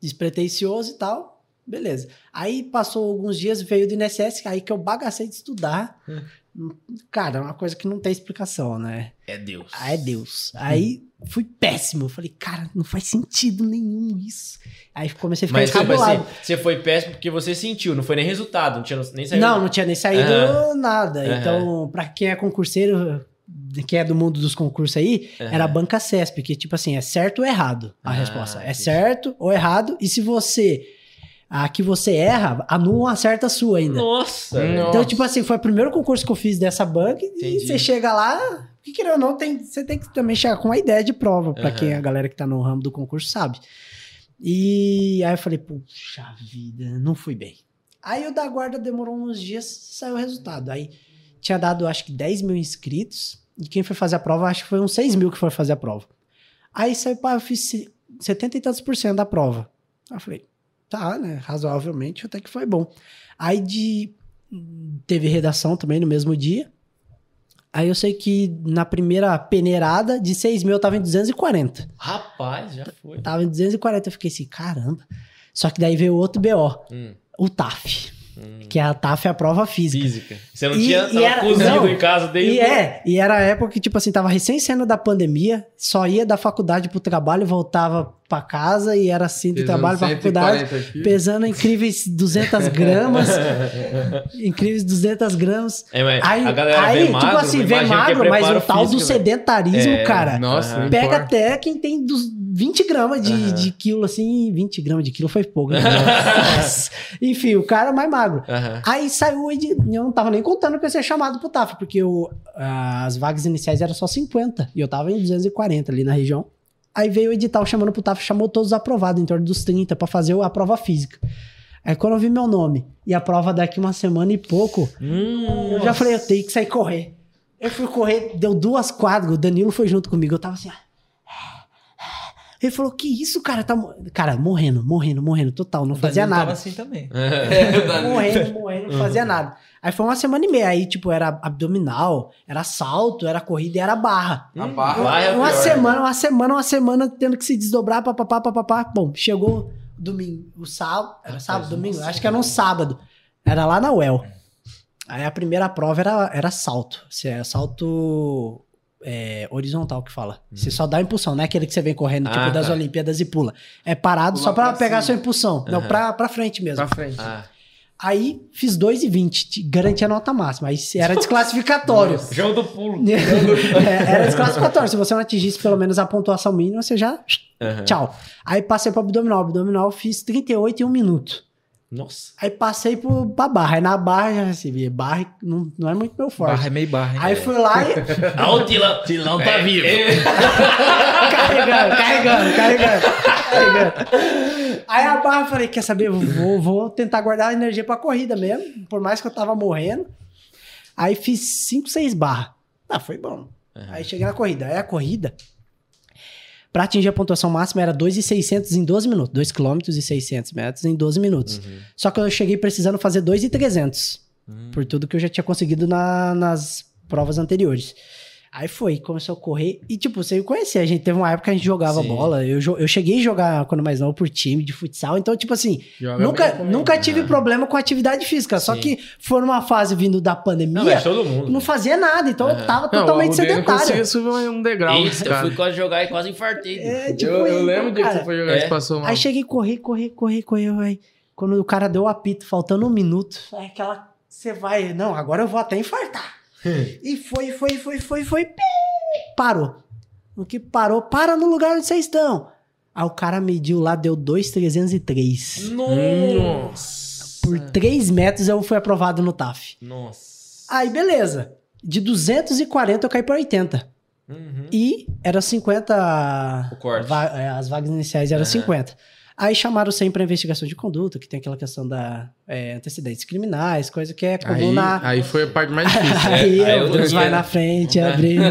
C: despretensioso e tal, beleza. Aí passou alguns dias, veio do INSS, aí que eu bagacei de estudar. Cara, é uma coisa que não tem explicação, né?
B: É Deus.
C: Ah, é
B: Hum.
C: Deus. Aí fui péssimo. Eu Falei, cara, não faz sentido nenhum isso. Aí comecei a ficar
B: Mas tipo
C: encabulado.
B: assim, você foi péssimo porque você sentiu, não foi nem resultado, não tinha nem saído.
C: Não, não tinha nem saído
B: Aham.
C: nada.
B: Aham.
C: Então, pra quem é concurseiro, quem é do mundo dos concursos aí,
B: Aham.
C: era a banca CESP, que tipo assim, é certo ou errado a
B: Ah,
C: resposta. É
B: entendi.
C: certo ou errado, e se você. A que você erra, anula uma certa sua ainda.
B: Nossa!
A: Não.
B: velho.
C: Então, tipo assim, foi o primeiro concurso que eu fiz dessa banca e
B: Entendi.
C: você chega lá, que querendo ou não, tem, você tem que também chegar com uma ideia de prova, pra
B: Aham.
C: quem a galera que tá no ramo do concurso sabe. E aí eu falei, puxa vida, não fui bem. Aí o da guarda demorou uns dias, saiu o resultado. Aí tinha dado, acho que 10 mil inscritos, e quem foi fazer a prova, acho que foi uns 6 mil que foi fazer a prova. Aí saiu, pá, eu fiz se- 70 e tantos por cento da prova. Aí eu falei, tá, né, razoavelmente até que foi bom. Aí de teve redação também no mesmo dia. Aí eu sei que na primeira peneirada de 6 mil eu tava em 240.
B: Rapaz, já foi.
C: Tava em 240, eu fiquei assim, caramba. Só que daí veio outro BO,
B: Hum,
C: o TAF.
B: hum.
C: Que a TAF é a prova física.
B: Física. Você não
C: E-
B: tinha.
C: e
B: Tava
C: era-
B: cozido
C: não.
B: em casa desde.
C: E é, e era a época que, tipo assim, tava recém saindo da pandemia, só ia da faculdade pro trabalho, voltava pra casa e era assim, do trabalho pra faculdade, pesando incríveis 200 gramas, incríveis 200 gramas.
B: É, mas
C: Aí,
B: a galera
C: aí,
B: vem magro,
C: tipo assim, vem
B: imagina que é
C: magro, mas
B: preparo
C: o tal do
B: físico, velho.
C: sedentarismo,
B: É,
C: cara,
A: Nossa,
B: Aham.
A: não
C: pega
A: importa.
C: até quem tem dos 20 gramas de,
B: Aham.
C: de quilo, assim, 20 gramas de quilo foi pouco. Né? Nossa. Enfim, o cara é mais magro.
D: É.
B: Aham.
C: Aí saiu, e de- eu não tava nem contando que eu ia ser chamado pro TAF, porque eu, ah, as vagas iniciais eram só 50, e eu tava em 240 ali na região. Aí veio o edital chamando pro TAF, chamou todos os aprovados, em torno dos 30, pra fazer a prova física. Aí quando eu vi meu nome, e a prova daqui uma semana e pouco,
B: Hum,
C: eu já falei, eu tenho que sair correr. Eu fui correr, deu duas quadras, o Danilo foi junto comigo, eu tava assim, ó. Ele falou, que isso, cara? Tá mo- Cara, morrendo, morrendo, morrendo, total, não fazia
D: Danilo tava
C: nada.
D: assim também.
A: É
C: Morrendo, morrendo, não fazia nada. Aí foi uma semana e meia, aí, tipo, era abdominal, era salto, era corrida e era barra.
A: A barra.
B: Vai, é
C: uma
B: pior.
C: semana, uma semana, uma semana tendo que se desdobrar, papapá, papapá. Bom, chegou domingo, o sábado, era sábado, domingo? Acho que era um sábado. Era lá na UEL. Aí a primeira prova era, era salto. Se é salto é, horizontal que fala. Você só dá impulsão, não é aquele que você vem correndo, tipo
B: Ah,
C: das
B: tá.
C: Olimpíadas e pula. É parado
A: Pula
C: só pra,
A: pra
C: pegar a
A: cima.
C: sua impulsão. Não,
B: Aham.
C: pra, pra frente mesmo.
A: Pra frente.
B: Ah,
C: Aí fiz 2,20, garantia nota máxima. Aí era desclassificatório.
B: jogo do pulo.
C: É, era desclassificatório. Se você não atingisse pelo menos a pontuação mínima, você já.
D: É.
B: Aham.
C: Tchau. Aí passei pro abdominal. Abdominal fiz 38 em um minuto.
B: Nossa.
C: Aí passei pro, pra barra. Aí na barra já recebi. Barra não, não é muito meu forte.
D: Barra é meio barra, hein?
C: Aí fui lá e.
B: Ah, o Tilão, Tilão tá vivo.
C: carregando, carregando, carregando, carregando. Aí a barra eu falei: quer saber? eu Vou, vou tentar guardar a energia pra corrida mesmo. Por mais que eu tava morrendo. Aí fiz 5, 6 barras. Ah, foi bom. Aí cheguei na corrida. Aí a corrida, pra atingir a pontuação máxima, era 2,600 em 12 minutos. 2 km e 600 metros em 12 minutos. Só que eu cheguei precisando fazer 2,300. Por tudo que eu já tinha conseguido na- nas provas anteriores. Aí foi, começou a correr. E, tipo, você me conhecia. A gente teve uma época que a gente jogava
B: Sim.
C: bola. Eu, jo- eu cheguei a jogar, quando mais não, por time de futsal. Então, tipo assim,
A: Joga bem
C: nunca,
A: também. né?
C: nunca tive
B: Aham.
C: problema com atividade física. Só
B: Sim.
C: que foi numa fase vindo da pandemia.
B: Não, mas todo mundo.
C: Não fazia nada, então
B: Aham.
C: eu tava
A: é Não,
C: totalmente
A: o Rodrigo não
C: sedentário.
A: conseguia subir um degrau.
B: Eita, eu
A: cara.
B: fui quase jogar e quase infartei.
C: É, tipo,
A: Eu, eu
C: então,
A: lembro de que
C: cara.
A: você foi jogar
B: É.
A: e você passou mal.
C: Aí cheguei, corri, corri, corri, corri, vai. Quando o cara deu o apito, faltando um minuto, é aquela. Você vai, não, agora eu vou até infartar.
A: Hum.
C: E foi, foi, foi, foi, foi. pi, Parou. No que parou, para no lugar onde vocês estão. Aí o cara mediu lá, deu 2,303.
A: Nossa.
C: Por 3 metros eu fui aprovado no TAF.
B: Nossa.
C: Aí beleza. De 240 eu caí pra 80.
B: Uhum.
C: E era 50
B: O corte.
C: Va- é, as vagas iniciais eram
B: Aham.
C: 50. Aí chamaram sempre a investigação de conduta, que tem aquela questão da é, antecedentes criminais, coisa que é
A: Aí,
C: comum na.
A: aí foi a parte mais difícil.
B: É,
C: Aí,
B: aí
C: eu-
B: eu
C: Deus
B: dormia.
C: vai na frente, abrindo.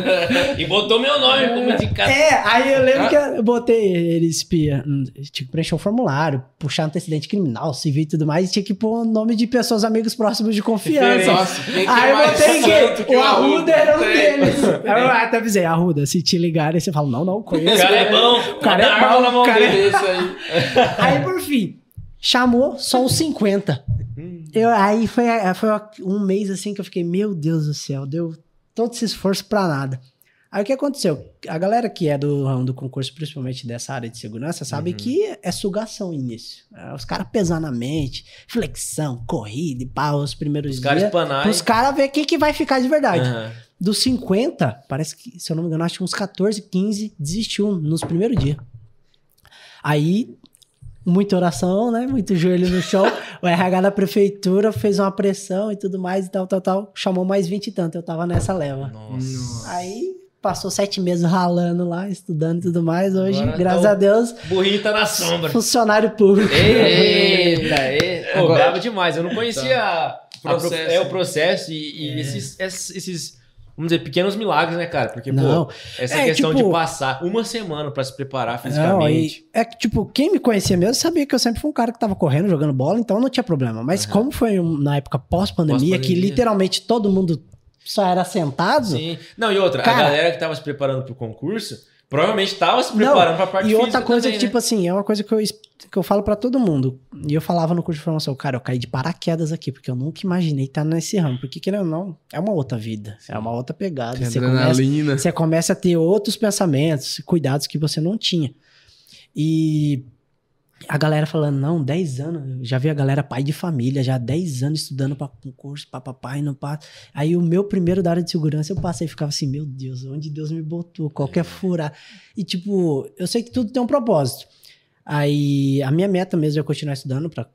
B: E botou meu nome como de cara.
C: É, aí eu lembro que eu botei ele espia. hum, Tinha que preencher um formulário, puxar antecedente criminal, civil e tudo mais, e tinha que pôr o nome de pessoas, amigos próximos de confiança.
A: Nossa, quem que é
C: Aí eu
A: mais
C: botei
A: santo
C: gay. O Arruda era um
A: Tem.
C: deles. Aí eu até avisei, Arruda, se te ligarem, você fala, não, não,
B: O
C: conheço.
B: cara é bom.
C: O cara é
B: Dá arma
C: bom,
B: na mão
C: o cara é-
B: dele.
A: Esse aí.
C: Aí, por fim, chamou só os 50. Eu, aí foi, foi um mês assim que eu fiquei, meu Deus do céu, deu todo esse esforço pra nada. Aí o que aconteceu? A galera que é do ramo do concurso, principalmente dessa área de segurança, sabe
B: Uhum.
C: que é sugação início. É, Os caras pesar na mente, flexão, corrida e pá, os primeiros
B: Os caras
C: dias.
B: espanais.
C: Os caras ver quem que vai ficar de verdade.
B: Aham.
C: Dos 50, parece que, se eu não me engano, acho que uns 14, 15 desistiu nos primeiros dias. Aí, muita oração, né? Muito joelho no chão. o RH da prefeitura fez uma pressão e tudo mais e tal, tal, tal. Chamou mais 20 e tanto. Eu tava nessa leva.
B: Nossa.
C: Aí, passou sete meses ralando lá, estudando e tudo mais. Hoje,
B: Agora
C: graças
B: tá o-
C: a Deus,
B: Burrita tá na sombra.
C: funcionário público.
B: Eita, eita. Pô,
A: Agora-
B: brabo demais. Eu não conhecia a- a pro-
A: Tá. Processo. É.
B: é, o processo e, e esses, esses- esses, vamos dizer, pequenos milagres, né, cara? Porque,
C: Não,
B: pô, essa
C: É,
B: questão
C: tipo-
B: de passar uma semana pra se preparar
C: Não,
B: fisicamente.
C: aí, é que, tipo, quem me conhecia mesmo sabia que eu sempre fui um cara que tava correndo, jogando bola, então não tinha problema. Mas
B: Aham.
C: como foi um- na época pós-pandemia, que
B: Pós-pandemia.
C: literalmente todo mundo só era sentado,
B: Sim. Não, e outra,
C: Cara-
B: a galera que tava se preparando pro concurso provavelmente tava se preparando pra parte
C: e outra
B: física
C: coisa
B: também, né?
C: que, tipo assim, é uma coisa que eu, es- que eu falo pra todo mundo. E eu falava no curso de formação, cara, eu caí de paraquedas aqui, porque eu nunca imaginei estar nesse ramo. Porque, querendo ou não, é uma outra vida, é uma outra pegada. Você começa
A: Adrenalina.
C: Você começa a ter outros pensamentos, cuidados que você não tinha. E a galera falando, não, 10 anos, eu já vi a galera pai de família, já 10 anos estudando um para concurso, papapá, e não passa. Aí o meu primeiro da área de segurança, eu passei e ficava assim, meu Deus, onde Deus me botou,
A: É.
C: qualquer furar. E tipo, eu sei que tudo tem um propósito. Aí a minha meta mesmo é continuar estudando para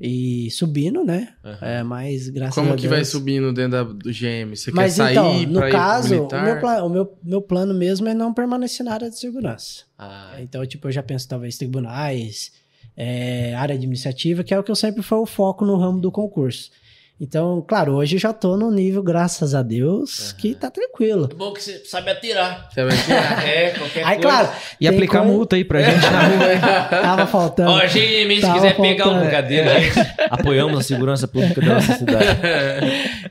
C: e subindo, né?
B: né? Aham.
C: É, mas graças a
A: Como
C: Deus.
A: que vai subindo dentro da- do GM? Você
C: Mas
A: quer sair
C: então, no
A: pra ir pro
C: caso, o,
A: militar?
C: meu, pla- o meu, meu plano mesmo é não permanecer na área de segurança.
B: Ah,
C: Então, tipo, eu já penso talvez tribunais, é, área administrativa, que é o que eu sempre foi o foco no ramo do concurso. Então, claro, hoje eu já tô no nível, graças a Deus,
B: Aham.
C: que tá tranquilo.
B: É bom que você sabe atirar.
A: Você vai tirar.
B: É, qualquer
C: Aí,
B: coisa.
C: claro,
D: E
C: Tem
D: aplicar
C: como- É.
D: multa aí pra gente né? na rua.
C: tava
B: Ó,
C: faltando.
B: GM, se
C: Tava
B: quiser pegar
C: faltando.
B: uma cadeira, É. apoiamos a segurança pública da nossa cidade.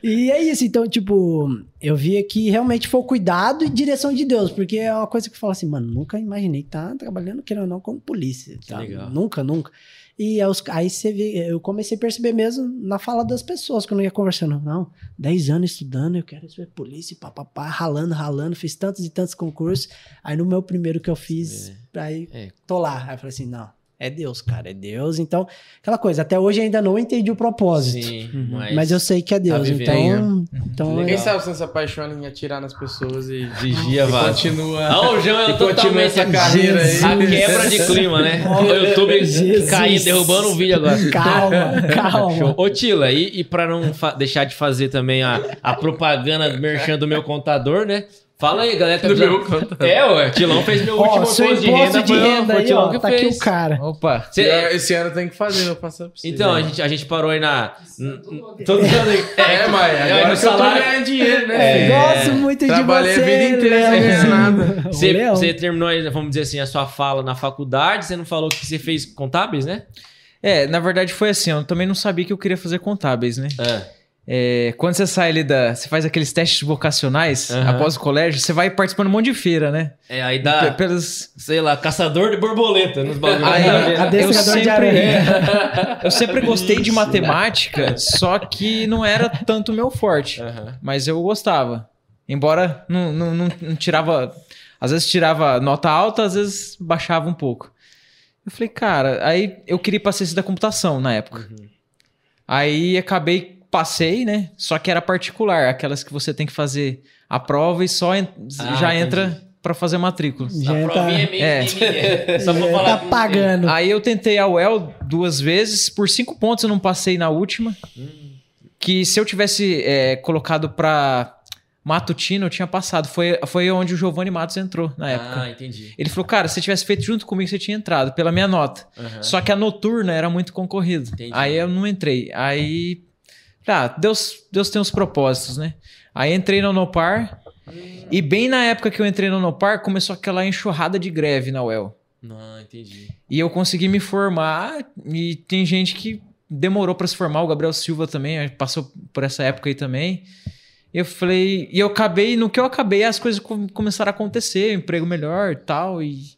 C: E é isso, então, tipo, eu via que realmente foi o cuidado e direção de Deus, porque é uma coisa que eu falo assim, mano, nunca imaginei estar trabalhando, querendo ou não, como polícia. tá?
B: legal.
C: Nunca, nunca. E aí os- aí você vê, eu comecei a perceber mesmo na fala das pessoas, quando eu ia conversando, não, 10 anos estudando, eu quero ser polícia, papapá, ralando, ralando, fiz tantos e tantos concursos, aí no meu primeiro que eu fiz, aí
B: É.
C: tô lá, aí eu falei assim, não, é Deus, cara, é Deus, então, aquela coisa, até hoje eu ainda não entendi o propósito.
B: Sim,
A: Uhum.
B: mas...
C: Mas eu sei que é Deus,
B: vivendo,
C: então. então
B: Legal.
A: Quem sabe você não se apaixona em atirar nas pessoas e,
B: Vigia,
A: e
B: Vaz.
A: continua.
B: Ah, o João é
A: E continua
B: totalmente
A: essa carreira aí.
C: Jesus.
B: A quebra de clima, né? O YouTube
C: Jesus.
B: caindo, derrubando o vídeo agora.
C: Calma, calma.
B: Show. Ô, Tila, e, e pra não fa- deixar de fazer também a, a propaganda merchan do meu contador, né? Fala aí, galera. Tá
A: Do
B: precisando-
A: meu canto.
B: É, ué, Tilão fez meu
C: Ó,
B: último
C: seu
B: imposto de
C: imposto
B: renda.
C: de
B: foi o-
C: renda
B: foi o
C: aí,
B: Tilão
C: ó,
B: que
C: tá aqui
B: fez.
C: o cara.
D: Opa.
B: Cê-
A: Esse ano tem que fazer, vou passar pra você.
B: então, a gente, a gente parou aí na.
E: Todo
B: Todo mundo.
A: É, mas
B: É,
A: agora
B: no
A: que eu tô
B: salário-
A: ganhando dinheiro, né?
C: É, Gosto muito
A: Trabalhei
C: de você,
A: a vida inteira sem ganhar nada.
B: Você,
C: Leão.
B: você terminou, aí, vamos dizer assim, a sua fala na faculdade, você não falou que você fez contábeis, né?
D: É, na verdade foi assim, eu também não sabia que eu queria fazer contábeis, né? É, quando você sai ali da. Você faz aqueles testes vocacionais
B: Aham.
D: após o colégio, você vai participando de um monte de feira, né?
B: É, aí dá,
D: P- Pelas.
B: sei lá, caçador de borboleta nos bagulhos.
D: Aí, eu,
C: Adestrador de
D: sempre, eu sempre gostei de
B: Isso.
D: matemática, só que não era tanto o meu forte.
B: Aham.
D: Mas eu gostava. Embora não, não, não- não tirava. Às vezes tirava nota alta, às vezes baixava um pouco. Eu
B: Uhum.
D: falei, cara, aí eu queria ir pra ciência da computação na época. Aí acabei passei, né? Só que era particular, aquelas que você tem que fazer a prova e só en-
B: Ah,
D: já
B: entendi.
D: entra pra fazer matrícula.
C: Já
B: a
C: tá,
B: provinha é meio
D: É.
B: que- Só vou
C: já
B: falar.
C: tá pagando.
D: Aí eu tentei a UEL duas vezes, por cinco pontos eu não passei na última. Que se eu tivesse é, colocado pra Matutino, eu tinha passado. Foi, foi onde o Giovanni Matos entrou na época.
B: Ah, entendi.
D: Ele falou, cara, se você tivesse feito junto comigo, você tinha entrado, pela minha nota.
B: Aham.
D: Só que a noturna era muito concorrida.
B: Ah. Entendi.
D: Aí eu não entrei. Aí. Tá, Deus, Deus tem uns propósitos, né? Aí entrei no Nopar. E bem na época que eu entrei no Nopar, começou aquela enxurrada de greve na UEL.
B: Não, entendi.
D: E eu consegui me formar. E tem gente que demorou pra se formar. O Gabriel Silva também eh, passou por essa época aí também. Eu falei. E eu acabei. No que eu acabei, as coisas com- começaram a acontecer. um Emprego melhor e tal. E.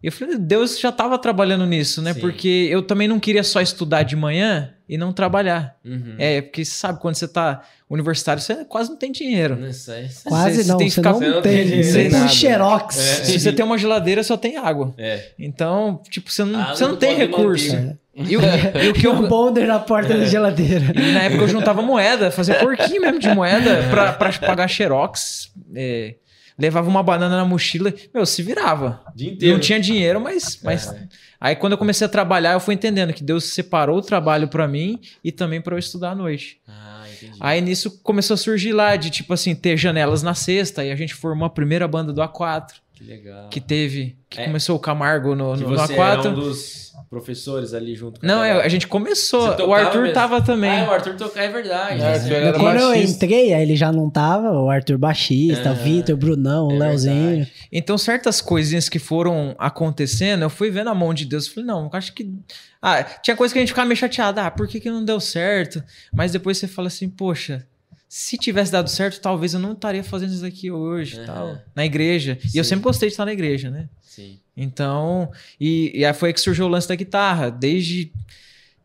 D: Eu falei, Deus já tava trabalhando nisso, né?
B: Sim.
D: Porque eu também não queria só estudar de manhã e não trabalhar.
B: Uhum.
D: É, porque você sabe, quando você tá universitário, você quase não tem dinheiro. né?
B: Não sei.
C: Quase
D: Você-
C: não,
D: você tem que
C: você
D: ficar-
C: não
B: você não tem
C: tem.
A: dinheiro,
C: Você
A: nem
C: tem
A: nada.
C: xerox.
B: É.
D: Se você tem uma geladeira, só tem água.
B: É.
D: Então, tipo, você não,
B: Ah,
D: você
B: não
D: não tem
B: pode
D: recurso.
B: manter.
D: E o, e o que
C: Tem
D: eu
C: um boulder na porta da geladeira.
D: E na época eu juntava moeda, fazia porquinho mesmo de moeda pra, pra pagar xerox. é, levava uma banana na mochila. Meu, se virava.
B: O dia inteiro. É.
D: Não tinha dinheiro, mas... mas... Aí quando eu comecei a trabalhar, eu fui entendendo que Deus separou o trabalho pra mim e também pra eu estudar à noite.
B: Ah, entendi.
D: Aí nisso começou a surgir lá de, tipo assim, ter janelas na sexta. E a gente formou a primeira banda do A4,
B: Ah, que legal.
D: que teve... Que
B: É.
D: começou o Camargo no,
B: Que
D: no, no
B: você era
D: A4.
B: um dos professores ali junto com
D: Não, é,
B: galera.
D: a gente começou.
B: Você
D: O
B: tocava
D: Arthur
B: mesmo?
D: tava também.
B: Ah, o Arthur tocar é verdade.
A: É, Arthur era
C: Quando eu
A: baixista.
C: entrei, aí ele já não tava, o Arthur Baixista, o
B: Ah,
C: Vitor, o Brunão, o
B: é
C: Leozinho.
B: verdade.
D: Então, certas coisinhas que foram acontecendo, eu fui vendo a mão de Deus. Falei, não, eu acho que. Ah, tinha coisa que a gente ficava meio chateado. Ah, por que, que não deu certo? Mas depois você fala assim, poxa, se tivesse dado certo, talvez eu não estaria fazendo isso aqui hoje,
B: Aham.
D: tal, na igreja. E eu
B: Sim.
D: sempre gostei de estar na igreja, né?
B: Sim.
D: Então, e, e aí foi aí que surgiu o lance da guitarra. Desde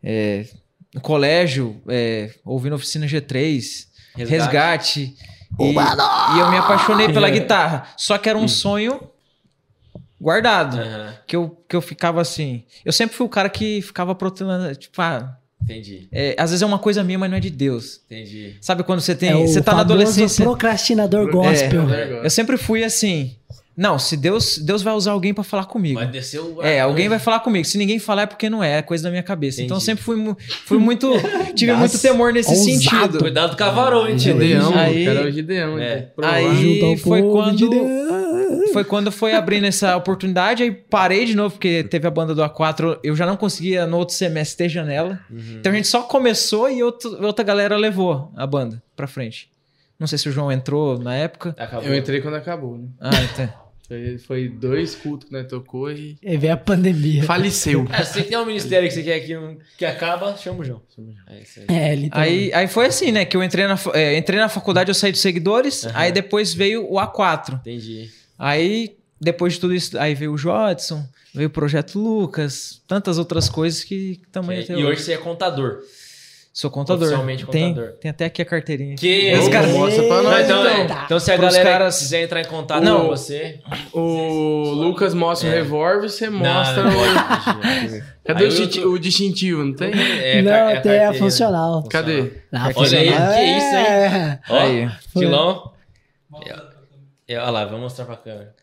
D: é, no colégio, é, ouvindo oficina G3, resgate. E, e eu me apaixonei pela
C: É.
D: guitarra. Só que era
C: Hum.
D: um sonho guardado.
C: É.
B: Aham,
D: Que eu, que eu ficava assim. Eu sempre fui o cara que ficava protelando. Tipo, ah,
B: Entendi,
D: é, às vezes é uma coisa minha, mas não é de Deus.
B: entendi.
D: Sabe quando você tem.
C: É o
D: você tá na
C: famoso
D: adolescência.
C: procrastinador gospel.
A: É.
D: Eu sempre fui assim. Não, se Deus, Deus vai usar alguém pra falar comigo.
B: Vai descer o.
D: É, alguém vai falar comigo. Se ninguém falar é porque não é, é coisa da minha cabeça. Então eu
B: Entendi.
D: sempre fui, mu- fui muito. Tive
C: Nossa,
D: muito temor nesse
C: ousado.
D: sentido.
B: Cuidado com a varão, hein, tio?
A: Gideão,
D: Aí-
A: o cara é o Gideão.
B: É.
A: ele tem que provar.
D: Aí
C: Ajuda o
D: foi
C: povo
D: quando.
C: de Deus.
D: Foi quando foi abrindo essa oportunidade, aí parei de novo, porque teve a banda do A4, eu já não conseguia no outro semestre ter janela.
B: Uhum.
D: Então a gente só começou e outro- outra galera levou a banda pra frente. Não sei se o João entrou na época.
B: Acabou.
A: Eu entrei quando acabou, né?
D: Ah, tá.
A: Foi, foi dois cultos que nós tocou e
C: Aí veio a pandemia.
A: faleceu.
B: É, se você tem um ministério que você quer que, não- que acaba, chama o João. É isso aí.
C: É, ele
D: aí, aí foi assim, né? Que eu entrei na, fa- é, entrei na faculdade, eu saí dos seguidores,
B: Aham.
D: aí depois veio o A4.
B: Entendi.
D: Aí, depois de tudo isso, aí veio o Jodson, veio o Projeto Lucas, tantas outras coisas que também até
B: e hoje você é contador.
D: Sou contador.
B: Oficialmente
D: tem,
B: contador.
D: tem até aqui a carteirinha.
B: Que
A: Os caras-
B: Mostra pra nós, então, é. então, se a
D: tá. Pros
B: galera
D: caras-
B: quiser entrar em contato
D: Não.
B: com você.
A: O Lucas mostra o
B: É.
A: revólver, você mostra
B: Não,
A: o.
B: não, não.
A: Cadê o,
B: Aí eu
A: distinti-
B: tô-
A: o distintivo? Não tem?
B: É,
C: não,
B: car- é
C: tem a
B: carteira.
C: funcional.
A: Cadê?
C: Ah, a
D: Olha
C: funcional
B: aí, que isso, hein?
C: é-
B: Ó,
D: Aí.
B: Filão. É, olha lá, vamos mostrar pra câmera.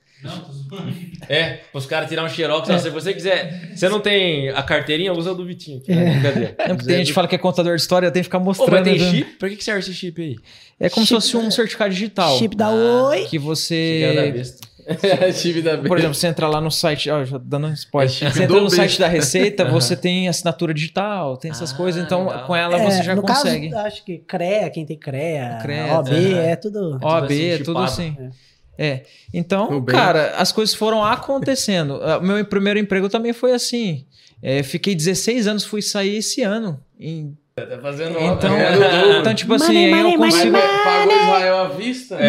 B: É, os caras tirar um xerox.
D: É.
B: ó, Se você quiser, você não tem a carteirinha, usa a do Vitinho. aqui, né? Brincadeira.
D: É porque tem gente que fala que é contador de história, eu tenho que ficar
B: Ô, mas
D: mostrando.
B: tem
D: né?
B: chip? Pra que, que serve esse chip aí?
D: É como
C: Chip-
D: se fosse um certificado digital.
C: Chip da
B: Ah.
C: Oi.
D: Que
B: Chip da
D: você.
B: besta.
A: Tive da
D: Por exemplo, você entra lá no site, ó, já dando um spoiler.
A: É chip
D: você
A: do
D: entra no
A: besta.
D: site da Receita, você tem assinatura digital, tem essas
B: Ah,
D: coisas, então
B: legal.
D: com ela você
C: É,
D: já
C: no
D: consegue.
C: Caso, acho que CREA, quem tem CREA,
D: CREA,
C: OB,
B: aham.
C: é tudo.
D: OAB,
B: assim,
D: é tudo
B: chipado.
D: assim.
C: É.
D: É. Então,
A: Nubank.
D: cara, as coisas foram acontecendo. Ah, Meu primeiro emprego também foi assim. É, fiquei 16 anos, fui sair esse ano. Em-
B: Tá fazendo
D: Então,
A: é.
D: então, tipo assim,
C: Money,
D: aí
C: money,
D: eu
C: money,
D: consigo.
A: Pagou, é, pagou Israel à vista? É.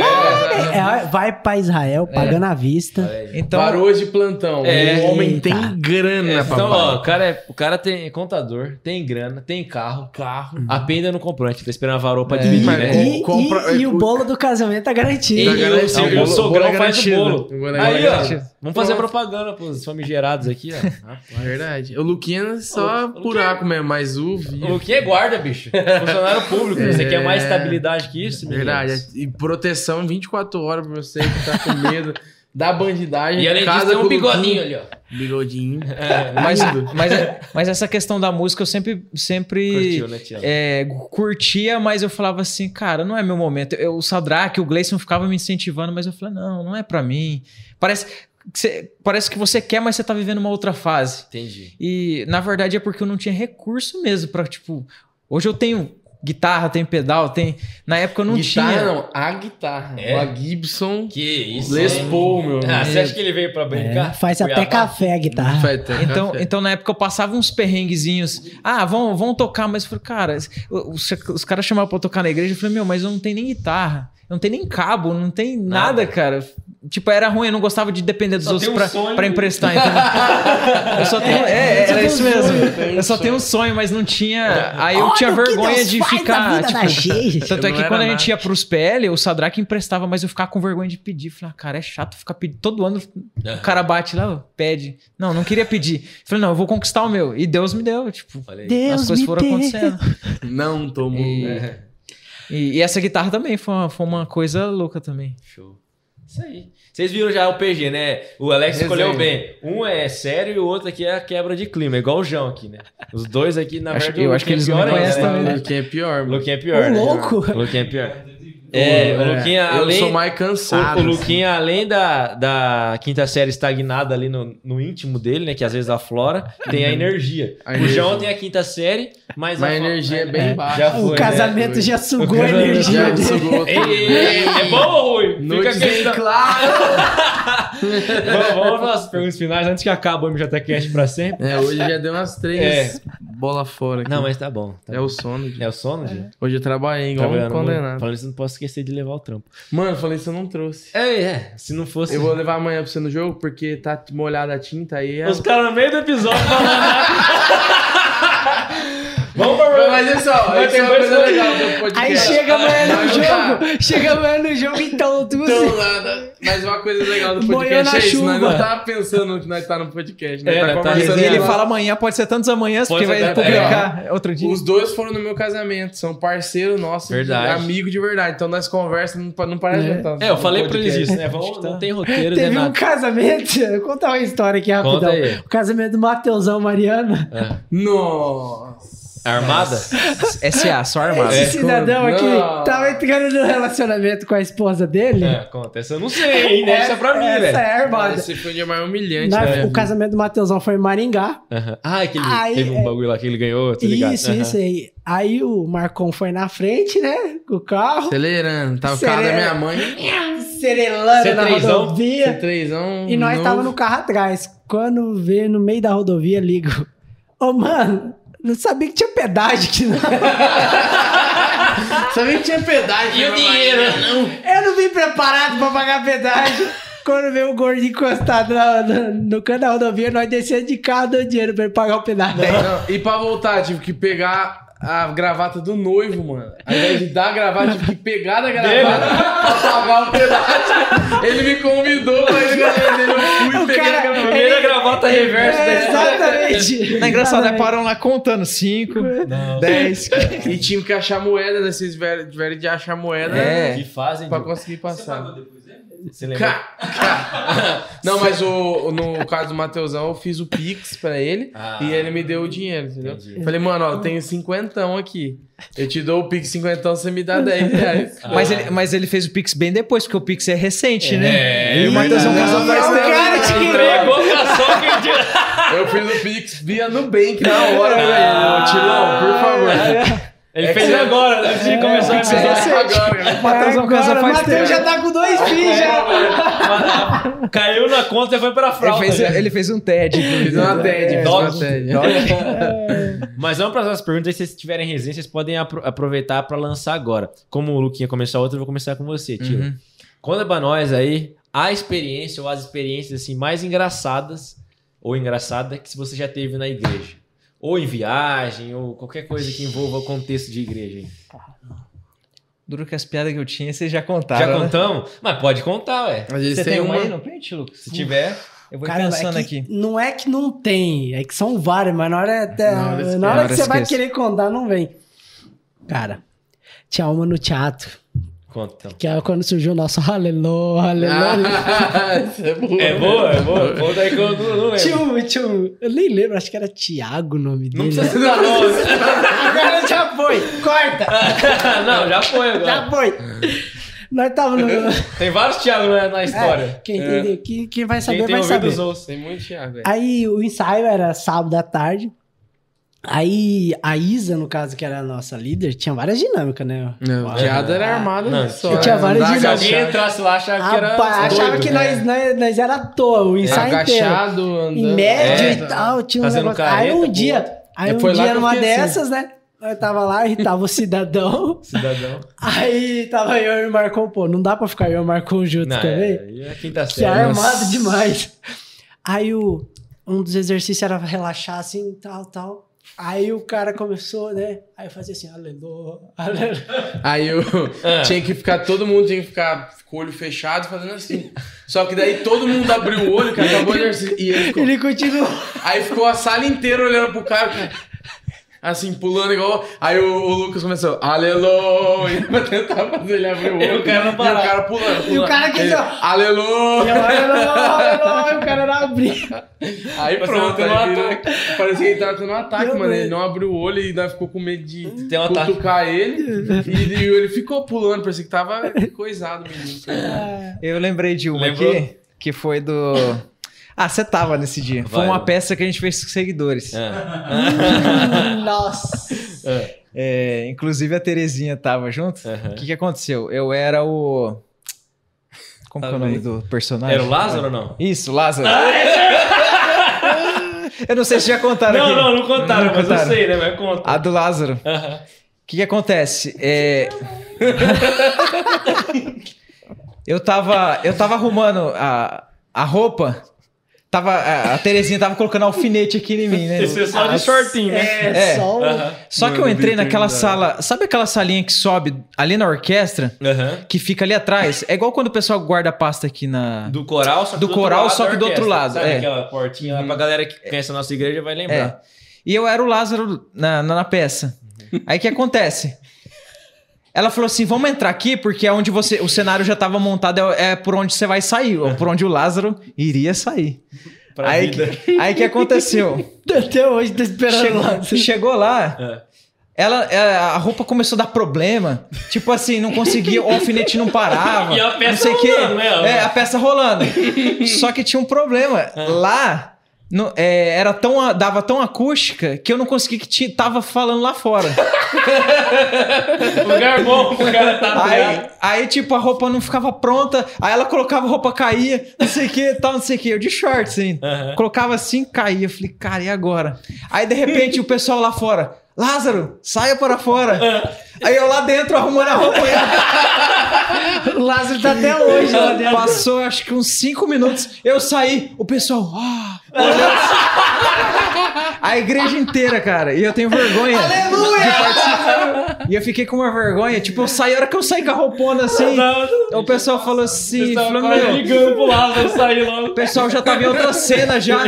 C: É, vai pra Israel,
D: É.
C: pagando à vista.
D: Então,
A: Parou de plantão.
B: É.
A: O homem tem
C: Eita.
A: grana,
B: É,
A: papai.
B: então, ó, o cara, é, o cara tem contador, tem grana, tem carro.
D: Uhum.
A: carro.
B: A P ainda não comprou, a gente tá esperando a varoa pra dividir,
A: mas
B: né?
A: é.
C: E,
A: Compra-
C: e- e o bolo do casamento tá
B: E,
C: garantido.
A: Tá
B: o,
A: garantido.
B: e o
A: Bolo-
B: sogrão
A: bolo é
B: faz o
A: garantido.
B: bolo.
A: O bolo é
B: Aí, ó,
A: garantido.
B: vamos fazer
A: Pronto.
B: propaganda pros famigerados aqui, ó.
A: Verdade. O Luquinha é
B: O- o
A: só
B: Luquinha-
A: buraco mesmo, mas o vivo.
B: O que é guarda, bicho. Funcionário público. Você
A: É.
B: quer mais estabilidade que isso, meninas?
A: Verdade. E proteção 24 horas pra você que tá com medo da bandidagem.
B: E além disso,
A: casa
B: tem um
A: com É.
B: bigodinho ali, ó.
A: Bigodinho.
D: Mas, mas, mas essa questão da música eu sempre, sempre
B: Curtiu, né, Tiago?
D: é, curtia, mas eu falava assim, cara, não é meu momento. Eu, o Sadraque, o Gleison ficava me incentivando, mas eu falei, não, não é pra mim. Parece que você, parece que você quer, mas você tá vivendo uma outra fase.
B: Entendi.
D: E na verdade é porque eu não tinha recurso mesmo pra, tipo, hoje eu tenho guitarra, tenho pedal, tem. Na época eu não
A: guitarra
D: tinha.
A: não, a guitarra.
B: É.
A: Uma Gibson
B: Que isso.
A: Les
B: hein?
A: Paul, meu.
B: Ah, você acha que ele veio pra brincar?
C: É, faz até
B: Cuiabá?
C: café a guitarra.
A: Feta.
D: Então, então, na época eu passava uns perrenguezinhos. Ah, vão, vão tocar, mas eu falei, cara, os, os caras chamavam pra eu tocar na igreja. Eu falei, meu, mas eu não tenho nem guitarra, eu não tenho nem cabo, não tem nada,
B: Nada.
D: cara. Tipo, era ruim, eu não gostava de depender dos
B: Só
D: outros
B: tem um
D: pra,
B: sonho.
D: pra emprestar. entendeu? eu só tenho. É,
A: só
D: era
A: tem
C: tipo
D: isso
A: um
D: mesmo.
A: sonho, tem um
D: Eu só tenho um sonho, mas não tinha. Aí eu
C: Olha
D: tinha
C: o que
D: vergonha
C: Deus
D: de
C: faz na
D: ficar.
C: vida da gente.
D: Tanto é
A: Não
D: que
A: era
D: quando a
A: nada.
D: gente ia pros PL, o Sadraque emprestava, mas eu ficava com vergonha de pedir. Falei, ah, cara, é chato ficar pedindo. Todo ano o cara bate lá, ó, pede. Não, não queria pedir. Falei, não, eu vou conquistar o meu. E Deus me deu, tipo.
B: Olha aí.
C: Deus
D: as coisas
C: me
D: foram
C: deu.
D: acontecendo.
A: Não tomou.
B: É.
A: É.
D: E, e- e essa guitarra também foi uma, foi uma coisa louca também.
B: Show. Isso aí. Vocês viram já o PG, né? O Alex
A: Resenha.
B: escolheu bem. Um é sério e o outro aqui é a quebra de clima, é igual o João aqui, né? Os dois aqui, na
D: Acho-
B: verdade,
D: eu
B: o
D: acho que
B: Luquinha
D: eles
B: é pior
D: não me
B: ainda,
D: conhecem
B: né?
A: O
D: também,
A: Luquinha é pior,
B: O
A: mano.
B: Luquinha é pior,
C: Ô,
B: né?
C: louco!
B: O Luquinha é pior. É, o Luquinha,
A: eu
B: além,
A: sou mais assim. cansado.
B: o, o Luquinha, além da, da quinta série estagnada ali no, no íntimo dele, né? Que às vezes aflora, tem a energia.
A: Uhum. A
B: O
A: energia.
B: João tem a quinta série, mas...
A: Mas a energia é bem baixa.
B: Já
C: O
B: foi,
C: casamento
A: né?
C: já sugou a
B: casamento
C: energia
A: Já
C: dele.
A: sugou
B: Ei, ei, ei, é bom ou ruim? Fica então. a
A: Noites
B: questão.
A: bem claras.
B: Vamos, vamos para as perguntas finais antes que acabe o MJCast para sempre.
A: É, hoje já deu umas três
B: É.
A: bola fora aqui.
B: Não, mas tá bom. tá
A: É
B: bom. Tá
A: o sono. Gil.
B: É o sono, Gil?
A: Hoje eu trabalhei igual um
B: Trabalhando muito.
A: condenado.
B: Falando isso, não posso esquecer de levar o trampo.
A: Mano, eu falei isso, eu não trouxe.
B: É, é. Se não fosse.
A: Eu vou levar amanhã pra você no jogo, porque tá molhada a tinta aí. É...
B: Os caras no meio do episódio falando. né? Vamos pra
A: Mas é só, isso é
B: Mas tem
A: uma
B: dois
A: coisa legal
B: convidados.
A: do podcast.
C: Aí chega amanhã no
A: Mas não tá.
C: jogo. Chega amanhã no jogo, então, tu
A: Então, nada. Mas uma coisa legal do
C: Boiou
A: podcast
C: na
A: é isso. Nós
C: chuva.
A: não tá pensando que nós tá no podcast, né?
B: É,
A: tá
B: nós tá
A: conversando
D: E ele
A: lá.
D: fala amanhã, pode ser tantos amanhãs,
B: Pode
D: porque
B: ser
D: vai
B: tanto-
D: publicar outro dia.
A: Os dois foram no meu casamento, são parceiro nosso,
B: Verdade.
A: de- amigo de verdade. Então nós conversamos, não, pa- não parece
D: É.
A: que tá
B: É, eu falei pra
A: podcast.
B: eles isso, né? Vamos, não tem roteiro, né?
C: Teve um
B: Nada.
C: casamento. Eu vou contar uma história aqui rapidão.
B: Conta aí.
C: O casamento do Mateusão Mariano.
A: Nossa.
B: É Armada?
D: SA, só armado.
C: Esse cidadão
A: Não.
C: aqui tava entrando no relacionamento com a esposa dele.
B: É, acontece. Eu não sei, hein? Deixa pra mim, né? velho.
C: essa é a
A: Mano,
C: armada.
A: esse foi o dia mais humilhante,
C: Na-
A: né?
C: o casamento do Mateusão foi em Maringá.
B: Aham. Ah, aquele.
C: Ai,
B: teve um
C: é.
B: bagulho lá que ele ganhou, tá ligado?
C: Isso, isso aí. Aí o Marcon foi na frente, né? Com o carro.
A: Acelerando, tava o cara da minha
C: Acelera.
A: mãe.
B: é
C: Cerelando na
B: C3zão.
C: rodovia.
A: C3ão.
C: E nós
A: novo.
C: tava no carro atrás. Quando vê no meio da rodovia, ligo. Ô, mano, não sabia que tinha pedágio aqui, não.
A: Sabia que tinha pedágio.
B: E o
A: né,
B: dinheiro?
A: mas- Não.
C: Eu não vim preparado pra pagar pedágio. Quando vê o gordo encostado na- na- no canto da rodovia, nós descendo de carro dando dinheiro pra ele pagar o pedágio.
A: Não, E pra voltar, tive que pegar a gravata do noivo, mano. Ao invés de dar a gravata, tive que pegar da gravata pra pagar o pedágio. Ele me convidou pra ir na casa dele, eu fui
C: O
A: peguei
C: cara-
A: a gravata.
B: Primeira gravata reversa da
C: É, exatamente.
D: Não é engraçado, né?
C: Exatamente.
D: Param lá contando 5,
B: Não.
D: 10.
A: E tive que achar moeda, né? vocês tiveram tiveram de achar moeda
D: É.
B: Que fazem.
A: pra
B: de-
A: conseguir passar.
B: Você lembra?
A: Ca- ca- Não, mas o, no caso do Mateusão, eu fiz o Pix pra ele
B: Ah.
A: e ele me deu o dinheiro, entendeu?
B: Entendi.
A: Falei, mano, ó, eu tenho cinquentão aqui. Eu te dou o Pix cinquentão, você me dá 10 reais.
D: Mas, ele, mas ele fez o Pix bem depois, porque o Pix é recente, né?
B: É,
D: e o Matheusão
A: verdade.
D: casou faz
A: Não,
D: tempo.
A: cara,
C: te
B: Entregou pra só quem tinha-
A: Eu fiz o Pix via Nubank na hora, velho. Ô, Tilão, por favor.
B: Ele
A: É que
B: fez
A: você-
B: agora, antes de começar a
A: Você
B: episódio.
A: vai agora, né?
D: O Matheusão casou
C: Agora, o
D: faz
C: Matheus já
D: tempo.
C: tá com dois
A: É.
C: filhos, já.
B: Caiu na conta e foi pra né?
D: Ele
B: fraude.
D: fez, ele fez um TED.
A: Fiz uma TED,
B: é,
A: fiz uma
B: Dog.
A: TED.
B: Mas vamos para as perguntas. Se vocês tiverem resenha, vocês podem apro- aproveitar pra lançar agora. Como o Luquinha começou a outra, eu vou começar com você, tio.
A: Uhum.
B: Conta pra nós aí a experiência ou as experiências assim mais engraçadas ou engraçada que você já teve na igreja. Ou em viagem, ou qualquer coisa que envolva o contexto de igreja. hein?
D: Duro que as piadas que eu tinha, vocês já contaram.
B: Já
D: né?
B: contamos? Mas pode contar, ué.
A: Mas eles
D: Você
A: têm
D: tem uma
A: uma-
D: aí no print, Lucas?
B: Se tiver.
D: Eu vou
C: Cara,
D: pensando
C: é que
D: aqui.
C: Não é que não tem, é que são vários, mas na hora, até-
A: Na hora
C: na hora que
D: esquece.
C: você vai
D: Esquece.
C: querer contar, não vem. Cara, tinha uma no teatro,
B: Conta então.
C: que é quando surgiu o nosso Hallelujah,
B: Ah.
C: Hallelujah.
A: Isso é boa.
B: É boa, é boa. Conta aí que eu não, não
C: Tinha
B: lembro.
C: um, tinha um- eu nem lembro, acho que era Tiago o nome
B: Não
C: dele.
B: precisa citar nome.
C: Agora já foi, corta,
B: Ah, Não, já foi
C: já
B: agora.
C: foi. Nós tava no...
B: Tem vários Thiago na, na
C: É,
B: história.
C: quem entendeu, quem, quem vai saber,
B: Quem tem
C: vai
B: ouvido
C: saber.
B: os outros.
A: Tem muito Thiago, velho.
C: Aí o ensaio era sábado à tarde. Aí a Isa, no caso, que era a nossa líder, tinha várias dinâmicas, né?
A: Não, piada era armada
B: Não, é.
A: só.
C: tinha
A: né?
C: vários
A: Andar
B: Se
C: dinâmicas.
B: alguém
A: agachado,
B: entrasse lá, achava que era.
C: Rapaz, achava
B: doido,
C: que
B: né?
C: nós, nós, nós era à toa, o ensaio inteiro.
A: é agachado,
C: Em
A: andando.
C: médio
A: É.
C: e tal, tinha um
B: Fazendo
C: negócio. aí
B: careta,
C: um
B: pô.
C: dia, aí
A: É,
C: um
A: foi lá
C: dia
A: que eu
C: numa
A: fiquei assim.
C: dessas, né? Eu tava lá, irritava o cidadão.
B: Cidadão.
C: Aí tava eu e o Marcão, pô, não dá pra ficar eu e o Marcão junto
B: Não,
C: também.
B: é, e a quinta
C: Que é
B: série.
A: nossa.
C: armado demais. Aí o, um dos exercícios era relaxar assim, tal, tal. Aí o cara começou, né? Aí eu fazia assim, aleluia, aleluia.
A: Aí eu
B: Ah.
A: tinha que ficar, todo mundo tinha que ficar com o olho fechado fazendo assim. Só que daí todo mundo abriu o olho, cara, acabou o exercício. E ele ficou.
C: Ele continuou.
A: Aí ficou a sala inteira olhando pro cara, cara, assim, pulando igual. Aí o, o Lucas começou, aleluia, pra tentar fazer ele abrir o olho.
B: E o cara não parava.
A: E o cara pulando.
C: E o
A: pulando.
C: cara que
A: Ele,
B: assim,
C: só- E eu,
A: Aleluia.
C: aleluia, aleluia, o cara era abrir.
A: Aí
B: Você não
A: pronto,
B: tem
A: aí
B: um
A: virou- parecia que ele tava tendo um ataque,
C: Meu
A: mano.
C: Deus.
A: Ele não abriu o olho e ainda ficou com medo de
B: Tem um ataque.
A: cutucar ele. E, e ele ficou pulando, parecia que tava coisado, menino.
C: tá.
D: Eu lembrei de uma
B: Lembrou?
D: aqui, que foi do. Ah, você tava nesse dia. foi
B: Vai,
D: uma
B: vai.
D: peça que a gente fez com seguidores.
B: Ah,
C: Nossa.
D: É, inclusive a Terezinha tava junto. O
B: aham.
D: que, que aconteceu? Eu era o. Como que é o nome do personagem?
B: Era o Lázaro Ah, é ou não?
D: Isso, Lázaro. eu não sei se já contaram
B: Não,
D: aqui.
B: não, não contaram,
D: Não
B: mas
D: contaram.
B: eu sei, né? Mas conta.
D: A do Lázaro. O
B: Aham.
D: que, que acontece? É... eu, tava, eu tava arrumando a, a roupa. Tava, a, a Terezinha tava colocando alfinete aqui em mim, né?
B: Esse é só de shortinho, né?
C: É,
D: É.
C: só um-
B: Aham.
D: Só que eu
A: Mano,
D: entrei
A: bem
D: naquela
A: tremendo,
D: sala. Sabe aquela salinha que sobe ali na orquestra?
B: Aham.
D: Que fica ali atrás? É igual quando o pessoal guarda a pasta aqui na.
B: Do coral, só que
D: Do
B: outro
D: coral,
B: lado
D: só
B: da
D: que do outro
B: orquestra.
D: lado,
B: Sabe
D: é.
B: aquela portinha lá pra galera que conhece a nossa igreja vai
D: É.
B: lembrar.
D: E eu era o Lázaro na, na, na peça.
B: Uhum.
D: Aí o que acontece? Ela falou assim: vamos entrar aqui, porque é onde você. O cenário já estava montado, é, é por onde você vai sair, ou por onde o Lázaro iria sair.
B: Pra
D: aí,
B: vida.
D: que, aí que aconteceu?
C: Até hoje tô esperando lá.
D: chegou, chegou lá,
B: É.
D: ela, é, a roupa começou a dar problema. Tipo assim, não conseguia, o alfinete não parava.
B: E a peça
D: não sei o quê.
B: rolando, né?
D: É, a peça rolando. Só que tinha um problema.
B: É.
D: Lá no- é, era tão, a- dava tão acústica que eu não consegui que ti- tava falando lá fora.
B: Lugar bom pro cara tá
D: aí, aí, tipo, a roupa não ficava pronta. Aí ela colocava, a roupa caía, não sei o que, tal, não sei o que. Eu de shorts, assim.
B: Aham.
D: Colocava assim, caía. Eu falei, cara, e agora? Aí, de repente, o pessoal lá fora... Lázaro, saia para fora. Aí eu lá dentro arrumando a roupa.
C: O Lázaro tá até hoje lá dentro.
D: Passou acho que uns 5 minutos, eu saí, o pessoal. "Ah, a igreja inteira, cara. E eu tenho vergonha. de participar. E eu fiquei com uma vergonha. Tipo, eu saí, a hora que eu saí com a roupona assim, o pessoal falou assim: falou,
B: quase
D: "Meu,
B: ligando pro Lázaro sair logo.
D: o pessoal já tava em outra cena já.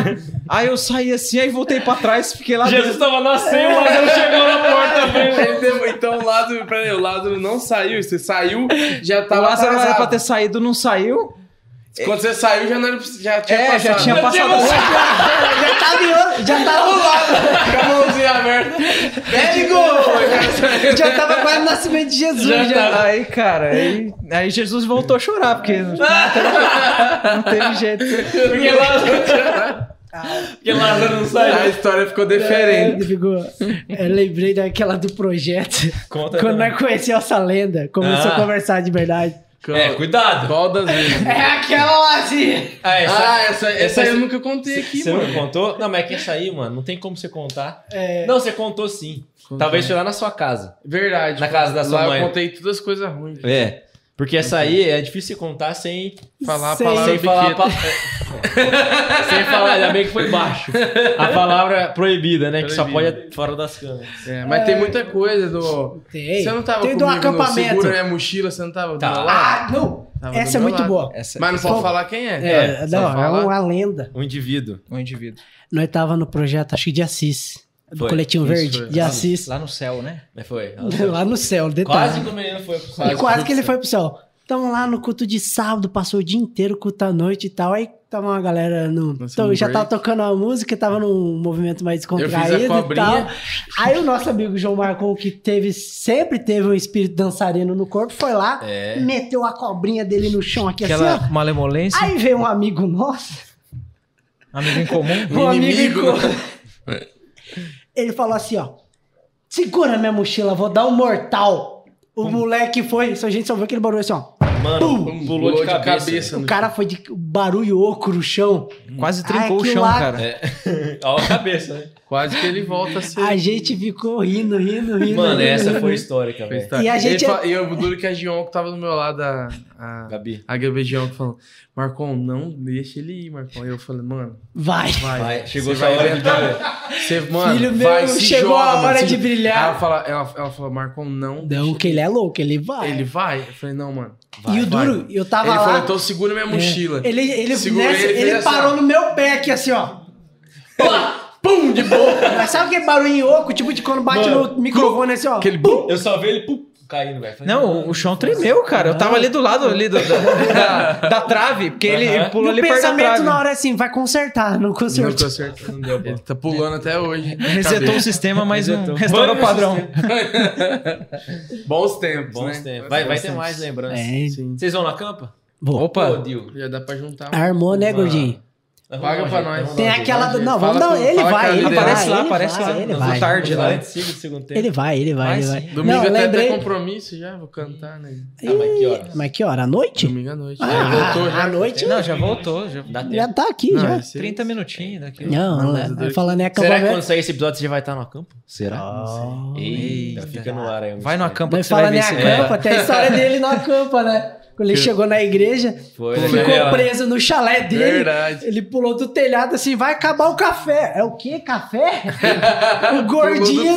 D: Aí eu saí assim, aí voltei pra trás, fiquei lá.
B: Jesus tava nascendo, o Lázaro chegou na porta, veio.
A: Ele deu- então o Lázaro, peraí, o Lázaro não saiu. Você saiu, já
D: O
A: tava.
D: Lázaro era tá pra
A: atrasado.
D: ter saído, não saiu.
A: Quando você saiu, já, não era, já tinha
D: É,
A: passado.
D: já tinha
B: Já tinha
D: passado.
C: Já tava tá em outro, já tava,
A: passado. Com a mãozinha aberta. Médico!
C: já tava quase no nascimento de Jesus.
B: Já
C: já.
B: tava.
D: Aí, cara, aí, aí Jesus voltou a chorar, porque não teve, não teve jeito.
B: Porque Lázaro. Porque Lázaro não
A: A
B: saiu.
A: história ficou diferente.
C: É, ficou. Eu lembrei daquela do projeto.
B: Conta
C: Quando
B: também.
C: é nós conhecemos essa lenda, começou
B: Ah.
C: a conversar de verdade.
B: É, cuidado.
A: Qual das vezes?
C: É aquela lá assim.
B: Ah, essa-
A: Ah, essa, essa,
B: essa-
A: eu nunca contei aqui,
B: Você
A: mano.
B: não contou? Não, mas é que essa aí, mano, não tem como você contar.
C: É.
B: Não, você contou sim.
A: né?
B: Talvez foi lá na sua casa.
A: Verdade.
B: Na casa da sua
A: Lá
B: mãe.
A: eu contei todas as coisas ruins.
B: É. Porque essa aí é difícil você contar sem
A: Falar a
C: Sem-
A: palavra
B: sem falar a
A: biqueta.
B: pa- sem falar, ainda bem que foi baixo. A palavra proibida, né? Que só
A: Proibida.
B: pode fora das câmeras.
A: É, mas tem muita coisa do...
C: Tem.
A: Você não tava
C: Tem do
A: comigo no
C: acampamento.
A: segura minha mochila, você não tava do
B: Tá.
A: meu lado?
C: Ah, não.
A: Tava do
C: Essa é
A: meu
C: muito
A: lado.
C: boa.
D: Essa,
A: Mas não
D: essa-
A: posso falar quem é.
C: É,
A: só
C: não, é
A: falar.
C: uma lenda.
B: Um indivíduo.
D: um indivíduo.
C: Nós tava no projeto, acho que de Assis. do
B: Foi.
C: Coletivo
B: Isso,
C: Verde,
B: foi.
C: de
B: Lá no-
C: Assis.
D: Lá no céu, né?
B: Mas É, foi.
C: Lá no céu, detalhe.
B: Quase que o menino foi pro
C: E quase que ele foi pro céu. Tamo lá no culto de sábado, passou o dia inteiro, culto à noite e tal. Aí tava uma galera no.
A: Nossa,
C: Então,
A: um
C: já tava
A: break.
C: tocando a música, tava num movimento mais
A: Eu fiz
C: descontraído
A: a
C: e tal.
A: cobrinha.
C: Aí o nosso amigo João Marcon, que teve, sempre teve um espírito dançarino no corpo, foi lá,
B: É.
C: meteu a cobrinha dele no chão aqui
D: Aquela
C: assim, ó.
D: malemolência,
C: Aí veio um amigo nosso,
D: amigo em comum.
C: um amigo em
A: Inimigo,
C: comum. Ele falou assim, ó. Segura minha mochila, vou dar um mortal. O moleque foi, só a gente só viu aquele barulho assim, ó.
B: Mano,
A: um
B: pulou, de cabeça.
A: no
C: né? O cara foi de barulho oco no chão.
D: Uhum. Quase
C: Ah,
D: trincou o
C: aquilo
D: chão,
C: lá-
D: cara.
B: Ó, a cabeça, né?
A: chão. Quase que ele volta a ser.
C: A gente ficou rindo, rindo, rindo.
B: Mano,
C: rindo,
B: essa
C: rindo.
B: foi histórica, velho.
A: Tá.
C: E a gente- é-
A: Ele fa- E eu duro que a Gion que tava do meu lado, a, a,
B: Gabi.
A: a Gabi Gion, que falou: Marcon, não deixa ele ir, Marcon. Aí eu falei, mano,
C: Vai.
A: vai.
B: Vai, chegou
A: Você
B: sua
A: vai
B: hora de
A: inventar.
B: brilhar.
A: Você, mano,
C: Filho meu,
A: vai, se
C: chegou
A: joga,
C: a
A: mano,
C: hora
A: se
C: de
A: joga.
C: brilhar.
A: Ela fala, ela, ela falou, Marcon, não deixa
C: Não, que ele é louco, ele vai.
A: Ele vai? Eu falei, não, mano.
C: e o duro, eu tava
A: ele
C: lá. É.
A: falou, então segura minha mochila.
C: Ele, ele,
A: Segurei,
C: nessa-
A: ele fez
C: ele
A: assim,
C: parou
A: ó.
C: no meu pé aqui, assim, ó.
A: Pum, de boa.
C: Mas sabe aquele barulho oco, tipo de quando bate
B: Mano,
C: no microfone, assim, ó.
A: Aquele bum.
B: Eu só vi ele pum, caindo, velho. Falei,
D: Não, o chão tremeu, cara. Eu tava ali do lado ali do- da, da- da trave, porque ele, ele
C: Meu
D: pulou ali perto da
C: pensamento
D: trave.
C: na hora é assim, vai consertar, não
A: Não
C: consertou.
A: consertou, não deu bom. Ele tá pulando até
C: É,
A: hoje.
D: Resetou o sistema, mas não
B: Resetou.
D: restaurou o
B: Banho
D: padrão.
A: Bons tempos,
B: Bons
A: né?
B: tempos. Vai, vai
A: Bons
B: ter
A: tempos.
B: mais lembrança.
C: É,
A: Sim.
B: Vocês vão na campa?
C: bom.
B: Pô,
D: Opa,
B: Dil.
A: Já dá pra juntar.
C: Armou, né,
A: Uma-
C: gordinho?
A: Paga pra nós.
C: Tem aquela. do- Não,
A: Fala
C: vamos dar.
A: com-
C: Ele
A: fala com a
C: vai, ele
A: liderança.
C: vai.
D: Aparece lá,
C: ele
D: aparece
C: vai,
D: lá.
C: Ele
D: Não,
C: vai.
D: tá- tarde, lá.
B: o segundo tempo.
C: Ele vai, ele vai,
D: Vai
C: ele vai.
D: sim.
A: Domingo
C: não,
A: até
C: lembrei.
A: tem compromisso já, vou cantar, né?
B: Ah, mas que horas?
C: Mas que hora? À noite?
A: Domingo à noite.
C: Ah,
A: Aí voltou já. tá
C: à noite?
D: não, já voltou. Já...
B: Dá tempo.
C: Já tá aqui,
A: Não,
C: já.
A: esse-
D: 30 minutinhos daqui.
A: Não,
C: Não,
A: mas eu
C: né?
A: dei-
C: falando em
B: Será que
C: acampamento.
B: quando sair esse episódio você já vai estar no campo? Será?
C: Oh.
B: Eita,
D: Eita.
B: fica no ar aí.
D: Vai no acampo que
C: Nós
D: você vai
C: falando
D: ver
C: em
D: esse cara.
C: acampa, tem né? a história dele no acampa, né? Quando ele chegou na igreja,
B: Foi, né,
C: ficou
B: galera?
C: preso no chalé dele.
A: Verdade.
C: Ele pulou do telhado assim, vai acabar o café. É o quê? Café? o gordinho,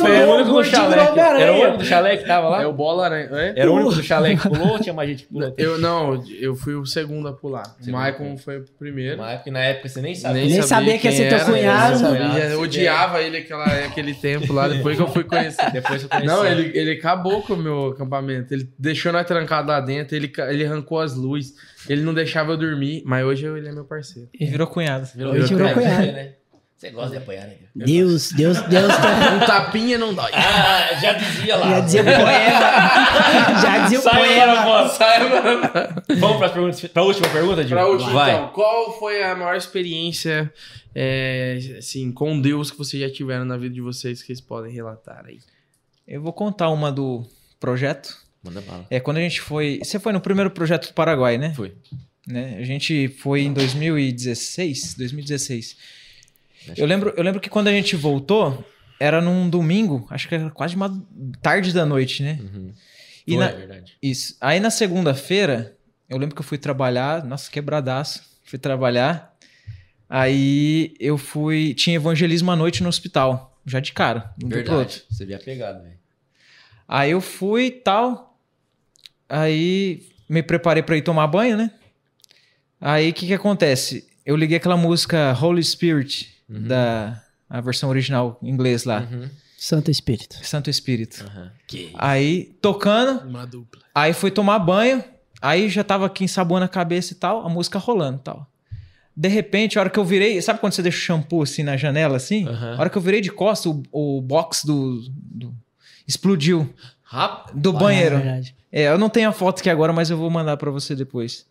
A: Pulou do pé,
C: o,
A: o
B: único do
C: gordinho
B: chalé
C: virou
B: que- Era o único
C: um Homem-Aranha.
B: do chalé que tava lá?
A: É o Bola Aranha. É?
B: Era o único do chalé que pulou ou tinha mais gente que pulou?
A: Eu não, eu fui o segundo a pular. O
B: Segundo.
A: Maicon foi o primeiro.
B: Mas que na época você nem sabia.
A: Nem,
C: Nem sabia
A: sabia
C: que
A: quem
C: ia ser teu
A: era, nem
C: cunhado.
A: sabia. Eu odiava ele aquela, aquele tempo lá, depois que eu fui conhecer.
B: Depois eu conheci.
A: Não, ele, ele acabou com o meu acampamento. Ele deixou nós trancados lá dentro, ele, ca- ele arrancou as luzes, ele não deixava eu dormir, mas hoje eu- ele é meu parceiro.
D: E virou cunhado.
C: Hoje virou cunhado.
B: né? Você gosta de apanhar, né?
C: Deus, Deus, Deus. tá-
A: Um tapinha não dói.
B: Ah, já dizia lá.
C: Já dizia o poema. Já dizia o
B: Sai
C: poema.
B: agora, moça.
A: Sai, mano.
B: Vamos para perguntas, pra última pergunta, Dil?
A: Pra última,
B: Vai.
A: então, qual foi a maior experiência é, assim, com Deus que vocês já tiveram na vida de vocês que vocês podem relatar aí?
D: Eu vou contar uma do projeto.
B: Manda bala.
D: É, quando a gente foi. Você foi no primeiro projeto do Paraguai, né?
B: Fui.
D: Né? A gente foi em 2016. 2016.
B: Acho
D: Eu lembro, eu lembro que quando a gente voltou, era num domingo, acho que era quase madu- tarde da noite, né? E
B: Foi,
D: na-
B: é verdade.
D: Isso. Aí na segunda-feira, eu lembro que eu fui trabalhar, nossa, quebradaço. Fui trabalhar. Aí eu fui. Tinha evangelismo à noite no hospital, já de cara. um dia pro outro.
B: Verdade. Você via pegado, velho.
D: Aí eu fui e tal. Aí me preparei pra ir tomar banho, né? Aí o que que acontece? Eu liguei aquela música Holy Spirit,
B: Uhum.
D: da a versão original em inglês lá,
B: Uhum.
C: Santo Espírito.
D: Santo Espírito.
B: Aham. Que
D: Aí tocando,
A: Uma dupla.
D: Aí fui tomar banho, aí já tava aqui ensaboando a cabeça e tal, a música rolando e tal. De repente, a hora que eu virei, sabe quando você deixa o shampoo assim na janela, assim?
B: Aham.
D: A hora que eu virei de costas, o, o box do, do- explodiu
B: rápido.
D: do banheiro.
C: É verdade.
D: É, eu não tenho a foto aqui agora, mas eu vou mandar pra você depois.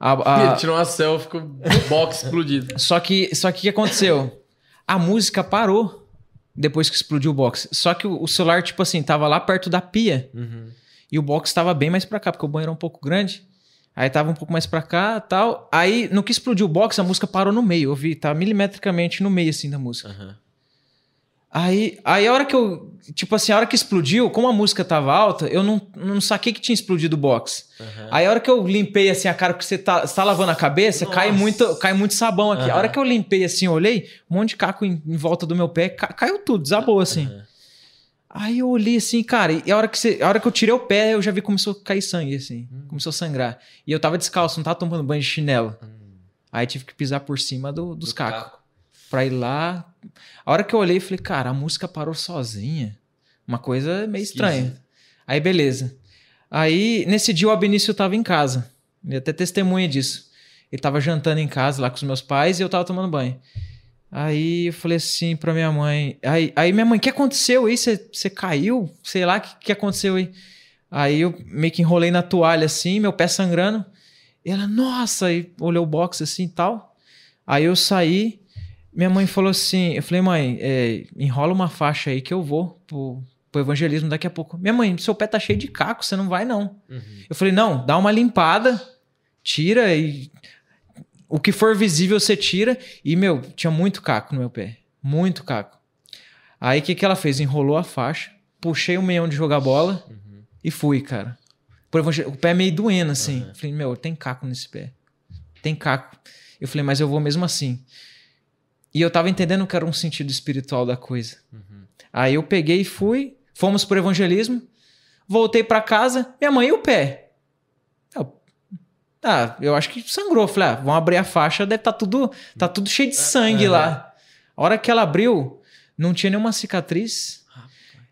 D: A- a- Ah.
A: Ele tirou uma selfie com o box explodido.
D: só que só que o que aconteceu? A música parou depois que explodiu o box. Só que o, o celular tipo assim tava lá perto da pia.
B: Uhum.
D: E o box estava bem mais pra cá, porque o banheiro era um pouco grande. Aí tava um pouco mais pra cá tal. Aí, no que explodiu o box, a música parou no meio. Eu vi, tá milimetricamente no meio, assim, da música.
B: Aham.
D: Aí, aí a hora que eu... Tipo assim, a hora que explodiu, como a música tava alta, eu não, não saquei que tinha explodido o box.
B: Aham.
D: Aí a hora que eu limpei, assim, a cara, porque você tá, você tá lavando a cabeça,
B: Nossa.
D: cai muito, cai muito sabão aqui. A
B: Aham.
D: hora que eu limpei, assim, eu olhei, um monte de caco em, em volta do meu pé, ca- caiu tudo, desabou, assim.
B: Aham.
D: Aí eu olhei assim, cara, e a hora que, você- a hora que eu tirei o pé, eu já vi que começou a cair sangue, assim. Começou a sangrar. E eu tava descalço, não tava tomando banho de chinelo.
B: Hum.
D: Aí tive que pisar por cima do- dos
B: Do
D: cacos. pra ir lá. A hora que eu olhei, eu falei, cara, a música parou sozinha. Uma coisa meio estranha. Aí, beleza. Aí, nesse dia, o Abenício tava em casa. Ele até testemunha disso. Ele tava jantando em casa lá com os meus pais e eu tava tomando banho. Aí eu falei assim pra minha mãe. Aí, aí minha mãe, o que aconteceu aí? Você você caiu? Sei lá, o que, que aconteceu aí? Aí eu meio que enrolei na toalha assim, meu pé sangrando. E ela, nossa, e olhou o box assim e tal. Aí eu saí, minha mãe falou assim: eu falei, mãe, é, enrola uma faixa aí que eu vou pro, pro evangelismo daqui a pouco. Minha mãe, seu pé tá cheio de caco, você não vai não. Eu falei, não, dá uma limpada, tira e. O que for visível você tira. E, meu, tinha muito caco no meu pé. Muito caco. Aí o que, que ela fez? Enrolou a faixa, puxei o meião de jogar bola e fui, cara. Por evangel- O pé meio doendo, assim.
B: Aham.
D: Falei, meu, tem caco nesse pé. Tem caco. Eu falei, mas eu vou mesmo assim. E eu tava entendendo que era um sentido espiritual da coisa. Aí eu peguei e fui, fomos pro evangelismo, voltei pra casa, minha mãe e o pé. Eu, ah, eu acho que sangrou. Falei, ah, vão abrir a faixa, deve tá tudo, tá tudo cheio de sangue
B: aham.
D: lá. A hora que ela abriu, não tinha nenhuma cicatriz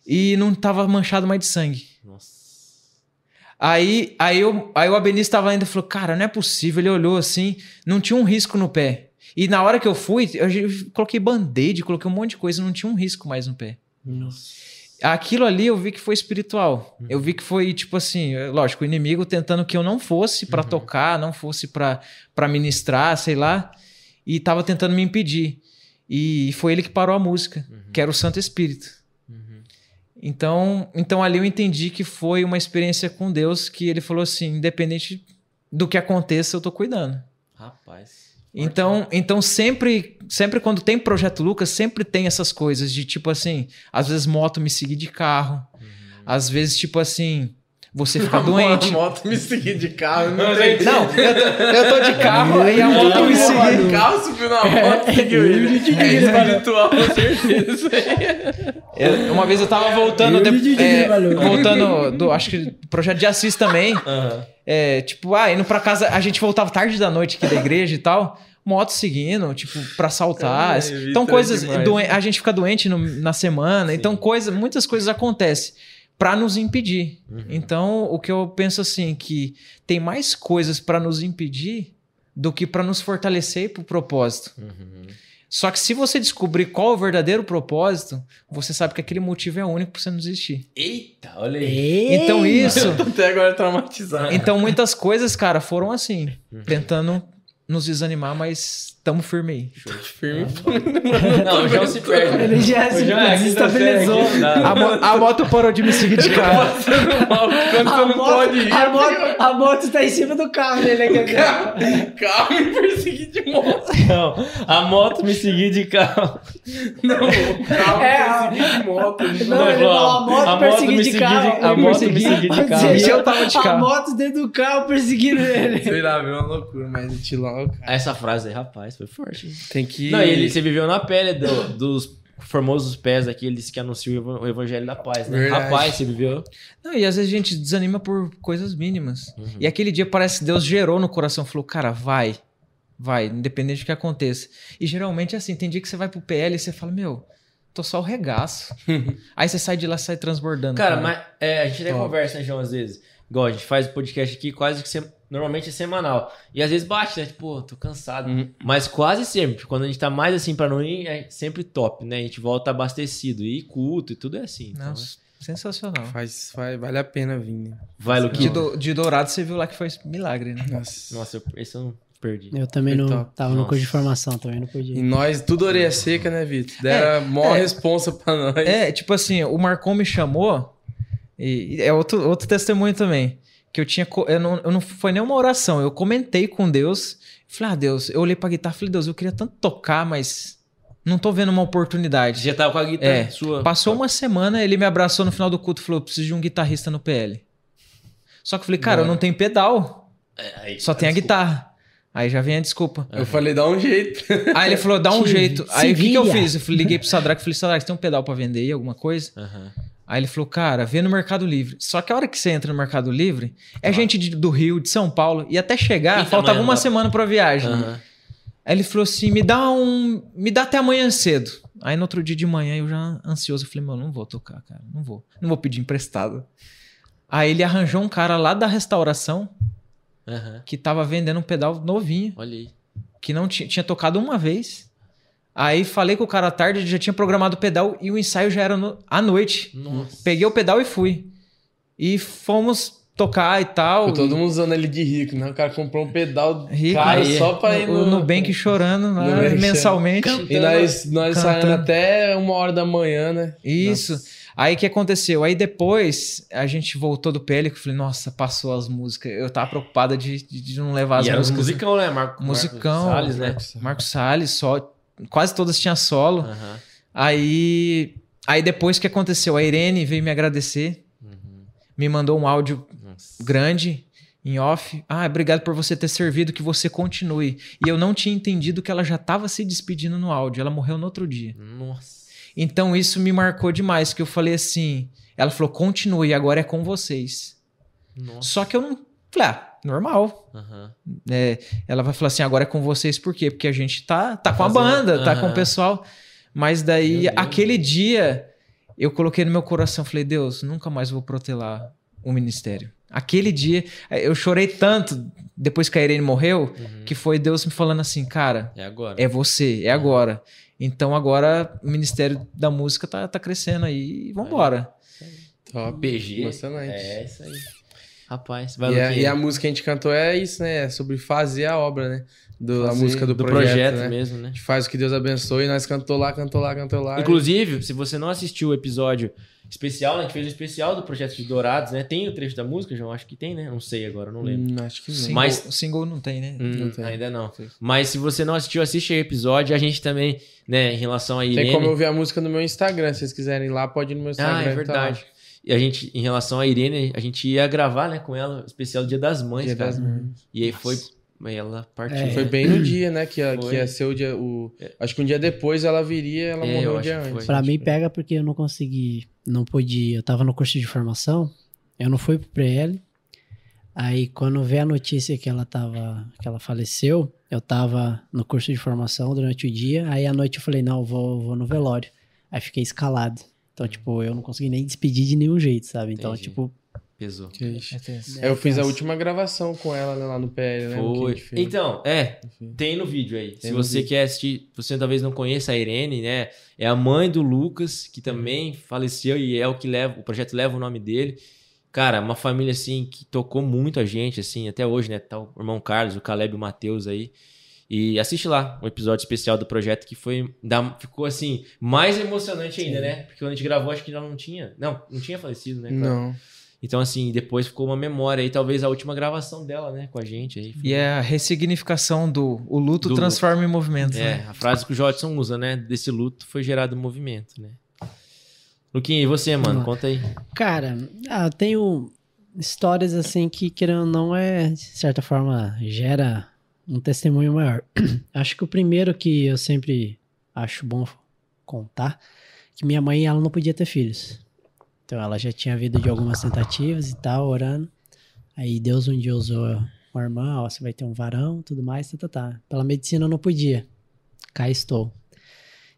D: e não tava manchado mais de sangue.
B: Nossa.
D: Aí, aí, eu, aí o Abenício tava ainda e falou: Cara, não é possível. Ele olhou assim, não tinha um risco no pé. E na hora que eu fui, eu j- coloquei band-aid, coloquei um monte de coisa, não tinha um risco mais no pé. Aquilo ali eu vi que foi espiritual. Eu vi que foi, tipo assim, é lógico, o inimigo tentando que eu não fosse pra tocar, não fosse pra pra ministrar, sei lá, e tava tentando me impedir. E foi ele que parou a música, que era o Santo Espírito. Então, então ali eu entendi que foi uma experiência com Deus que ele falou assim, independente do que aconteça, eu tô cuidando.
B: Rapaz.
D: Então, então sempre, sempre quando tem projeto Lucas, sempre tem essas coisas de tipo assim, às vezes moto me seguir de carro, às vezes tipo assim, você ficar doente.
A: A moto me seguir de carro. Não,
D: Não, eu tô, eu tô de carro, aí a moto me é seguir.
A: De carro subiu na moto, seguiu ele. É espiritual, com certeza.
D: Eu- uma vez eu tava voltando,
C: Eu
D: de-
C: entendi,
D: é,
C: valeu.
D: voltando do, acho que do projeto de Assis também. É, tipo, ah, indo pra casa, a gente voltava tarde da noite aqui da igreja e tal, moto seguindo, tipo, pra saltar.
A: Caralho,
D: então,
A: Vitor,
D: coisas.
A: é demais.
D: doen- a gente fica doente no- na semana, então, coisa, muitas coisas acontecem pra nos impedir.
A: Uhum.
D: Então, o que eu penso assim, que tem mais coisas pra nos impedir do que pra nos fortalecer e pro propósito.
B: Uhum.
D: Só que se você descobrir qual é o verdadeiro propósito, você sabe que aquele motivo é único pra você não desistir.
B: Eita, olha aí.
C: Ei,
D: Então isso,
A: Tô até agora traumatizado.
D: então muitas coisas, cara, foram assim, tentando nos desanimar, mas estamos firme aí.
A: Firme.
B: Não, o João se perde. né?
C: Ele já se
B: é tá
C: desestabilizou.
D: A, mo- a moto parou de me seguir de carro.
A: Passando mal, quando
C: A
A: você não
C: moto,
A: pode ir.
C: a, moto, a moto tá em cima do carro dele, né? cara?
A: Carro me perseguir de moto.
B: Não, a moto me seguir de carro.
A: Não, o carro
C: É,
A: me perseguir de moto.
C: Não, ele falou a moto
B: A moto
C: perseguir
B: me
C: de
B: seguir
C: carro.
B: de- a moto
C: ele
B: me
C: perseguiu.
B: seguir de
C: Ou
B: carro.
C: seja,
D: E eu tava de
C: A
D: carro.
C: moto dentro do carro perseguindo ele.
A: Sei lá, é uma loucura, mas o Tilão, cara.
B: Essa frase aí, rapaz, foi forte.
A: Tem que.
B: Não, e ele, você viveu na pele do- dos famosos pés aqueles que anunciam o evan- o evangelho da paz, né?
A: Verdade.
B: Rapaz, você viveu.
D: Não, e às vezes a gente desanima por coisas mínimas.
A: Uhum.
D: E aquele dia parece que Deus gerou no coração, falou, cara, vai, vai, independente do que aconteça. E geralmente é assim, tem dia que você vai pro PL e você fala, meu, tô só o regaço. aí você sai de lá e sai transbordando.
B: Cara, mas é, a gente até
A: Top.
B: conversa, né, João, às vezes. Igual, a gente faz o podcast aqui quase que sem- normalmente é semanal. E às vezes bate, né? Tipo, "Pô, tô cansado.
A: Uhum.
B: Mas quase sempre, quando a gente tá mais assim pra não ir, é sempre top, né? A gente volta abastecido e culto e tudo é assim. Então,
D: Nossa, sensacional.
A: Faz, faz, vale a pena vir, né?
B: né? Vai,
D: De,
B: Luquinho.
D: do- de Dourado você viu lá que foi milagre, né?
A: Nossa.
B: Nossa, eu, esse eu não perdi.
D: É.
C: Eu também
A: Foi
C: não
A: top.
C: tava no curso de
B: Nossa.
C: formação, também não
A: E
C: podia.
A: nós, tudo orelha seca, né, Vitor? Deram a maior
D: é.
A: responsa pra nós.
D: É, tipo assim, o Marcon me chamou, e e é outro, outro testemunho também, que eu tinha, co- eu não, eu não foi nenhuma oração, eu comentei com Deus, falei, ah, Deus, eu olhei pra guitarra, falei, Deus, eu queria tanto tocar, mas não tô vendo uma oportunidade.
B: Você já tava com a guitarra
D: É,
B: sua.
D: Passou uma semana, ele me abraçou no final do culto e falou, eu preciso de um guitarrista no PL. Só que eu falei, cara, eu não tenho pedal,
B: É, aí-
D: só tenho
B: desculpa.
D: a guitarra. Aí já vem a desculpa.
A: Eu falei, dá um jeito.
D: Aí ele falou, dá um
C: Te-
D: jeito.
C: se
D: Aí o que, que eu
C: vira.
D: fiz? Eu falei, liguei pro Sadraque e falei, Sadraque, tem um pedal pra vender aí, alguma coisa?
B: Aham.
D: Aí ele falou, cara, vê no Mercado Livre. Só que a hora que você entra no Mercado Livre, é gente de- do Rio, de São Paulo, e até chegar,
B: Eita,
D: faltava
B: mãe,
D: uma
B: não dá-
D: semana pra viagem.
B: Aham.
D: Aí ele falou assim: me dá um. Me dá até amanhã cedo. Aí no outro dia de manhã eu já ansioso, eu falei, mano, não vou tocar, cara. Não vou. Não vou pedir emprestado. Aí ele arranjou um cara lá da restauração
B: Aham.
D: que tava vendendo um pedal novinho,
B: Olha aí.
D: que não tinha, tinha tocado uma vez. Aí falei com o cara à tarde, ele já tinha programado o pedal e o ensaio já era no- à noite.
B: Nossa.
D: Peguei o pedal e fui. E fomos tocar e tal.
A: Ficou todo
D: e-
A: mundo usando ele de rico, né? O cara comprou um pedal
D: Rico,
A: caro
D: aí,
A: só pra ir no...
D: o Nubank chorando lá
A: Nubank
D: mensalmente.
A: E nós, nós saindo
D: cantando.
A: até uma hora da manhã, né?
D: Isso. Aí o que aconteceu? Aí depois a gente voltou do Pélico e falei, nossa, passou as músicas. Eu tava preocupada de, de- de não levar as
B: E era um
D: músicas.
B: musicão, né? Marco,
D: Musicão.
B: Marco Salles, né?
A: Nossa.
D: Marcos Salles, só. Quase todas tinha solo.
B: Aham.
D: Aí. Aí depois o que aconteceu? A Irene veio me agradecer,
B: Uhum.
D: me mandou um áudio
B: Nossa.
D: grande em off. Ah, obrigado por você ter servido, que você continue. E eu não tinha entendido que ela já tava se despedindo no áudio. Ela morreu no outro dia.
B: Nossa.
D: Então isso me marcou demais, que eu falei assim. Ela falou: continue, agora é com vocês.
B: Nossa.
D: Só que eu não. Falei, ah, normal.
B: Aham.
D: É, ela vai falar assim, agora é com vocês, por quê? Porque a gente tá, tá, com a
B: fazendo-
D: banda, tá
B: Aham.
D: com o pessoal. Mas daí,
B: Meu Deus.
D: aquele dia, eu coloquei no meu coração, falei, Deus, nunca mais vou protelar o ministério. Aquele dia, eh, eu chorei tanto depois que a Irene morreu,
B: Uhum.
D: que foi Deus me falando assim, cara,
B: É agora.
D: é você, é agora. Então agora o Ministério da Música tá, tá crescendo aí, e vambora.
A: Top.
B: BG.
A: Emocionante.
B: É isso aí. Rapaz, vai
A: e, a,
B: Luquinha.
A: e a música que a gente cantou é isso, né? É sobre fazer a obra, né? Do, a
B: Fazer
A: música do, projeto, né?
B: mesmo, né?
A: A gente faz o que Deus abençoe, nós cantou lá, cantou lá, cantou lá.
B: Inclusive, se você não assistiu o episódio especial, né? Que fez o especial do projeto de Dourados, né? Tem o trecho da música, João? Acho que tem, né? Não sei agora, não lembro.
A: Hum, acho que não.
D: Single-
B: É. Mas-
D: o single não tem, né?
B: Hum,
A: não tem.
B: ainda não.
D: Sim.
B: Mas se você não assistiu, assiste aí o episódio. A gente também, né, em relação a Irene.
A: Tem como eu ouvir a música no meu Instagram, se vocês quiserem ir lá, pode ir no meu Instagram. tá
B: Ah, é
A: lá.
B: verdade. E a gente, em relação a Irene, a gente ia gravar, né, com ela, o especial Dia das Mães,
A: Dia
B: cara.
A: das Mães.
B: E aí foi. aí Ela partiu.
C: É.
A: Foi bem no dia, né? Que, ia-
B: Foi.
A: que ia ser o dia. O, acho que um dia depois ela viria, ela
B: É, eu
A: morreu um
B: acho
A: dia
B: que
A: antes.
B: foi.
C: Pra
A: acho
C: mim
A: que-
C: pega porque eu não consegui, não pude, eu tava no curso de formação, eu não fui pro PL. Aí quando vê a notícia que ela tava, que ela faleceu, eu tava no curso de formação durante o dia, aí à noite eu falei, não, eu vou, vou no velório. Aí fiquei escalado. Então,
A: Uhum.
C: tipo, eu não consegui nem despedir de nenhum jeito, sabe? Então,
B: Entendi.
C: tipo,
B: Pesou.
A: Que isso.
D: É
B: Uhum.
D: tenso.
A: Eu fiz a última gravação com ela né, lá no PL, né?
B: Foi.
A: Então,
B: Então, é, tem no vídeo aí. Se
A: no
B: você
A: vídeo.
B: quer assistir, você talvez não conheça a Irene, né? É a mãe do Lucas, que também faleceu e é o que leva, o projeto leva o nome dele. Cara, uma família assim que tocou muito a gente, assim, até hoje, né? Tá o irmão Carlos, o Caleb e o Matheus aí. E assiste lá o episódio especial do projeto que foi. da- ficou assim, mais emocionante ainda, né? Porque quando a gente gravou, acho que ela não tinha. Não, não tinha falecido, né? cara?
A: não.
B: Então, assim, depois ficou uma memória aí, talvez a última gravação dela, né, com a gente aí.
D: E é a ressignificação do o luto
B: Do
D: transforma em movimento.
B: É,
D: né?
B: a frase que o Jodson usa, né? Desse luto foi gerado movimento, né? Luquinha, e você, mano?
C: Hum.
B: Conta aí.
C: Cara, ah, eu tenho histórias assim que, querendo ou não, é, de certa forma, gera um testemunho maior. acho que o primeiro que eu sempre acho bom contar, que minha mãe, ela não podia ter filhos. Então, ela já tinha havido de algumas tentativas e tal, orando. Aí, Deus um dia usou uma irmã, ó, você vai ter um varão, tudo mais, tá, tá, tá. Pela medicina, eu não podia. Cá estou.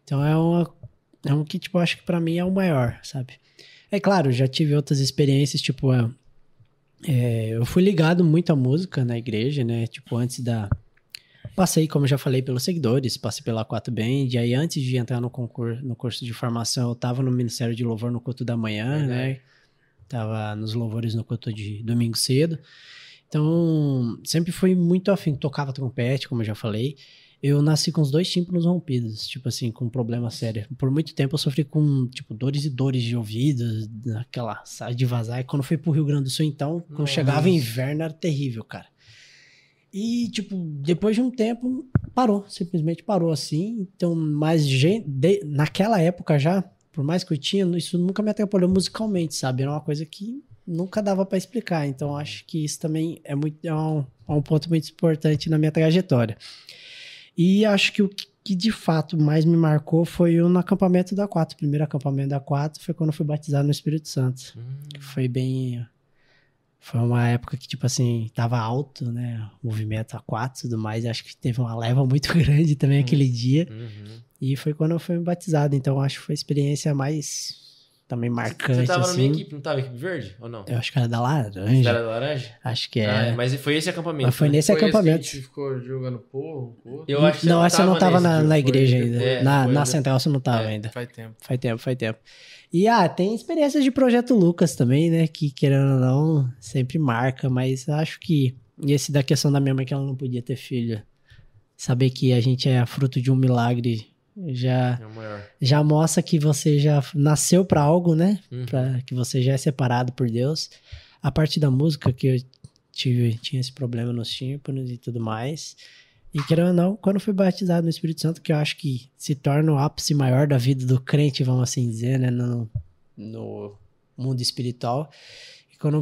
C: Então, é uma... É um que, tipo, eu acho que pra mim é o maior, sabe? É claro, já tive outras experiências, tipo, é, é, eu fui ligado muito à música na igreja, né? Tipo, antes da. Passei, como eu já falei, pelos seguidores, passei pela 4 Band, e aí antes de entrar no concurso, no curso de formação, eu tava no Ministério de Louvor no culto da manhã, né? Tava nos louvores no culto de domingo cedo. Então, sempre fui muito afim, tocava trompete, como eu já falei. Eu nasci com os dois tímpanos rompidos, tipo assim, com um problema sério. Por muito tempo eu sofri com, tipo, dores e dores de ouvido, aquela saia de vazar. E quando fui pro Rio Grande do Sul, então, quando
B: Nossa.
C: chegava inverno, era terrível, cara. E, tipo, depois de um tempo, parou, simplesmente parou assim. Então, mas gen- de- naquela época já, por mais que eu tinha, isso nunca me atrapalhou musicalmente, sabe? Era uma coisa que nunca dava pra explicar. Então, acho que isso também é, muito, é, um, é um ponto muito importante na minha trajetória. E acho que o que que de fato mais me marcou foi o no acampamento da 4. O primeiro acampamento da 4 foi quando eu fui batizado no Espírito Santo. Foi bem Foi uma época que, tipo assim, tava alto, né? Movimento A4 e tudo mais. Acho que teve uma leva muito grande também aquele dia.
B: Uhum.
C: E foi quando eu fui batizado. Então, acho que foi a experiência mais também marcante,
B: Você tava na
C: assim.
B: minha equipe, não tava equipe verde ou não?
C: Eu acho que era da
B: Você
C: Laranja.
B: era da laranja?
C: Acho que é.
B: Ah, mas foi esse acampamento.
C: Mas foi
B: né?
C: nesse
A: Foi esse que a
C: é acampamento.
A: gente ficou jogando um porro, porro.
B: Eu acho que
C: não, essa eu não tava
B: nesse
C: na,
B: dia,
C: na
B: foi
C: igreja
B: depois.
C: ainda.
B: É,
C: na
B: foi
C: na
B: depois.
C: central você não tava
B: É.
C: ainda.
A: Faz tempo.
C: Faz tempo, faz tempo. E ah, tem experiências de projeto Lucas também, né? Que querendo ou não, sempre marca, mas acho que. E esse da questão da minha mãe que ela não podia ter filho. Saber que a gente é fruto de um milagre já,
B: É o maior.
C: já mostra que você já nasceu pra algo, né?
B: Uhum.
C: Pra que você já é separado por Deus. A parte da música que eu tive, tinha esse problema nos tímpanos e tudo mais. E querendo ou não, quando eu fui batizado no Espírito Santo, que eu acho que se torna o ápice maior da vida do crente, vamos assim dizer, né? No, no mundo espiritual. E quando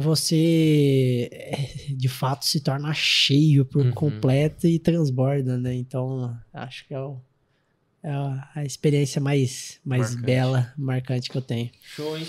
C: você eh, de fato se torna cheio por
B: Uhum.
C: completo e transborda, né? Então, acho que é, o- é a- a experiência mais, mais
B: Marcante.
C: bela, marcante que eu tenho.
B: Show, hein?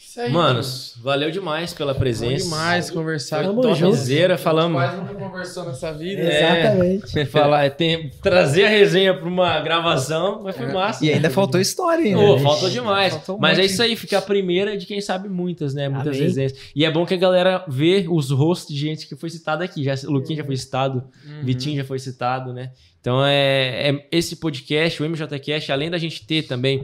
A: Isso aí,
B: Manos, valeu demais pela
A: Bom
B: presença.
A: demais conversar.
C: Tamo
A: Top
C: junto.
A: zera, falamos.
B: Quase
A: Quase nunca conversou nessa
B: É.
A: vida.
C: Exatamente.
B: Falar, é tem- trazer a resenha pra uma gravação, mas foi
A: É.
B: massa.
D: E ainda faltou história, ainda.
B: Ô,
D: né?
B: faltou demais.
D: Faltou um
B: Mas é
D: monte.
B: isso aí, fica a primeira é de quem sabe muitas, né? Muitas
C: Amém.
B: resenhas. E é bom que a galera vê os rostos de gente que foi citada aqui. Já, o Luquinha já foi citado,
A: Uhum.
B: Vitinho já foi citado, né? Então é, é esse podcast, o MJCast, além da gente ter também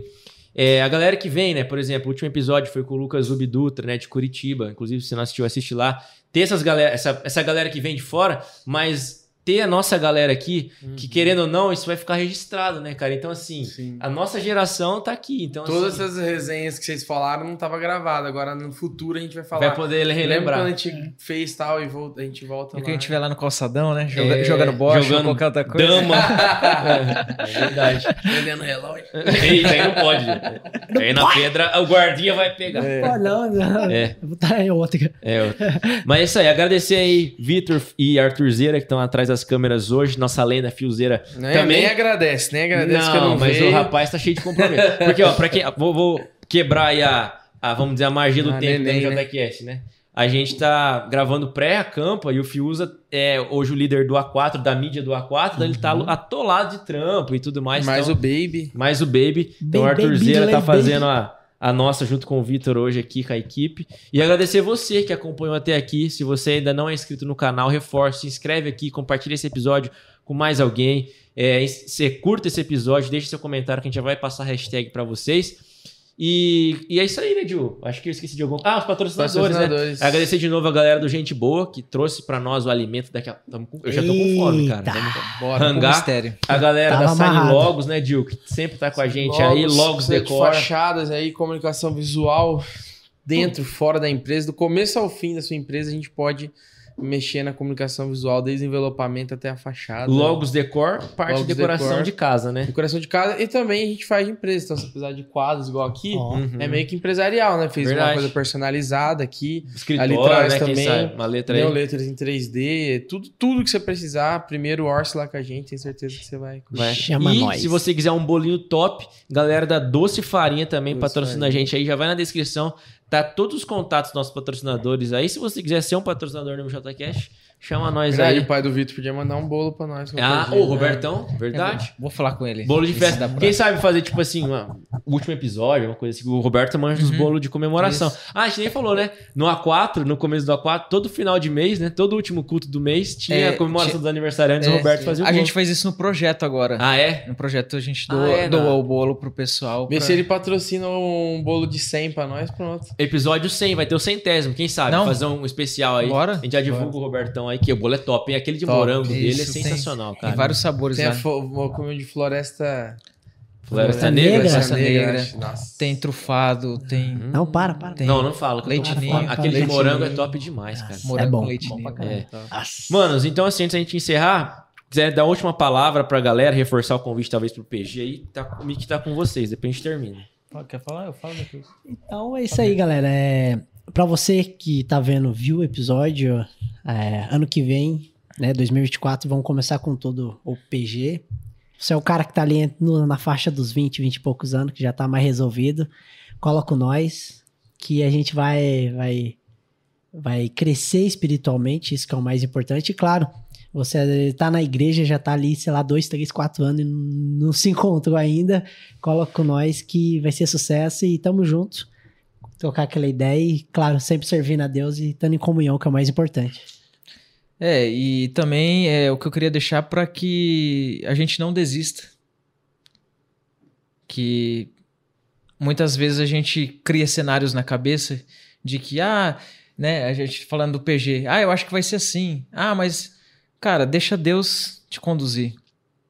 B: é, a galera que vem, né? Por exemplo, o último episódio foi com o Lucas Zubidutra, né? De Curitiba. Inclusive, se não assistiu, assiste lá. Ter essas galera, essa, essa galera que vem de fora, mas ter a nossa galera aqui,
A: uhum.
D: Uhum.
B: que querendo ou não, isso vai ficar registrado, né, cara? Então, assim,
A: Sim.
B: a nossa geração tá aqui. Então,
A: Todas
B: assim,
A: essas resenhas que vocês falaram não tava gravada. Agora no futuro a gente vai falar.
B: vai poder
A: Lembra quando a
B: relembrar.
A: gente fez tal e volta, a gente volta
D: E
A: lá.
D: quem estiver lá no calçadão, né? Joga,
B: É,
D: jogando bocha,
B: jogando
D: jogando qualquer outra coisa.
B: Dama. é, é verdade.
A: Vendendo relógio.
B: Eita, aí não pode. né? Aí na pedra, o guardinha vai pegar.
A: É.
C: Pô, não, não.
B: É.
C: Eu Vou estar em outra.
B: É, eu- mas é isso aí. Agradecer aí Vitor e Arthurzeira que estão atrás das câmeras hoje. Nossa lenda Fiozeira
A: Nem,
B: Também-
A: nem agradece, nem agradece
B: não,
A: que eu não
B: mas
A: veio.
B: o rapaz tá cheio de compromisso. Porque, ó, pra quem. Vou, vou quebrar aí a, a, vamos dizer, a magia do
A: Ah,
B: tempo
A: neném,
B: do
A: né?
B: MJQS, né? A gente tá gravando pré-acampa e o Fiuza é hoje o líder do A4, da mídia do A4, então ele tá
A: Uhum.
B: atolado de trampo e tudo mais.
A: Mas
B: então-
A: o Baby.
B: mais o Baby. Então o
C: Baby,
B: Arthur Zera
C: baby,
B: tá
C: baby.
B: fazendo a, a nossa junto com o Vitor hoje aqui com a equipe. E agradecer você que acompanhou até aqui. Se você ainda não é inscrito no canal, reforce, se inscreve aqui, compartilha esse episódio com mais alguém. É, você curta esse episódio, deixa seu comentário que a gente já vai passar a hashtag pra vocês. E, e é isso aí, né, Ju? Acho que eu esqueci de algum. Ah, os patrocinadores, né?
A: Patrocinadores.
B: Agradecer de novo a galera do Gente Boa que trouxe pra nós o alimento daqui a... tamo com- Eu já tô com fome, cara.
C: Eita.
B: Tamo com-
A: Bora.
D: Um
B: Hangar.
D: mistério.
B: a galera
C: Tava
B: da Sani
C: amarrado.
B: Logos, né, Dil? Que sempre tá com a gente aí.
A: Logos,
B: Logos
A: precisa de
B: Decor.
A: Fachadas aí, comunicação visual dentro, fora da empresa, do começo ao fim da sua empresa, a gente pode mexer na comunicação visual, desde o envelopamento até a fachada.
B: Logos Decor, parte
A: Logos
B: de decoração
A: Decor.
B: de casa, né?
A: Decoração de casa e também a gente faz de empresa. Então, se precisar de quadros igual aqui,
C: Ó,
B: Uhum.
A: é meio que empresarial, né? Fez
B: Verdade.
A: uma coisa personalizada aqui,
B: Escritório,
A: ali atrás
B: né? Quem
A: também,
B: sabe? Uma letra aí.
A: deu letras em 3D, tudo, tudo que você precisar. Primeiro orce lá com a gente, tenho certeza que você vai.
B: Vai.
C: Chama
B: e
C: nós.
B: se você quiser um bolinho top, galera da Doce Farinha também
A: Doce
B: patrocina a gente aí, já vai na descrição, tá todos os contatos dos nossos patrocinadores aí. Se você quiser ser um patrocinador do MJCast, chama nós
A: Verdade, o
B: aí.
A: pai do Vitor podia mandar um bolo pra nós. qualquer
B: Ah,
A: dia,
B: o
A: né?
B: Robertão, verdade.
D: É, Vou falar com ele.
B: Bolo de
D: Esse
B: festa.
D: dá pra-
B: Quem sabe fazer, tipo assim, uma- o último episódio, uma coisa assim. O Roberto manja
D: Uhum.
B: dos bolos de comemoração. Ah, a gente nem falou, né? No A4, no começo do A4, todo final de mês, né? Todo último culto do mês tinha
D: É,
B: a comemoração
D: tinha-
B: dos aniversariantes. o
D: é,
B: Roberto
A: sim.
B: fazia o
D: A
B: bolo.
D: gente fez isso no projeto agora.
B: Ah, é?
D: No projeto a gente doa,
B: Ah, é,
D: doa
B: não.
D: o bolo pro pessoal.
A: Vê
D: pra-
A: se ele patrocina um bolo de 100 pra nós, pronto.
B: Episódio 100, vai ter o centésimo, quem sabe?
D: Não.
B: Fazer um especial aí.
D: Bora?
B: A gente já divulga o Robertão aí, que o bolo é top, hein? Aquele de
A: Top.
B: morango dele é
D: Isso, tem-
B: sensacional, cara.
D: Tem vários sabores
A: Tem
D: lá.
A: a comida um de floresta.
B: é. Floresta
C: Floresta
B: Negra.
C: Negra.
A: Floresta
D: Negra.
A: negra. acho. Nossa.
D: Tem trufado, tem
B: Hum.
C: Não, para, para.
D: Tem-
B: Não, não fala. que eu tô
D: assim. Leite
B: com fome.
D: ninho.
B: Aquele de
A: Leite
B: morango é
A: ninho.
B: top demais, cara.
D: morango
C: bom.
D: com leite
C: Bom pra
D: ninho.
B: caramba.
D: É.
C: Nossa.
B: Manos, então assim, antes da gente encerrar, quiser dar a última palavra pra galera, reforçar o convite talvez pro PG aí, tá, o Mick tá com vocês, depois a gente termina.
D: Quer falar? Eu falo depois.
C: Então é isso aí, galera. É, para você que tá vendo, viu o episódio, é, ano que vem, né, 2024, vamos começar com todo o PG. Você é o cara que tá ali no- na faixa dos 20, 20 e poucos anos, que já tá mais resolvido. Cola com nós, que a gente vai vai vai crescer espiritualmente, isso que é o mais importante. E claro, você tá na igreja, já tá ali, sei lá, dois, três, quatro anos e não se encontrou ainda, coloca com nós que vai ser sucesso e tamo junto. Trocar aquela ideia e, claro, sempre servindo a Deus e estando em comunhão, que é o mais importante.
D: É, e também é o que eu queria deixar para que a gente não desista. Que muitas vezes a gente cria cenários na cabeça de que, ah, né, a gente falando do PG, ah, eu acho que vai ser assim. Ah, mas, cara, deixa Deus te conduzir,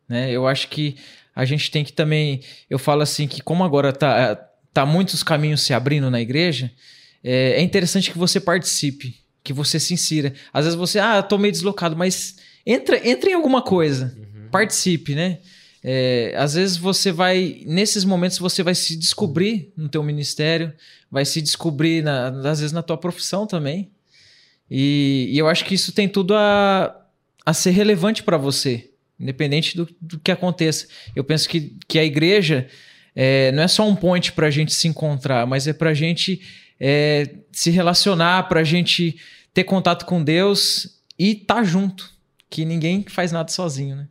D: né? Eu acho que a gente tem que também, eu falo assim que como agora tá, tá muitos caminhos se abrindo na igreja, é, é interessante que você participe, que você se insira. Às vezes você, ah, eu tô meio deslocado, mas entra, entra em alguma coisa, participe, né? É, às vezes você vai, nesses momentos você vai se descobrir no teu ministério, vai se descobrir, na- às vezes, na tua profissão também. E, e eu acho que isso tem tudo a, a ser relevante para você, independente do, do que aconteça. Eu penso que, que a igreja é, não é só um ponte para a gente se encontrar, mas é para a gente é, se relacionar, para a gente ter contato com Deus e estar junto, que ninguém faz nada sozinho, né?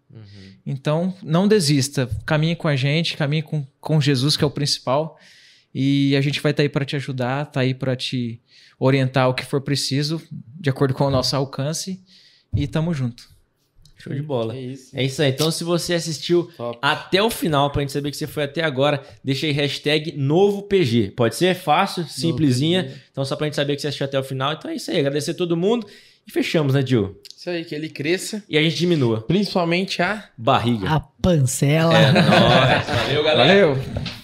D: Então, não desista. Caminhe com a gente, caminhe com, com Jesus, que é o principal. E a gente vai estar aí para te ajudar, tá aí para te orientar o que for preciso, de acordo com o nosso alcance. E tamo junto.
B: Show de bola.
A: É isso.
B: É isso aí. Então, se você assistiu
A: Top.
B: até o final, pra gente saber que você foi até agora, deixa aí hashtag novo PG. Pode ser? Fácil, simplesinha. Então, só pra gente saber que você assistiu até o final. Então é isso aí. Agradecer todo mundo. E fechamos, né, Gil?
A: Isso aí, que ele cresça.
B: E a gente diminua.
A: Principalmente a
B: Barriga.
C: A pancela.
B: Valeu, galera.
D: Valeu!